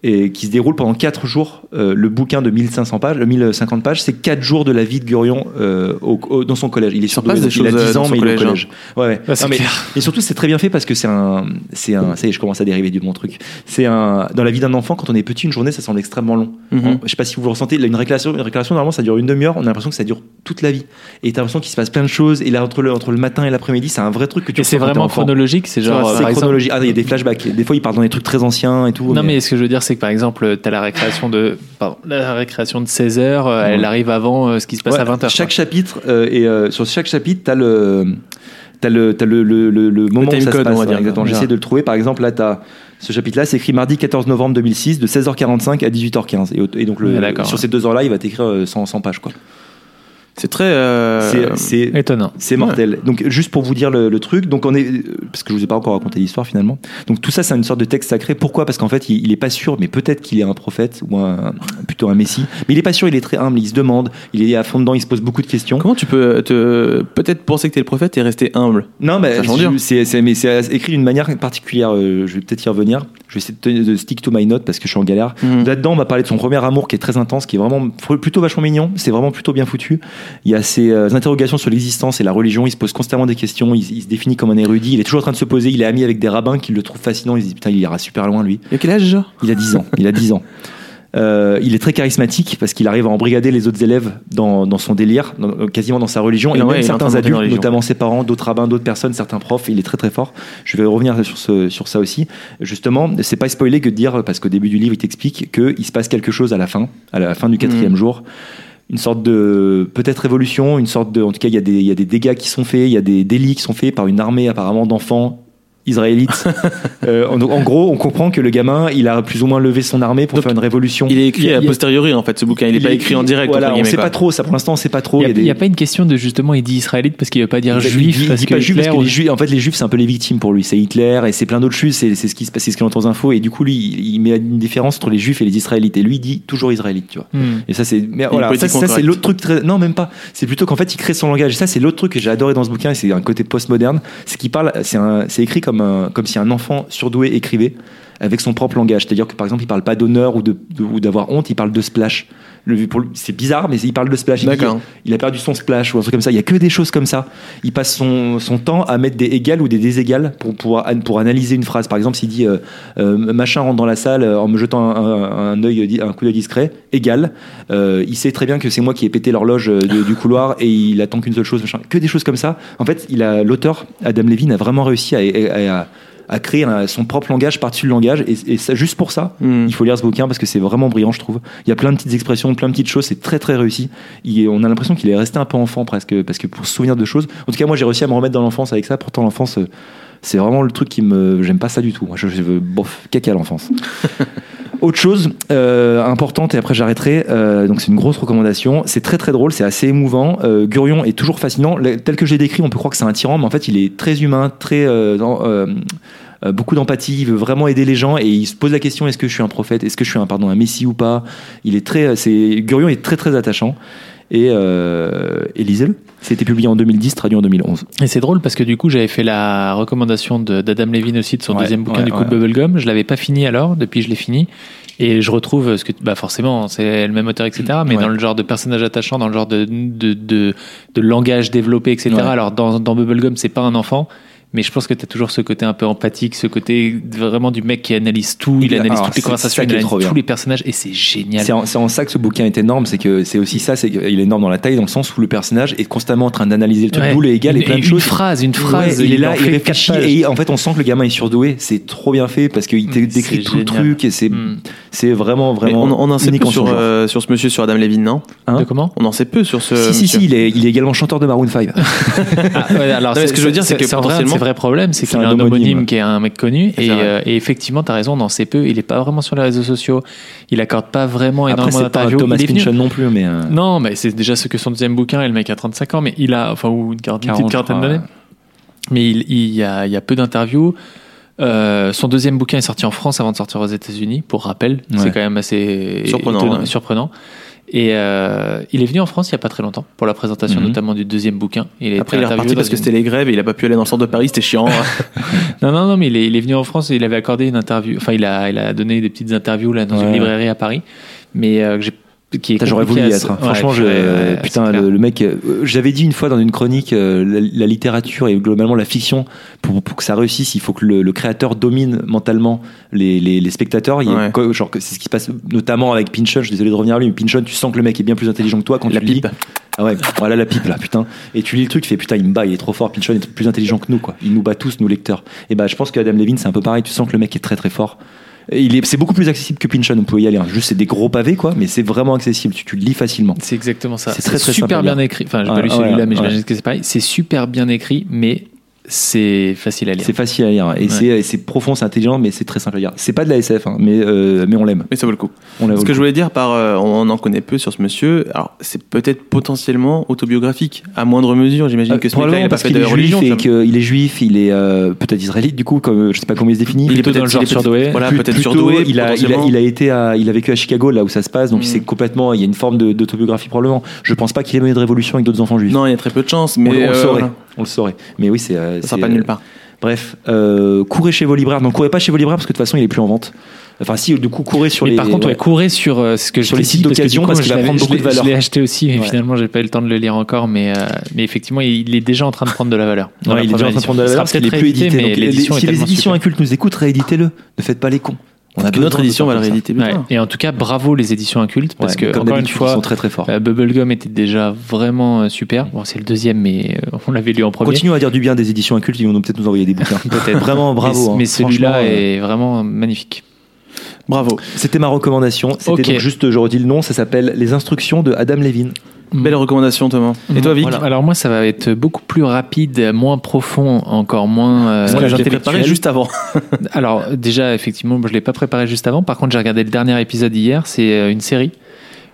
S2: et qui se déroule pendant 4 jours. Euh, le bouquin de 1500 pages, euh, 1050 pages, c'est 4 jours de la vie de Gurion euh, au- au- dans son collège. Il est surdoué,
S4: passe des
S2: donc il Ah, a
S4: choses, euh,
S2: 10
S4: dans
S2: ans,
S4: son
S2: mais il est au
S4: collège,
S2: collège. hein. Ouais, ouais.
S5: Ah, c'est
S2: Non, mais-
S5: clair.
S2: et surtout, c'est très bien fait parce que c'est un, c'est un, ça y est, je commence à dériver du bon truc. C'est un, dans la vie d'un enfant, quand on est petit, une journée, ça semble extrêmement long.
S4: Mhm.
S2: Je sais pas si vous le ressentez, là, une récréation, une récréation, normalement, ça dure une demi-heure, on a l'impression que ça dure toute la vie. Et t'as l'impression qu'il se passe plein de choses, et là, entre le, entre le matin et l'après-midi, c'est un vrai truc que tu
S5: Et c'est
S2: ressens quand t'es
S5: vraiment
S2: enfant.
S5: chronologique, c'est genre.
S2: C'est
S5: euh, par exemple-
S2: chronologique. Ah, il y a des flashbacks. Des fois, il part dans des trucs très anciens et tout.
S5: Non mais ce que je veux dire c'est que par exemple euh, t'as la récréation de pardon, la récréation de 16 heures euh, elle arrive avant euh, ce qui se passe
S2: Ouais,
S5: à 20 heures.
S2: Chaque chapitre, euh, et euh, sur chaque chapitre, t'as le. T'as le, t'as le, le, le, le moment
S4: time
S2: où ça
S4: code,
S2: se passe.
S4: on va dire.
S2: Exactement. J'essaie de le trouver. Par exemple, là, t'as ce chapitre-là, c'est écrit mardi 14 novembre 2006, de 16h45 à 18h15. Et, au- et donc, le,
S5: Ah, d'accord.
S2: sur ces deux heures-là, il va t'écrire euh, 100, 100 pages. Quoi.
S4: C'est très. euh,
S2: C'est- c'est
S5: quoi. Étonnant.
S2: c'est mortel. Donc juste pour vous dire le, le truc, donc on est parce que je vous ai pas encore raconté l'histoire finalement. Donc tout ça c'est une sorte de texte sacré. Pourquoi Parce qu'en fait il, il est pas sûr, mais peut-être qu'il est un prophète ou un, plutôt un messie. Mais il est pas sûr, il est très humble, il se demande, il est à fond dedans, il se pose beaucoup de questions.
S4: Comment tu peux euh, te peut-être penser que t'es le prophète et rester humble
S2: Non, mais
S4: Ça change
S2: je-
S4: bien.
S2: c'est c'est- mais c'est écrit d'une manière particulière. euh, je vais peut-être y revenir. Je vais essayer de, tenir- de stick to my note parce que je suis en galère.
S4: Mhm.
S2: Là-dedans, on va parler de son premier amour qui est très intense, qui est vraiment fr- plutôt vachement mignon. C'est vraiment plutôt bien foutu. Il y a ses euh, interrogations sur l'existence et la religion. Il se pose constamment des questions. Il, il se définit comme un érudit. Il est toujours en train de se poser. Il est ami avec des rabbins qui le trouvent fascinant. Il se dit putain, il ira super loin lui.
S4: Il a quel âge genre
S2: Il a 10 ans. Il a 10 ans. Euh, il est très charismatique parce qu'il arrive à embrigader les autres élèves dans, dans son délire, dans- quasiment dans sa religion, et
S4: Ah ouais,
S2: même
S4: il est en train de
S2: certains
S4: monter dans la
S2: adultes,
S4: religion.
S2: notamment ses parents, d'autres rabbins, d'autres personnes, certains profs. Il est très très fort. Je vais revenir sur, ce, sur ça aussi. Justement, c'est pas spoiler que de dire, parce qu'au début du livre, il t'explique qu'il se passe quelque chose à la fin, à la fin du
S4: Mhm.
S2: quatrième jour. Une sorte de peut-être révolution, une sorte de. En tout cas, il y, a des- il y a des dégâts qui sont faits, il y a des délits qui sont faits par une armée apparemment d'enfants israélites. Euh, en, en gros, on comprend que le gamin, il a plus ou moins levé son armée pour
S4: Donc,
S2: faire une révolution.
S4: Il est écrit
S2: Il-
S4: a
S2: il-
S4: posteriori en fait ce bouquin. Il est pas écrit en direct.
S2: Voilà,
S4: entre
S2: on
S4: guillemets,
S2: sait
S4: quoi.
S2: pas trop, ça pour l'instant on sait pas trop.
S5: Il n'y a,
S2: des-
S5: il y a pas une question de justement il dit israélite parce qu'il ne veut pas dire
S2: il-
S5: juif
S2: il- il
S5: parce
S2: dit
S5: que
S2: pas juif
S5: Hitler
S2: parce que
S5: ou-
S2: les juifs, en fait les juifs c'est un peu les victimes pour lui, c'est Hitler et c'est plein d'autres juifs, c'est c'est ce qui se passe, c'est ce qu'il entend aux infos et du coup lui il il met une différence entre les juifs et les israélites et lui il dit toujours israélite, tu vois.
S5: Hmm.
S2: Et ça, c'est. mais voilà, ça,
S4: politiquement
S2: ça, c'est
S4: correct.
S2: l'autre truc. Très, non, même pas. C'est plutôt qu'en fait, il crée son langage. Et ça, c'est l'autre truc que j'ai adoré dans ce bouquin. Et c'est un côté postmoderne. C'est qu'il parle. C'est un- c'est écrit comme, un- comme si un enfant surdoué écrivait avec son propre langage. C'est-à-dire que par exemple, il parle pas d'honneur ou de- de- ou d'avoir honte. Il parle de splash. Le- pour lui, C'est bizarre, mais il parle de splash. Il dit,
S4: D'accord.
S2: il a perdu son splash ou un truc comme ça. Il y a que des choses comme ça. Il passe son, son temps à mettre des égales ou des déségales pour pouvoir an- pour analyser une phrase. Par exemple, s'il dit euh, euh, machin rentre dans la salle euh, en me jetant un, un- un œil, un coup d'œil discret, égal. Euh, il sait très bien que c'est moi qui ai pété l'horloge euh, de- du couloir et il attend qu'une seule chose, machin. Que des choses comme ça. En fait, il a l'auteur Adam Levine a vraiment réussi à, à- à- à créer un- son propre langage par-dessus le langage. Et, et ça, juste pour ça,
S4: Hmm.
S2: il faut lire ce bouquin parce que c'est vraiment brillant, je trouve. Il y a plein de petites expressions, plein de petites choses. C'est très, très réussi. Il est- on a l'impression qu'il est resté un peu enfant presque, parce que pour se souvenir de choses. En tout cas, moi, j'ai réussi à me remettre dans l'enfance avec ça. Pourtant, l'enfance, euh, c'est vraiment le truc qui me. J'aime pas ça du tout. Moi, je, je veux. Bof, caca l'enfance. Autre chose euh, importante, et après j'arrêterai, euh, donc c'est une grosse recommandation, c'est très très drôle, c'est assez émouvant, Euh, Gurion est toujours fascinant, Le- tel que je l'ai décrit, on peut croire que c'est un tyran, mais en fait il est très humain, très... euh, dans- euh, euh, beaucoup d'empathie, il veut vraiment aider les gens et il se pose la question est-ce que je suis un prophète, est-ce que je suis un pardon un messie ou pas Il est très, euh, c'est Gurion est très très attachant et, euh, et lisez-le. C'était publié en 2010, traduit en 2011.
S5: Hmm. Et c'est drôle parce que du coup, j'avais fait la recommandation de- d'Adam Levine aussi de son
S2: Ouais,
S5: deuxième bouquin
S2: ouais,
S5: du coup
S2: ouais.
S5: de Bubblegum. Je l'avais pas fini alors, depuis je l'ai fini. Et je retrouve ce que, bah forcément, c'est le même auteur, etc. Mais
S2: Ouais.
S5: dans le genre de personnage attachant, dans le genre de, de, de, de langage développé, etc.
S2: Ouais.
S5: Alors dans, dans Bubblegum, c'est pas un enfant. Mais je pense que tu as toujours ce côté un peu empathique, ce côté vraiment du mec qui analyse tout, il
S2: Il a-
S5: analyse
S2: alors,
S5: toutes
S2: c'est
S5: les
S2: ça
S5: conversations,
S2: qui
S5: il
S2: est
S5: analyse
S2: trop bien.
S5: tous les personnages et c'est génial.
S2: C'est en, c'est en ça que ce bouquin est énorme, c'est que c'est aussi ça, c'est qu'il est énorme dans la taille, dans le sens où le personnage est constamment en train d'analyser le truc,
S5: Ouais.
S2: d'où les égales et
S5: Une-
S2: plein de
S5: une
S2: choses.
S5: phrase, une phrase.
S2: Ouais, il, est
S5: en
S2: là, il
S5: fait
S2: réfléchit
S5: quatre pages.
S2: et en fait on sent que le gamin est surdoué. C'est trop bien fait parce qu'il te
S5: Mm,
S2: décrit
S5: c'est
S2: tout le
S5: génial.
S2: truc et c'est
S5: Hmm.
S2: c'est vraiment
S4: Mais
S2: vraiment.
S4: on, on en sait
S2: unique
S4: peu
S2: en son
S4: sur,
S2: genre.
S4: euh, sur ce monsieur, sur Adam Levine, non
S2: Hein
S5: De comment
S4: On en sait peu sur
S5: euh,
S4: ce.
S2: si si
S4: monsieur.
S2: si, il est, il est également chanteur de Maroon 5.
S5: Ah, ouais, alors,
S4: Non, mais ce que je veux dire, c'est que
S5: en vrai,
S4: potentiellement-
S5: c'est vrai problème, c'est
S2: C'est
S5: qu'il y a
S2: un
S5: un homonyme,
S2: homonyme
S5: qui est un mec connu.
S4: C'est
S5: Et,
S4: vrai.
S5: euh, et effectivement, t'as raison, on en sait peu. Il est pas vraiment sur les réseaux sociaux. Il accorde pas vraiment
S2: Après
S5: énormément
S2: c'est pas
S5: d'interviews.
S2: Thomas
S5: Il est venu-
S2: Pynchon non plus, mais euh,
S5: Non, mais c'est déjà ce que son deuxième bouquin et le mec a 35 ans, mais il a, enfin, ou une, quarantaine- une
S2: 40,
S5: petite
S2: je
S5: quarantaine
S2: crois,
S5: d'années. Mais il, il y, a, il y a peu d'interviews. Euh, son deuxième bouquin est sorti en France avant de sortir aux États-Unis, pour rappel.
S2: Ouais.
S5: C'est quand même assez
S4: Surprenant,
S5: étonnant-
S4: ouais.
S5: surprenant. Et euh, il est venu en France il y a pas très longtemps pour la présentation
S2: Mhm.
S5: notamment du deuxième bouquin. Il a
S4: Après,
S5: été
S4: il est
S5: interviewé
S4: reparti
S5: dans
S4: parce que
S5: une-
S4: c'était les grèves et il a pas pu aller dans le centre de Paris, c'était chiant.
S2: Ah,
S5: non, non, non, mais il est, il est venu en France et il avait accordé une interview. Enfin, il a, il a donné des petites interviews là, dans
S2: Ouais.
S5: une librairie à Paris. Mais euh, que j'ai- qui est
S2: putain, j'aurais voulu y
S5: compliqué à
S2: être. hein.
S5: se- Ouais,
S2: Franchement, je,
S5: ouais, ouais,
S2: putain
S5: c'est clair.
S2: le, le mec, euh, j'avais dit une fois dans une chronique, euh, la, la littérature et globalement la fiction, pour, pour que ça réussisse, il faut que le, le créateur domine mentalement les, les, les spectateurs. Il y a
S4: Ouais.
S2: co- genre que c'est ce qui se passe notamment avec Pynchon. Je suis désolé de revenir à lui, mais Pynchon, tu sens que le mec est bien plus intelligent que toi quand
S4: La
S2: tu lis.
S4: pipe.
S2: Ah ouais, voilà la pipe là, putain. Et tu lis le truc, tu fais putain, il me bat, il est trop fort, Pynchon est plus intelligent que nous, quoi. Il nous bat tous, nous lecteurs. Et bah, je pense que Adam Levine, c'est un peu pareil, tu sens que le mec est très très fort. Et il est- C'est beaucoup plus accessible que Pynchon, on peut y aller. hein. Juste, c'est des gros pavés, quoi, mais c'est vraiment accessible, tu, tu le lis facilement.
S5: C'est exactement ça.
S2: C'est très, très
S5: super
S2: sympa à
S5: bien écrit. Enfin, j'ai
S2: Ouais,
S5: pas lu
S2: ouais,
S5: celui-là, mais
S2: ouais.
S5: j'imagine que c'est pareil. C'est super bien écrit, mais c'est facile à lire.
S2: C'est facile à lire, et c'est- et c'est profond, c'est intelligent, mais c'est très simple à lire. C'est pas de la SF, hein, mais, euh, mais on l'aime.
S4: Mais ça vaut le coup.
S2: On l'aime.
S4: Ce que je voulais dire par euh, on en connaît peu sur ce monsieur, alors c'est peut-être potentiellement autobiographique, à moindre mesure, j'imagine
S2: Euh,
S4: que ce mec-là
S2: probablement
S4: il a pas
S2: parce
S4: fait
S2: qu'il
S4: de
S2: est
S4: religion.
S2: juif et
S4: comme-
S2: qu'il est juif, il est euh, peut-être israélite du coup, comme, je sais pas comment il se définit.
S4: il est
S5: plutôt dans
S4: peut-être
S5: le genre
S4: il est peut-être-
S5: surdoué.
S4: Voilà,
S2: Plus-
S4: peut-être
S2: plutôt,
S4: surdoué.
S2: Il a, il, a,
S4: potentiellement.
S2: il a été à, il a vécu à Chicago, là où ça se passe, donc
S4: Mm.
S2: il sait complètement. Il y a une forme de- d'autobiographie probablement. Je pense pas qu'il ait mené de révolution avec d'autres enfants juifs.
S4: Non, il y a très peu de chance,
S2: On
S4: mais
S2: le- on, le
S4: euh,
S2: saurait,
S4: voilà,
S2: on le saurait. Mais oui, c'est. euh,
S4: ça sera
S2: c'est,
S4: pas de
S2: euh,
S4: nulle part.
S2: Bref, euh, courez chez vos libraires. Non, courez pas chez vos libraires parce que de toute façon, il est plus en vente. Enfin, si, du coup, courez sur
S5: mais
S2: les.
S5: par contre, ouais,
S2: ouais.
S5: courez sur euh, ce que
S2: Sur
S5: je
S2: les
S5: t'ai
S2: sites
S5: dit, parce que
S2: d'occasion,
S5: du coup,
S2: parce qu'il
S5: je
S2: va
S5: l'avais-
S2: prendre
S5: je
S2: beaucoup de
S5: l'ai-
S2: valeur.
S5: Je l'ai acheté aussi, mais
S2: Ouais.
S5: finalement, j'ai pas eu le temps de le lire encore. Mais, euh, mais effectivement, il est déjà en train de prendre de la valeur. Dans
S2: Ouais,
S5: la
S2: il est déjà en train de prendre de la
S5: première
S2: valeur parce qu'il est
S5: édition.
S2: plus édité.
S5: mais
S2: Donc,
S5: l'édition est
S2: si les
S5: tellement
S2: éditions
S5: super.
S2: incultes nous écoutent, rééditez-le. Ne faites pas les cons. On a
S4: Une autre
S2: besoin de
S4: édition va
S2: faire
S4: le
S2: comme ça.
S4: rééditer.
S5: Ouais.
S4: putain.
S5: Et en tout cas, bravo les éditions incultes, parce
S2: Ouais,
S5: que,
S2: comme
S5: encore une
S2: d'habitude, ils
S5: fois,
S2: sont très très forts.
S5: euh, Bubblegum était déjà vraiment euh, super. Bon, c'est le deuxième, mais euh, on l'avait lu en premier.
S2: Continuons à dire du bien des éditions incultes. Ils vont nous- peut-être nous envoyer des bouquins. peut-être. Vraiment, bravo.
S5: mais
S2: hein.
S5: mais celui-là
S2: Franchement, euh,
S5: est vraiment magnifique.
S4: Bravo.
S2: C'était ma recommandation. C'était
S5: Ok. Euh,
S2: donc juste, je redis le nom, ça s'appelle Les instructions de Adam Levine.
S4: Belle recommandation, Thomas.
S2: Mm.
S4: Et toi, Vic
S5: Voilà. Mm. Alors moi, ça va être beaucoup plus rapide, moins profond, encore moins. euh,
S4: Parce que je l'ai
S5: intellectuel.
S4: préparé juste avant.
S5: Alors déjà, effectivement, je l'ai pas préparé juste avant. Par contre, j'ai regardé le dernier épisode hier. C'est euh, une série,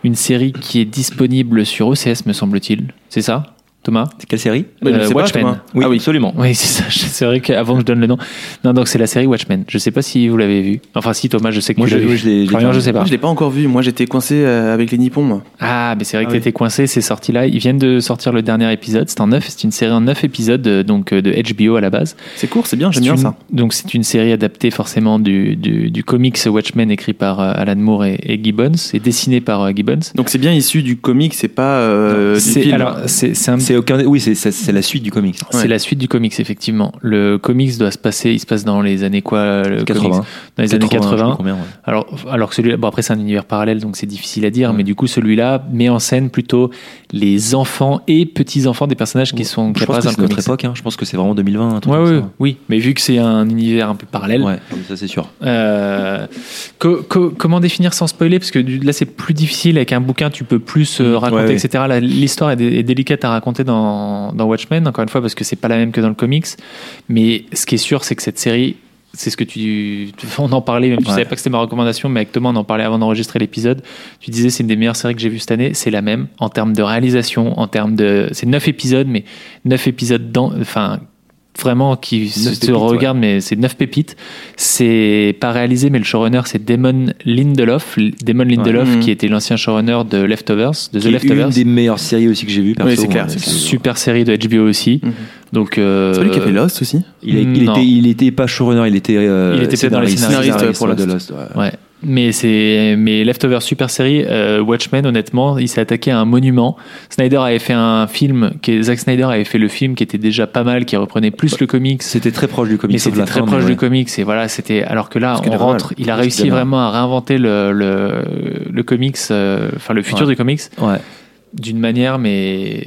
S5: une série qui est disponible sur OCS, me semble-t-il. C'est ça, Thomas
S2: C'est quelle série
S4: Bah, je
S5: Euh,
S4: sais pas,
S5: Watchmen.
S4: Thomas.
S2: oui,
S4: Ah oui.
S2: absolument.
S5: Oui, c'est ça. C'est vrai qu'avant que je donne le nom. Non, donc c'est la série Watchmen. Je sais pas si vous l'avez vu. Enfin, si Thomas, je sais que
S2: Moi,
S5: tu
S2: je-
S5: l'as
S2: oui,
S5: vu.
S2: je l'ai- je l'ai
S5: Florian,
S2: vu.
S5: je sais pas.
S4: Moi, je l'ai pas encore vu. Moi, j'étais coincé euh, avec les nippons. moi.
S5: Ah, mais c'est vrai
S2: Ah
S5: que
S2: oui.
S5: t'étais coincé, c'est sorti là. Ils viennent de sortir le dernier épisode, c'est en neuf, c'est une série en neuf épisodes, euh, donc euh, de HBO à la base.
S4: C'est court, c'est bien, Ah, j'aime
S5: C'est
S4: bien
S5: une-
S4: ça.
S5: Donc c'est une série adaptée forcément du, du, du comics Watchmen écrit par euh, Alan Moore et, et Gibbons, et dessiné par euh, Gibbons.
S4: Donc c'est bien issu du comic, c'est pas euh, du
S5: C'est-
S4: film.
S5: alors, c'est c'est un petit
S2: c'est aucun. Oui, c'est- c'est c'est la suite du comics.
S5: C'est la suite du comics, effectivement. Le comics doit se passer, il se passe dans les années quoi euh, le
S2: 80.
S5: comics Dans les
S2: 80,
S5: années
S2: je sais
S5: 80.
S2: pas combien, ouais.
S5: Alors, alors que celui-là, bon après c'est un univers parallèle, donc c'est difficile à dire, mais du coup celui-là met en scène plutôt les enfants et petits-enfants des personnages qui sont qui
S2: Je pense
S5: apparaissent
S2: que
S5: dans le
S2: c'est notre
S5: comics.
S2: époque. hein. Je pense que c'est vraiment 2020. Un truc
S5: Ouais,
S2: comme
S5: ouais, oui, mais vu que c'est un univers un peu parallèle,
S2: ça. Ouais, ça c'est sûr.
S5: euh, co- co- comment définir sans spoiler Parce que du- là c'est plus difficile, avec un bouquin tu peux plus euh, raconter,
S2: Ouais, ouais.
S5: etc. Là, L'histoire est, dé- est délicate à raconter dans, dans Watchmen, encore une fois, parce que c'est pas la même que dans le comics, mais ce qui est sûr c'est que cette série... C'est ce que tu. On en parlait, même tu
S2: Ouais.
S5: savais pas que c'était ma recommandation, mais avec Thomas, on en parlait avant d'enregistrer l'épisode. Tu disais, c'est une des meilleures séries que j'ai vues cette année. C'est la même en termes de réalisation, en termes de. C'est neuf épisodes, mais neuf épisodes dans. Enfin, vraiment qui se, se
S2: pépites, ouais.
S5: regardent, mais c'est neuf pépites. C'est pas réalisé, mais le showrunner, c'est Damon Lindelof. L- Damon Lindelof,
S4: Mhm.
S5: qui était l'ancien showrunner de Leftovers,
S2: C'est
S5: de The
S2: Mm. une
S5: Leftovers.
S2: des meilleures séries aussi que j'ai vues. perso. hein,
S4: Oui, c'est clair,
S2: Ouais,
S4: c'est clair.
S5: Super série de HBO aussi.
S4: Mhm.
S5: Donc, euh,
S4: C'est lui qui a fait Lost aussi.
S2: Il, a- il
S5: Non.
S2: était, il était pas showrunner, il était. euh,
S5: Il était peut-être dans les
S4: scénaristes, ouais, pour
S2: ouais,
S4: Lost.
S2: de Lost. ouais.
S5: Ouais. Mais c'est mais Leftover super série euh, Watchmen honnêtement il s'est attaqué à un monument. Snyder avait fait un film qui est- Zack Snyder avait fait le film qui était déjà pas mal qui reprenait plus le comics
S2: C'était très proche du comics.
S5: mais
S2: sauf
S5: c'était
S2: la
S5: très
S2: fin,
S5: proche
S2: mais
S5: du
S2: ouais.
S5: comics et voilà c'était alors que là
S2: Parce qu'il
S5: on
S2: est pas mal,
S5: rentre il a
S2: ce
S5: réussi
S2: gamin.
S5: vraiment à réinventer le le, le comics euh, enfin le futur
S2: Ouais.
S5: du comics
S2: Ouais.
S5: d'une manière mais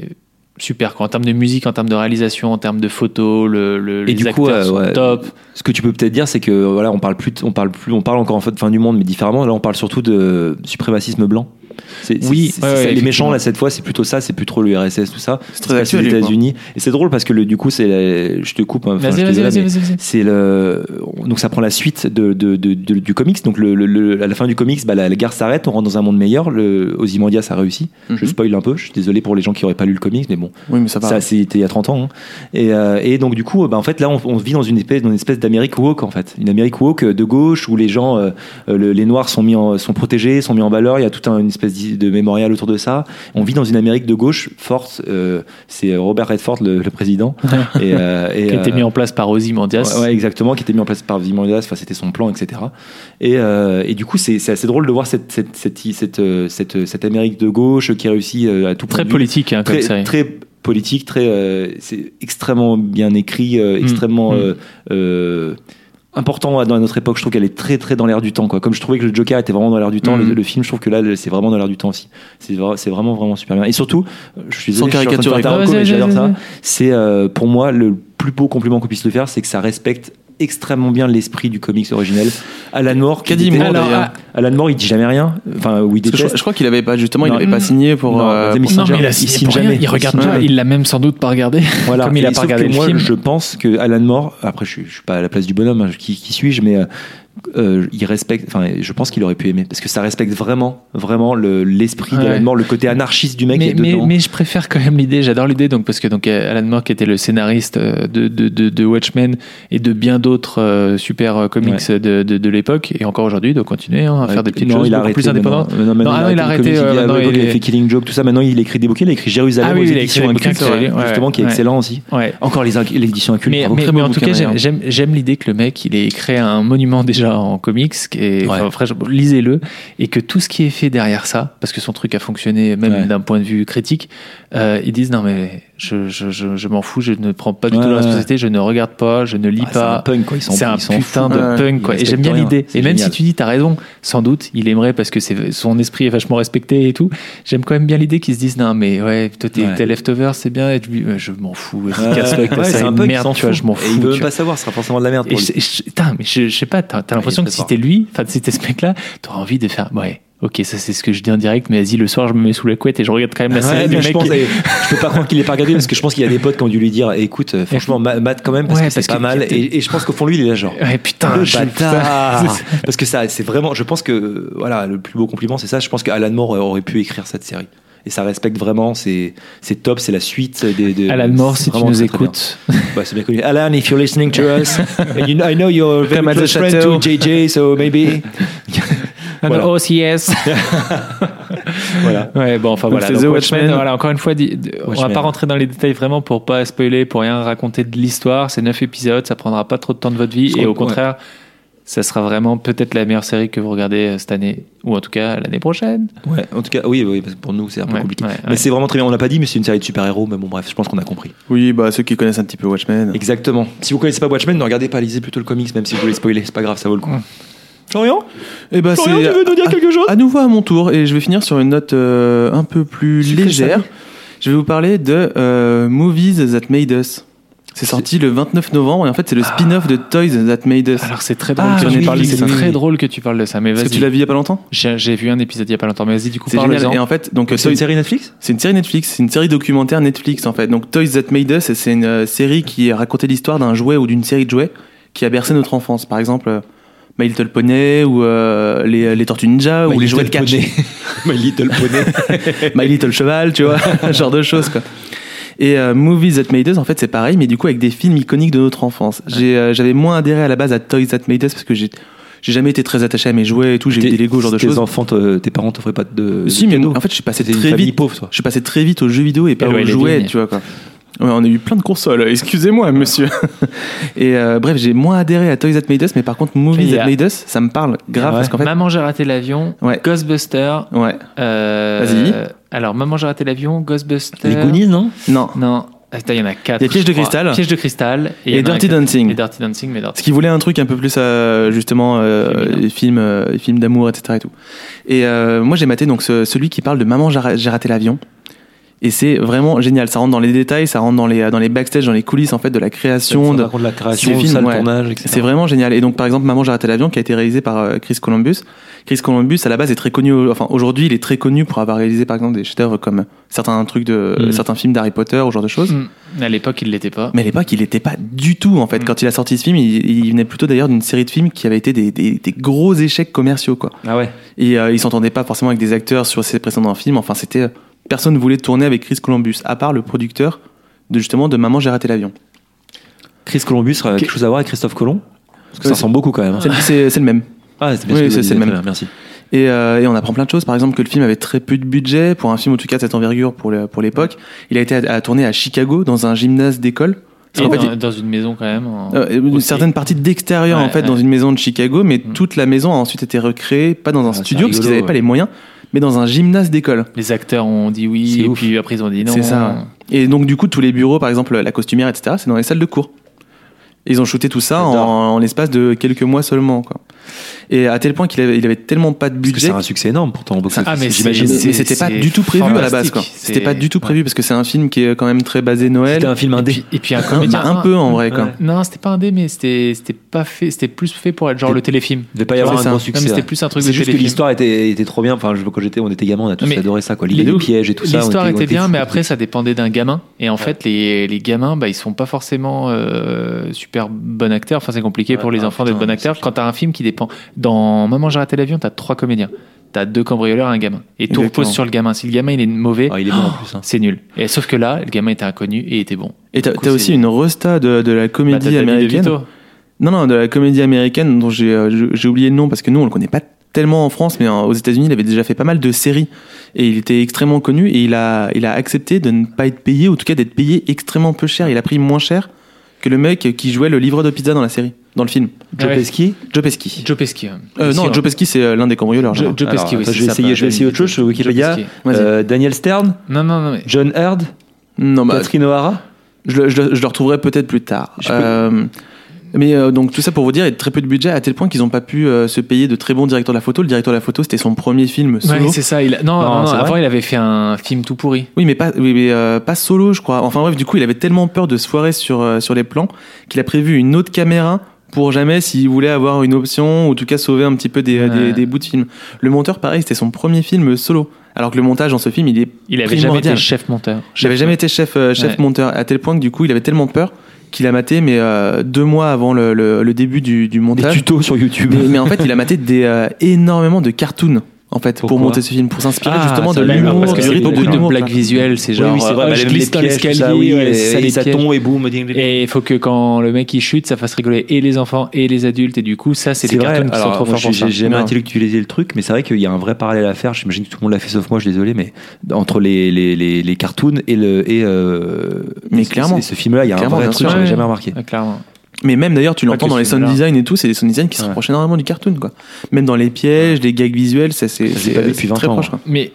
S5: super quoi en termes de musique en termes de réalisation en termes de photos le, le-
S2: Et
S5: les
S2: du
S5: acteurs
S2: coup, euh,
S5: sont
S2: ouais,
S5: top
S2: Ce que tu peux peut-être dire, c'est que voilà, on parle plus, de- on parle plus, on parle encore en fait de fin du monde, mais différemment. Là, on parle surtout de suprémacisme blanc. C'est- c'est-
S5: Oui,
S2: c'est-
S5: ouais,
S2: c'est-
S5: ouais,
S2: les méchants
S5: effectivement.
S2: là cette fois, c'est plutôt ça, c'est plus trop le RSS tout ça. Ça se
S4: C'est très
S2: passe aux
S4: actuel, lui, quoi.
S2: États-Unis. Et c'est drôle parce que le, du coup, c'est, la- je te coupe. hein, enfin, je
S5: vas-y
S2: suis
S5: vas-y
S2: désolé,
S5: vas-y
S2: mais
S5: vas-y vas-y.
S2: C'est le donc ça prend la suite de, de- de- de- du comics. Donc le, le- le- à la fin du comics, bah, la, la guerre s'arrête, on rentre dans un monde meilleur. Le Ozymandias a réussi. Je
S4: Mhm.
S2: spoil un peu. Je suis désolé pour les gens qui auraient pas lu le comics, mais bon,
S4: Oui, mais ça va.
S2: ça c'était il y a 30 ans. hein. Et, euh, et donc du coup, euh, bah, en fait là, on, on vit dans une espèce, dans une espèce d'Amérique woke en fait, une Amérique woke euh, de gauche où les gens, euh, euh, le- les noirs sont mis, en- sont protégés, sont mis en valeur. Il y a tout un- une espèce d'i- de mémorial autour de ça. On vit dans une Amérique de gauche forte. euh, c'est Robert Redford le, le président. et, euh, et,
S5: qui a été
S2: euh,
S5: mis en place par Ozymandias
S2: Ouais, ouais, exactement, qui était mis en place par Vimondas, enfin c'était son plan, etc. Et, euh, et du coup, c'est c'est assez drôle de voir cette, cette, cette, cette, euh, cette- cette Amérique de gauche qui réussit euh, à tout point
S5: très
S2: de vue.
S5: politique hein, comme
S2: très,
S5: série
S2: très politique, très, euh, c'est extrêmement bien écrit, euh, extrêmement
S5: mm.
S2: euh, euh, important à- dans notre époque. Je trouve qu'elle est très très dans l'air du temps. Quoi. Comme je trouvais que le Joker était vraiment dans l'air du temps,
S4: Mm.
S2: le, le film, je trouve que là, le- c'est vraiment dans l'air du temps aussi. C'est vra- c'est vraiment vraiment super bien. Et surtout, euh, je suis
S4: Sans
S2: désolé, je suis en train de faire
S4: caricaturer,
S2: ta
S5: quoi.
S2: reco, mais
S5: Vas-y,
S2: j'adore
S5: vas-y,
S2: ça
S5: vas-y.
S2: c'est euh, pour moi le plus beau compliment qu'on puisse lui faire, c'est que ça respecte extrêmement bien l'esprit du comics originel. Alan Moore, qui
S4: Qu'a dit
S2: déteste-
S4: Moore,
S5: Alors,
S4: d'ailleurs
S5: ah,
S2: Alan Moore, il dit jamais rien. Enfin, oui, il
S4: Parce que je,
S2: déteste.
S4: je crois qu'il avait pas justement, il
S2: Non.
S4: avait pas signé pour.
S2: Non,
S4: euh,
S2: mais
S4: pour-
S2: il signe
S5: non, mais il a
S2: jamais.
S5: signé
S2: Il signe
S5: pour rien,
S2: jamais.
S5: il regarde
S2: signe
S5: pas,
S2: jamais.
S5: il l'a même sans doute pas regardé.
S2: Voilà.
S5: Comme il
S2: Et
S5: a pas
S2: sauf
S5: regardé
S2: que
S5: le
S2: moi,
S5: film.
S2: Je pense que Alan Moore, après, je, je suis pas à la place du bonhomme, hein, je- qui, qui suis-je, mais euh, euh, il respecte. Enfin, je pense qu'il aurait pu aimer parce que ça respecte vraiment, vraiment le- l'esprit
S5: Ouais.
S2: d'Alan Moore, le côté anarchiste du mec.
S5: mais,
S2: est
S5: mais,
S2: dedans.
S5: mais je préfère quand même l'idée, j'adore l'idée, donc parce que donc euh, Alan Moore qui était le scénariste euh, de, de, de, de Watchmen et de bien d'autres euh, super euh, comics de, de, de l'époque et encore aujourd'hui doit continuer hein, à faire des petites
S2: Non,
S5: choses
S2: il a
S5: beaucoup
S2: arrêté
S5: plus indépendantes.
S2: maintenant. Non, maintenant,
S5: Non, ah,
S2: il a arrêté. le
S5: euh,
S2: comics, il a-
S5: maintenant,
S2: à l'époque,
S5: il
S2: il a
S5: est-
S2: fait Killing Joke, tout ça. Maintenant, il écrit des bouquins. Il a écrit Jérusalem
S5: Ah oui,
S2: aux
S5: il a
S2: éditions
S5: écrit des
S2: Incultes,
S5: bouquins, c'est vrai.
S2: justement, qui est
S5: Ouais.
S2: excellent aussi.
S5: Ouais.
S2: Encore les inc- l'édition inculte.
S5: Mais,
S2: pardon.
S5: mais,
S4: très
S5: mais
S4: beau
S5: en tout
S4: bouquin,
S5: cas, j'aime-
S4: d'ailleurs.
S5: j'aime j'aime l'idée que le mec, il ait créé un monument déjà en comics, qui est- enfin, après, je- lisez-le, et que tout ce qui est fait derrière ça, parce que son truc a fonctionné même
S2: Ouais.
S5: d'un point de vue critique, euh, ils disent non mais je, je, je, je m'en fous, je ne prends pas du
S2: Ouais,
S5: tout la
S2: ouais.
S5: responsabilité, je ne regarde pas, je ne lis
S2: Ah, c'est un
S5: pas.
S2: punk, quoi. Ils s'en-
S5: C'est un
S2: ils s'en
S5: putain
S2: foutent.
S5: de
S4: Ouais,
S5: punk,
S2: ils
S5: quoi. Et
S2: respectent
S5: j'aime bien
S2: rien.
S5: l'idée.
S2: C'est
S5: Et même si
S2: génial.
S5: tu dis, t'as raison, sans doute, il aimerait parce que c'est- son esprit est vachement respecté et tout. J'aime quand même bien l'idée qu'ils se disent, non, mais ouais, toi, t'es
S2: Ouais.
S5: t'es leftover, c'est bien. Et tu dis, Ouais, je m'en fous.
S2: Ouais,
S5: C'est casse-toi avec ta
S2: ouais,
S5: série
S2: c'est un
S5: de
S2: punk, ils s'en
S5: merde, tu vois, je m'en
S2: foutent. Et il
S5: fous.
S2: veut
S5: tu
S2: même
S5: vois.
S2: pas savoir, ce sera forcément de la merde.
S5: Et
S2: pour lui.
S5: je- je- putain, mais je, je sais pas, t'as t'as l'impression
S2: il est
S5: que si
S2: fort.
S5: t'es lui, enfin, si t'es ce mec-là, t'auras envie de faire, ouais, ok, ça c'est ce que je dis en direct, mais vas-y, le soir, je me mets sous la couette et je regarde quand même la
S2: Ouais,
S5: série
S2: mais
S5: du
S2: je,
S5: mec.
S2: pense,
S5: qui-
S2: eh, je peux pas croire qu'il l'ait pas regardé parce que je pense qu'il y a des potes qui ont dû lui dire écoute euh, franchement ma- mate quand même parce
S5: Ouais,
S2: que
S5: parce
S2: c'est pas
S5: que-
S2: mal et, et je pense qu'au fond lui il est là genre
S5: Ouais, putain,
S2: le
S5: je-
S2: bâtard parce que ça c'est vraiment je pense que euh, voilà le plus beau compliment c'est ça je pense qu'Alan Moore aurait pu écrire cette série et ça respecte vraiment c'est c'est top c'est la suite des, des-
S5: Alan Moore,
S2: c'est
S5: si tu
S2: vraiment
S5: nous
S2: très, très bien.
S5: écoutes,
S2: Bah, c'est bien connu. Alan, if you're listening to us, and you know, I know you're a very
S4: Comme à
S2: close
S4: The
S2: friend
S4: Château.
S2: to JJ, so maybe. Voilà.
S5: Oh, si, yes.
S2: Voilà.
S5: Ouais, bon, enfin
S4: Donc,
S5: voilà.
S4: c'est
S5: Donc,
S4: The
S5: Watchmen,
S4: Watchmen.
S5: voilà, encore une fois, di- di- on va
S2: Watchmen.
S5: pas rentrer dans les détails vraiment pour pas spoiler, pour rien raconter de l'histoire. C'est neuf épisodes, ça prendra pas trop de temps de votre vie
S2: Je
S5: et
S2: crois
S5: au
S2: que-
S5: contraire, Ça sera vraiment peut-être la meilleure série que vous regardez euh, cette année, ou en tout cas l'année prochaine.
S2: Ouais, en tout cas, oui, oui parce que pour nous, c'est un peu
S5: Ouais,
S2: compliqué.
S5: ouais,
S2: mais
S5: ouais.
S2: c'est vraiment très bien. On l'a pas dit, mais c'est une série de super-héros. Mais bon, bref, je pense qu'on a compris.
S4: Oui, bah ceux qui connaissent un petit peu Watchmen.
S2: Exactement. Si vous connaissez pas Watchmen, ne regardez pas, lisez plutôt le comics, même si vous voulez spoiler. C'est pas grave, ça vaut le coup. euh, Florian
S4: Et bah
S2: Florian, tu veux nous dire quelque chose
S4: à nouveau à mon tour et je vais finir sur une note euh, un peu plus légère. Je vais vous parler de euh, Movies That Made Us. C'est sorti le 29 novembre et en fait c'est le spin-off de Toys That Made Us.
S5: Alors c'est très drôle
S4: Ah,
S5: que
S4: j'en ai
S5: tu
S4: parlé,
S5: parles.
S4: c'est
S5: C'est
S4: ça.
S5: très drôle que tu parles de ça. Mais
S4: Est-ce que tu
S5: vas-y.
S4: l'as vu il y a pas longtemps
S5: J'ai j'ai vu un épisode il y a pas longtemps. Mais vas-y du coup
S4: C'est génial. Et
S5: parle-en.
S4: en fait donc
S2: C'est
S4: Toys-
S2: une série Netflix
S4: c'est une série Netflix, c'est une série documentaire Netflix en fait. Donc Toys That Made Us, c'est une euh, série qui racontait l'histoire d'un jouet ou d'une série de jouets qui a bercé notre enfance. Par exemple, euh, My Little Pony ou euh, les, les Tortues
S2: Oh,
S4: Ninja ou les jouets de catch.
S2: My Little Pony.
S4: My Little Cheval, tu vois, ce genre de choses quoi. Et euh, Movies That Made Us, en fait, c'est pareil, mais du coup avec des films iconiques de notre enfance. J'ai, euh, J'avais moins adhéré à la base à Toys That Made Us parce que j'ai j'ai jamais été très attaché à mes jouets et tout. J'ai eu des Lego, ce genre de
S2: Tes
S4: choses.
S2: enfants, te- tes parents t'offraient pas de.
S4: Si,
S2: de
S4: mais
S2: cadeaux.
S4: en fait, je suis passé
S2: T'étais une
S4: très
S2: famille
S4: vite.
S2: pauvre, toi.
S4: Je suis passé très vite aux jeux vidéo et pas
S5: Hello,
S4: aux
S5: Ah les
S4: jouets,
S5: vignes.
S4: tu vois quoi. Ouais, on a eu plein de consoles, excusez-moi monsieur. Et euh, bref, j'ai moins adhéré à Toys That Made Us, mais par contre,
S5: Il
S4: Movies
S5: y
S4: That
S5: a-
S4: Made Us, ça me parle grave
S2: Ouais.
S4: parce qu'en fait.
S5: Maman j'ai raté l'avion.
S4: Ouais.
S5: Ghostbuster.
S4: Ouais.
S5: euh,
S4: Vas-y.
S5: Alors maman j'ai raté l'avion. Ghostbuster.
S2: Les Goonies, non
S4: Non.
S5: Non. Attends, il y en a quatre.
S4: Il y a Piège
S5: je
S4: de
S5: crois.
S4: cristal.
S5: Piège de cristal.
S4: Et,
S5: il y en a un
S4: Dirty
S5: quatre.
S4: Dancing.
S5: Et Dirty Dancing, mais Dirty.
S4: Parce qu'ils voulaient un truc un peu plus euh, justement euh,
S5: Féminin.
S4: les films, euh, les films d'amour, etc. Et tout. Et euh, moi j'ai maté donc ce- celui qui parle de Maman j'ai ra- j'ai raté l'avion. Et c'est vraiment génial. Ça rentre dans les détails, ça rentre dans les euh, dans les backstage, dans les coulisses en fait de la création. de-
S2: Ça raconte la
S4: ces
S2: création,
S4: films,
S2: ça, le
S4: ouais.
S2: tournage, etc.
S4: C'est vraiment génial. Et donc, par exemple, Maman, j'ai raté l'avion, qui a été réalisé par euh, Chris Columbus. Chris Columbus, à la base, est très connu. au- Enfin, aujourd'hui, il est très connu pour avoir réalisé, par exemple, des chefs-d'œuvre comme certains trucs de
S5: Mhm.
S4: certains films d'Harry Potter, ou ce genre de choses.
S5: Hum, À l'époque, il l'était pas.
S4: Mais à l'époque, il n'était pas du tout, en fait.
S5: Mhm.
S4: Quand il a sorti ce film, il, il venait plutôt d'ailleurs d'une série de films qui avait été des, des- des gros échecs commerciaux, quoi.
S2: Ah ouais.
S4: Et euh, il s'entendait pas forcément avec des acteurs sur ses précédents films. Enfin, c'était. euh, Personne voulait tourner avec Chris Columbus, à part le producteur de justement de Maman, j'ai raté l'avion.
S2: Chris Columbus a quelque chose à voir avec Christophe Colomb Parce que ça
S4: Ouais,
S2: ressemble beaucoup quand même. hein.
S4: C'est- C'est c'est le même.
S2: Ah, c'est bien
S4: Oui,
S2: ce que
S4: c'est-
S2: je
S4: c'est
S2: disais,
S4: le même.
S2: très bien, Merci.
S4: Et, euh, et on apprend plein de choses. Par exemple, que le film avait très peu de budget pour un film en tout cas de cette envergure pour le- pour l'époque. Il a été à, à tourner à Chicago dans un gymnase d'école.
S5: Et
S4: Parce qu'en fait,
S5: dans, dans une maison quand même. en-
S4: il- euh, une
S5: aussi.
S4: certaine partie d'extérieur
S5: Ouais,
S4: en fait
S5: ouais.
S4: dans une maison de Chicago, mais
S5: Mm.
S4: toute la maison a ensuite été recréée pas dans un
S2: Ah, c'est
S4: studio parce qu'ils
S2: rigolo,
S4: n'avaient pas
S2: ouais.
S4: les moyens, mais dans un gymnase d'école.
S5: Les acteurs ont dit oui,
S2: C'est
S5: et
S2: ouf.
S5: puis après ils ont dit non.
S4: C'est ça. ouais. Et donc du coup, tous les bureaux, par exemple, la costumière, etc., c'est dans les salles de cours. Ils ont shooté tout ça en,
S2: J'adore.
S4: en l'espace de quelques mois seulement, quoi. Et à tel point qu'il avait, il avait tellement pas de
S2: Parce que
S4: budget
S2: c'est un succès énorme pourtant. au box
S5: Ah, mais
S2: office,
S5: c'est-
S2: j'imagine.
S5: c'est-
S4: mais c'était pas
S5: c'est
S4: du tout prévu à la base
S5: fantastique.
S4: quoi.
S5: C'est-
S4: C'était pas du tout prévu parce que c'est un film qui est quand même très basé Noël.
S2: C'était un film
S5: Et
S2: indé.
S5: puis, et puis un
S4: Un,
S5: comédien.
S4: bah, un peu en vrai quoi.
S2: Ouais.
S5: Non, c'était pas un dé, mais c'était c'était pas fait. C'était plus fait pour être genre
S2: C'était-
S5: le téléfilm.
S2: Il devait pas y avoir
S4: C'est
S2: un
S4: ça.
S2: gros
S5: Non, mais
S2: succès.
S5: c'était plus un truc de
S2: C'est juste que
S5: téléfilm.
S2: l'histoire était, était trop bien. Enfin, je, quand j'étais, on était gamins, on a tous
S5: Mais
S2: adoré ça. Quoi.
S5: de
S2: L'idée du
S5: ouf.
S2: piège et tout ça. on
S5: L'histoire
S2: on
S5: était bien,
S2: fous.
S5: mais après ça dépendait d'un gamin. Et en fait, les, les gamins, bah, ils sont pas forcément euh, super bons acteurs. Enfin, c'est compliqué pour les
S2: ah,
S5: enfants
S2: putain,
S5: d'être bons
S2: c'est
S5: acteurs. Quand t'as un film qui dépend. Dans Maman, j'ai raté l'avion, t'as trois comédiens. T'as deux cambrioleurs et un gamin. Et tout
S4: Exactement.
S5: repose sur le gamin. Si le gamin il est mauvais,
S2: Ah, il est bon en plus. hein.
S5: c'est nul. Et sauf que là, le gamin était inconnu et était bon.
S4: Et t'as
S5: Du coup,
S4: t'as aussi
S5: c'est-
S4: une resta de, de la
S5: Bah, t'as
S4: comédie
S5: Danny
S4: américaine.
S5: DeVito.
S4: Non non de la comédie américaine dont j'ai euh, j'ai- j'ai oublié le nom parce que nous on le connaît pas tellement en France mais en- aux États-Unis il avait déjà fait pas mal de séries et il était extrêmement connu et il a il a accepté de ne pas être payé ou en tout cas d'être payé extrêmement peu cher. Il a pris moins cher que le mec qui jouait le livreur de pizza dans la série dans le film.
S5: Ah
S2: Joe
S5: ouais.
S2: Pesci
S4: Joe Pesci.
S5: Joe Pesci. hein.
S4: Euh, non,
S5: Pesci,
S4: Joe
S5: hein.
S4: Pesci c'est euh, l'un des cambrioleurs.
S5: Joe-
S4: genre.
S5: Joe Pesci,
S2: Alors,
S5: oui.
S2: attends,
S5: c'est
S2: je vais
S5: ça,
S2: essayer-
S5: pas-
S2: je vais essayer autre chose sur
S5: Joe
S2: Wikipédia.
S5: Pesci.
S4: Vas-y.
S2: Euh, Daniel Stern,
S5: Non, non, non. mais-
S2: John Hurd,
S4: Non bah
S2: Catherine O'Hara.
S4: Je le, je le- je le retrouverai peut-être plus tard.
S2: Je peux-
S4: Euh, mais euh, donc tout ça pour vous dire, il y a très peu de budget à tel point qu'ils n'ont pas pu euh, se payer de très bons directeurs de la photo. Le directeur de la photo, c'était son premier film solo.
S5: Ouais, c'est ça. Il... a- Non,
S2: Non,
S5: non, non,
S2: c'est vrai.
S5: avant, il avait fait un film tout pourri.
S4: oui, mais pas, oui, mais euh, pas solo, je crois. Enfin bref, du coup, il avait tellement peur de se foirer sur euh, sur les plans qu'il a prévu une autre caméra pour jamais s'il voulait avoir une option ou en tout cas sauver un petit peu des, euh, des-
S5: Ouais.
S4: des bouts de film. Le monteur, pareil, c'était son premier film solo. Alors que le montage dans ce film, il est
S5: Il avait jamais
S4: Primordial.
S5: été chef monteur.
S4: J'avais jamais été chef, euh, chef
S5: Ouais.
S4: monteur, à tel point que du coup, il avait tellement peur qu'il a maté, mais euh, deux mois avant le, le- le début du, du
S2: Des
S4: montage.
S2: tutos sur YouTube.
S4: Des- mais en fait, il a maté des, euh, énormément de cartoons. En fait, pour
S2: Pourquoi
S4: monter ce film, pour s'inspirer
S2: Ah,
S4: justement
S2: ça,
S4: de
S2: d'accord,
S4: l'humour,
S5: parce que
S4: du
S5: c'est
S4: rythme,
S5: beaucoup
S4: de
S5: de
S4: l'humour,
S5: blagues
S4: quoi.
S5: visuelles. C'est
S2: Oui,
S5: genre,
S2: oui, c'est vrai,
S5: oh,
S2: bah,
S5: je
S2: les
S5: glisse dans
S2: pièges, tout
S5: l'escalier,
S2: ça, oui,
S5: ouais,
S2: et-
S5: c'est ça,
S2: et
S5: les
S2: ça
S5: pièges.
S2: tombe et boum. ding, ding, ding.
S5: Et il faut que quand le mec il chute, ça fasse rigoler et les enfants et les adultes. Et du coup, ça, c'est des
S2: vrai,
S5: cartoons qui sont
S2: alors,
S5: trop
S2: moi,
S5: forts pour
S2: j'ai-
S5: ça.
S2: J'ai jamais
S5: Non.
S2: intellectualisé le truc, mais c'est vrai qu'il y a un vrai parallèle à faire. J'imagine que tout le monde l'a fait sauf moi, je suis désolé, mais entre les, les, les, les cartoons et le. Et, euh,
S4: Mais
S2: et ce-
S4: clairement.
S2: et ce film-là, il y a un
S4: Clairement,
S2: vrai
S4: bien
S2: truc,
S5: sûr.
S2: j'avais
S5: Ouais.
S2: jamais remarqué.
S5: Ah, clairement.
S4: Mais même d'ailleurs, tu
S5: Pas
S4: l'entends
S5: que
S4: dans les sound
S5: celui-là.
S4: design et tout, c'est des sound design qui se rapprochent énormément du cartoon, quoi. Même dans les pièges, les gags visuels, ça c'est
S2: Ça, j'ai
S4: c'est-
S2: pas vu
S4: c'est
S2: depuis 20
S4: très
S2: ans,
S4: proche.
S2: moi.
S4: quoi.
S5: Mais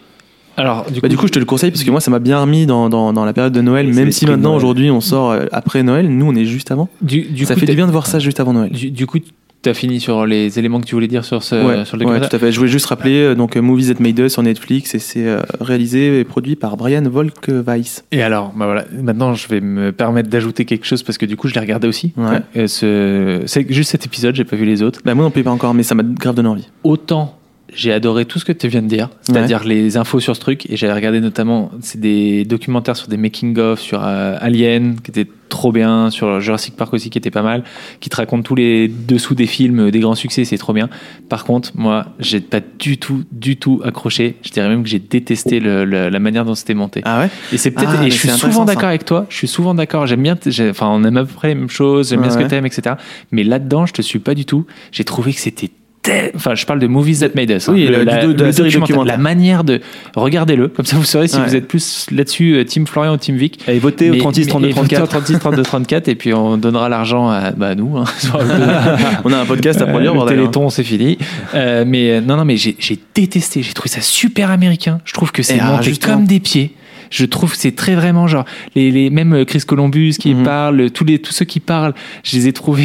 S5: alors, du coup,
S4: Bah, du coup, je te le conseille parce que moi, ça m'a bien remis dans, dans, dans la période de Noël.
S2: C'est
S4: Même
S2: l'esprit
S4: si
S2: de
S4: maintenant,
S2: Noël.
S4: aujourd'hui, on sort euh, après Noël, nous, on est juste avant.
S5: du- du
S4: ça
S5: coup,
S4: fait
S5: t'as-
S4: du bien de voir ça juste avant Noël.
S5: Du, du coup, tu as fini sur les éléments que tu voulais dire sur, ce,
S4: ouais,
S5: euh, sur le
S4: ouais,
S5: documentaire.
S4: tout à fait. Je voulais juste rappeler euh, donc euh, Movies That Made Us sur Netflix et c'est euh, réalisé et produit par Brian Volkweis.
S5: Et alors, bah voilà, maintenant je vais me permettre d'ajouter quelque chose parce que du coup je l'ai regardé aussi.
S4: Ouais.
S5: Euh, ce- C'est juste cet épisode, j'ai pas vu les autres.
S4: Bah moi non plus pas encore, mais ça m'a grave donné envie.
S5: Autant j'ai adoré tout ce que tu viens de dire, c'est-à-dire les infos sur ce truc. Et j'avais regardé notamment c'est des documentaires sur des making-of, sur euh, Alien qui était trop bien, sur Jurassic Park aussi qui était pas mal, qui te racontent tous les dessous des films, euh, des grands succès, c'est trop bien. Par contre, moi, j'ai pas du tout, du tout accroché. Je dirais même que j'ai détesté le- le- la manière dont c'était monté.
S4: Ah ouais
S5: Et c'est peut-être.
S4: Ah,
S5: et
S4: mais
S5: je suis
S4: c'est
S5: souvent
S4: intéressant, ça.
S5: d'accord avec toi. Je suis souvent d'accord. J'aime bien. j'ai- Enfin, on aime à peu près les mêmes choses. J'aime bien
S4: Ouais,
S5: ce que
S4: ouais.
S5: t'aimes, etc. Mais là-dedans, je te suis pas du tout. J'ai trouvé que c'était. tel- Enfin, je parle de Movies That Made Us. hein.
S4: Oui,
S5: le-
S4: le-
S5: la,
S4: du- de
S5: le
S4: la série
S5: documentaire,
S4: documentaire.
S5: la manière de. Regardez-le. Comme ça, vous saurez si
S4: Ouais.
S5: vous êtes plus là-dessus, euh, Team Florian ou Team Vic.
S2: Allez, votez au
S5: Mais-
S2: 36,
S5: mais-
S2: 32,
S5: et votez au
S2: 34.
S5: 36, 32, 34. Et puis, on donnera l'argent à bah, à nous. hein.
S4: On a un podcast à produire,
S5: Euh, le
S4: bordel. hein.
S5: Téléthon, c'est fini. Euh, mais euh, non, non, mais j'ai j'ai détesté. J'ai trouvé ça super américain. Je trouve que c'est
S4: Et alors,
S5: monté
S4: justement.
S5: comme des pieds. Je trouve que c'est très vraiment genre les, les même euh, Chris Columbus qui
S4: Mhm.
S5: parle, tous les tous ceux qui parlent, je les ai trouvés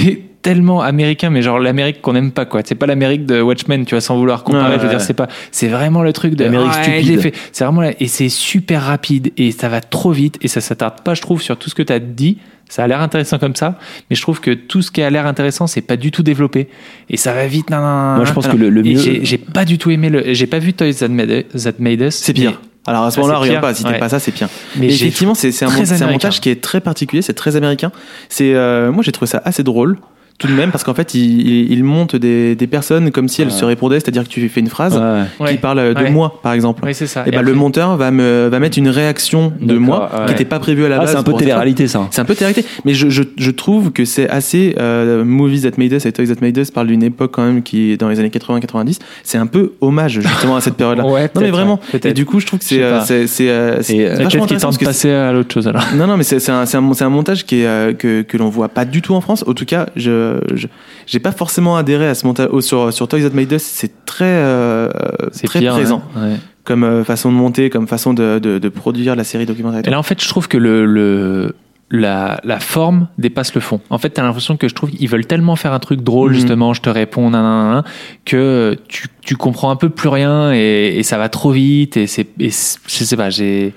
S5: tellement américains, mais genre l'Amérique qu'on n'aime pas quoi. C'est pas l'Amérique de Watchmen, tu vois, sans vouloir comparer.
S4: Ouais,
S5: je veux dire,
S4: ouais.
S5: c'est pas, c'est vraiment le truc de
S2: L'Amérique
S5: j'ai
S2: stupide.
S5: fait- C'est vraiment la- et c'est super rapide et ça va trop vite et ça s'attarde pas, je trouve, sur tout ce que tu as dit. Ça a l'air intéressant comme ça, mais je trouve que tout ce qui a l'air intéressant, c'est pas du tout développé. Et ça va vite, nan, nan, nan,
S2: Moi, je
S5: nan.
S2: pense
S5: Alors,
S2: que le- le
S5: et
S2: mieux-
S5: J'ai j'ai pas du tout aimé le. J'ai pas vu Toys That Made, That Made Us.
S4: C'est pire. Alors à ce
S5: Ah,
S4: moment-là,
S5: c'est
S4: regarde
S5: pire.
S4: pas. Si t'aimes
S5: Ouais.
S4: pas ça, c'est pire.
S5: Mais,
S4: Et
S5: j'ai-
S4: effectivement, c'est c'est un,
S5: très
S4: mont- c'est un
S5: américain.
S4: montage qui est très particulier, c'est très américain. C'est euh, moi j'ai trouvé ça assez drôle tout de même parce qu'en fait il, il- il monte des, des personnes comme si elles se répondaient, c'est-à-dire que tu fais une phrase
S2: Ouais.
S5: Ah. Ouais.
S4: qui parle euh, de
S5: Ouais.
S4: moi par exemple.
S5: Ouais, c'est ça.
S4: Et, bah,
S5: Ah, après-
S4: le monteur va me va mettre une réaction de
S5: D'accord,
S4: moi
S5: ouais.
S4: qui n'était pas prévue à la
S2: Ah,
S4: base.
S2: c'est un peu
S4: pour ça.
S2: télé-réalité, ça.
S4: C'est un peu télé mais je, je, je trouve que c'est assez. Euh, Movies That Made Us et Toys That Made Us parlent d'une époque quand même qui est dans les années 80-90. C'est un peu hommage justement à cette période-là.
S5: Ouais,
S4: non mais
S5: peut-être,
S4: vraiment.
S5: ouais, peut-être.
S4: Et du coup, je trouve que
S5: Je
S4: c'est
S5: sais
S4: euh,
S5: pas.
S4: c'est c'est euh, c'est
S2: Et, euh,
S4: vachement
S5: Peut-être qu'il
S4: intéressant
S5: tente
S4: parce
S5: de
S4: que
S5: passer à l'autre chose alors.
S4: c'est- Non non, mais c'est c'est un c'est un, mon- c'est un montage qui est euh, que que l'on voit pas du tout en France. En tout cas, je je- j'ai pas forcément adhéré à ce montage au- sur sur Toys That Made Us. C'est très euh,
S5: C'est
S4: très
S5: pire,
S4: présent
S5: hein. Ouais.
S4: comme euh, façon de monter, comme façon de de, de produire la série documentaire. et tout.
S5: Et là, en fait, je trouve que le, le- la, la forme dépasse le fond. En fait, t'as l'impression que je trouve qu'ils veulent tellement faire un truc drôle,
S4: Mhm.
S5: justement, je te réponds, nan, nan, nan, que tu, tu comprends un peu plus rien et, et ça va trop vite et c'est, et c'est- je sais pas, j'ai.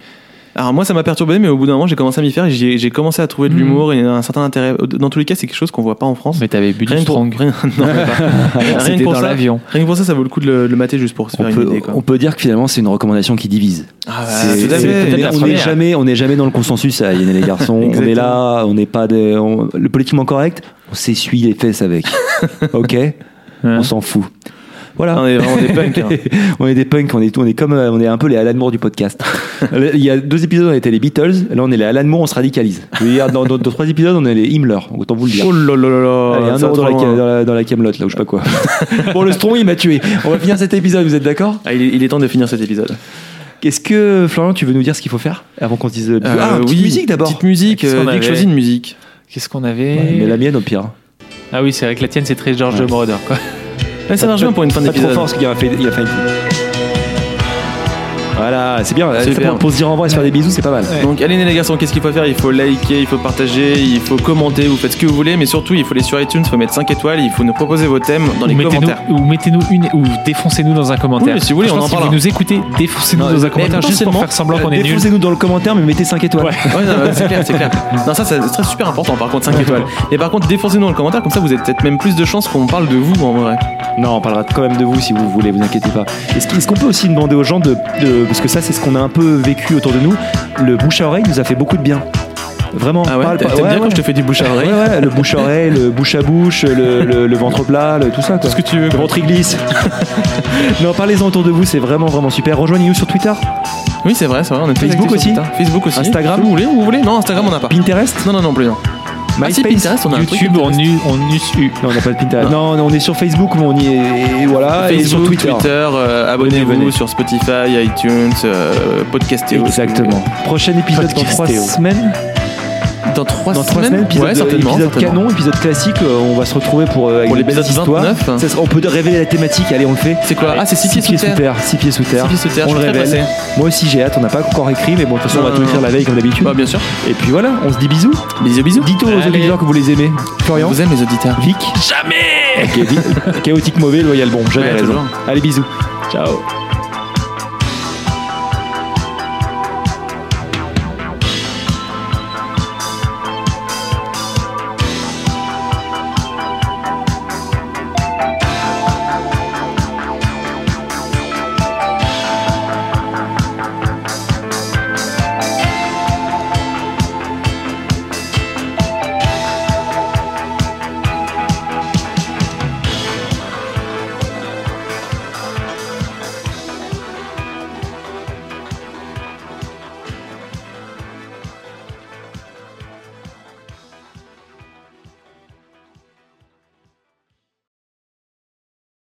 S4: Alors moi ça m'a perturbé mais au bout d'un moment j'ai commencé à m'y faire et j'ai j'ai commencé à trouver de
S5: Mhm.
S4: l'humour et un certain intérêt. Dans tous les cas c'est quelque chose qu'on voit pas en France.
S5: Mais t'avais Buddy
S4: Rien que pour-
S5: Strong.
S4: rien- non, mais pas. Rien que
S5: C'était
S4: pour
S5: dans
S4: ça-
S5: l'avion.
S4: Rien que pour ça ça vaut le coup de le, le mater juste pour se
S2: On
S4: faire une
S2: peut,
S4: idée. Quoi.
S2: on peut dire que finalement c'est une recommandation qui divise.
S4: Ah, bah,
S2: C'est-
S4: tout à
S2: c'est-
S4: fait.
S5: peut-être la
S2: on n'est
S5: première.
S2: jamais, on n'est jamais dans le consensus à Yann et les garçons. on est là, on n'est pas des- on- le politiquement correct. On s'essuie les fesses avec. ok,
S5: Hein
S2: on s'en fout. Voilà.
S4: On est vraiment des punks. hein.
S2: on est des punks, on est tout, on est comme, euh, on est un peu les Alan Moore du podcast. Il y a deux épisodes, on était les Beatles. Là, on est les Alan Moore, on se radicalise. Je veux dire, dans, dans- dans trois épisodes, on est les Himmler. Autant vous le dire.
S4: Oh là là là là.
S2: Allez, un
S4: ça va
S2: euro dans
S4: trop
S2: la,
S4: loin. hein.
S2: dans la, dans la Kaamelott, là, ou je sais pas quoi. bon, le Strong, il m'a tué. On va finir cet épisode, vous êtes d'accord
S4: Ah, il, est- il est temps de finir cet épisode.
S2: Qu'est-ce que, Florian, tu veux nous dire ce qu'il faut faire avant qu'on se dise. ah,
S4: Euh,
S2: une petite
S4: oui,
S2: musique d'abord.
S4: Petite musique.
S5: Qu'est-ce
S4: euh,
S5: qu'on
S4: Vic
S5: avait
S4: choisis une musique.
S5: Qu'est-ce qu'on avait
S2: Ouais, mais la mienne, au pire.
S5: Ah oui, c'est vrai que la tienne, c'est très George
S2: Ouais.
S5: Moroder, quoi.
S4: Ouais, ça marche bien pour une fin
S2: Pas trop
S4: d'épisode.
S2: fort, parce qu'il a fait, il a fait une Voilà, c'est bien. C'est
S4: Super.
S2: pour, pour se dire au revoir et se faire des bisous, c'est pas mal.
S4: Donc allez les garçons, qu'est-ce qu'il faut faire Il faut liker, il faut partager, il faut commenter, vous faites ce que vous voulez, mais surtout il faut aller sur iTunes, il faut mettre 5 étoiles, il faut nous proposer vos thèmes dans les
S5: ou mettez-nous,
S4: commentaires.
S5: ou mettez-nous une, ou défoncez-nous dans un commentaire.
S4: mais si vous voulez, on
S5: Franchement,
S4: en
S5: si
S4: parle.
S5: vous nous écoutez, défoncez-nous
S2: Non,
S5: dans un
S2: mais
S5: commentaire juste pour
S4: potentiellement, euh,
S5: faire semblant qu'on est nul.
S2: Défoncez-nous dans le commentaire, mais mettez 5 étoiles.
S4: Ouais, non, non, c'est clair, c'est clair. Non, ça, ça serait super important par contre, 5 étoiles. Et par contre, défoncez-nous dans le commentaire, comme ça vous avez peut-être même plus de chances qu'on parle de vous en vrai.
S2: Non, on parlera quand même de vous si vous voulez, vous inquiétez pas. Est-ce qu'- est-ce qu'on peut aussi demander aux gens de, de- Parce que ça, c'est ce qu'on a un peu vécu autour de nous. Le bouche à oreille nous a fait beaucoup de bien. Vraiment.
S4: Ah ouais,
S2: parle
S4: t'aimes
S2: pas-
S4: bien
S2: ouais,
S4: quand
S2: ouais.
S4: je te fais du bouche à oreille
S2: Ouais, ouais, le bouche à oreille, le bouche à bouche, le, le- le ventre plat, le- tout ça. Tout
S4: ce que tu veux,
S2: Le
S4: quoi.
S2: ventre il glisse. non, parlez-en autour de vous, c'est vraiment, vraiment super. Rejoignez-nous sur Twitter,
S4: Oui, c'est vrai, c'est vrai, on est très
S2: Facebook
S4: actifs sur
S2: aussi
S4: Twitter. Facebook aussi.
S2: Instagram
S4: Vous voulez, vous voulez Non, Instagram on n'a pas.
S2: Pinterest,
S4: Non, non, non, plus non. Ah, si,
S2: MySpace.
S4: Pinterest, on a un truc
S5: YouTube, on, u- on USU.
S2: non, on n'a pas de Pinterest. Non, non, on est sur Facebook, mais on y est. et voilà, Ah, et sur
S4: Facebook,
S2: Twitter.
S4: Twitter, euh, abonnez-vous
S2: Venez.
S4: sur Spotify, iTunes, euh, Podcastéo.
S2: Exactement. Prochain épisode dans
S5: Podcastéo.
S2: 3 semaines.
S4: dans trois
S2: Dans trois semaines,
S4: semaines,
S2: épisode,
S4: ouais, certainement,
S2: épisode
S4: certainement.
S2: canon, épisode classique, euh, on va se retrouver pour, euh, avec
S4: Pour
S2: des belles
S4: l'épisode
S2: histoires.
S4: 29, hein.
S2: Ça sera- on peut révéler la thématique, allez, on le fait.
S4: C'est quoi Ah, c'est six pieds sous
S2: sous
S4: terre.
S2: terre. Six pieds sous terre.
S4: Six pieds sous terre,
S2: On
S4: je
S2: le
S4: suis très
S2: révèle. Moi aussi, j'ai hâte, on n'a pas encore écrit, mais bon, de toute façon, on va
S4: Non,
S2: tout
S4: non,
S2: écrire
S4: non.
S2: la veille comme d'habitude.
S4: Bah, bien sûr.
S2: Et puis voilà, on se dit bisous.
S4: Bisous, bisous.
S2: Dites aux
S5: Allez.
S2: auditeurs que vous les aimez.
S4: On
S2: Florian,
S4: vous aime les auditeurs.
S2: Vic,
S3: Jamais
S2: Kevin, chaotique mauvais, loyal bon, j'avais
S4: Ouais,
S2: raison.
S4: toujours.
S2: Allez, bisous. Ciao.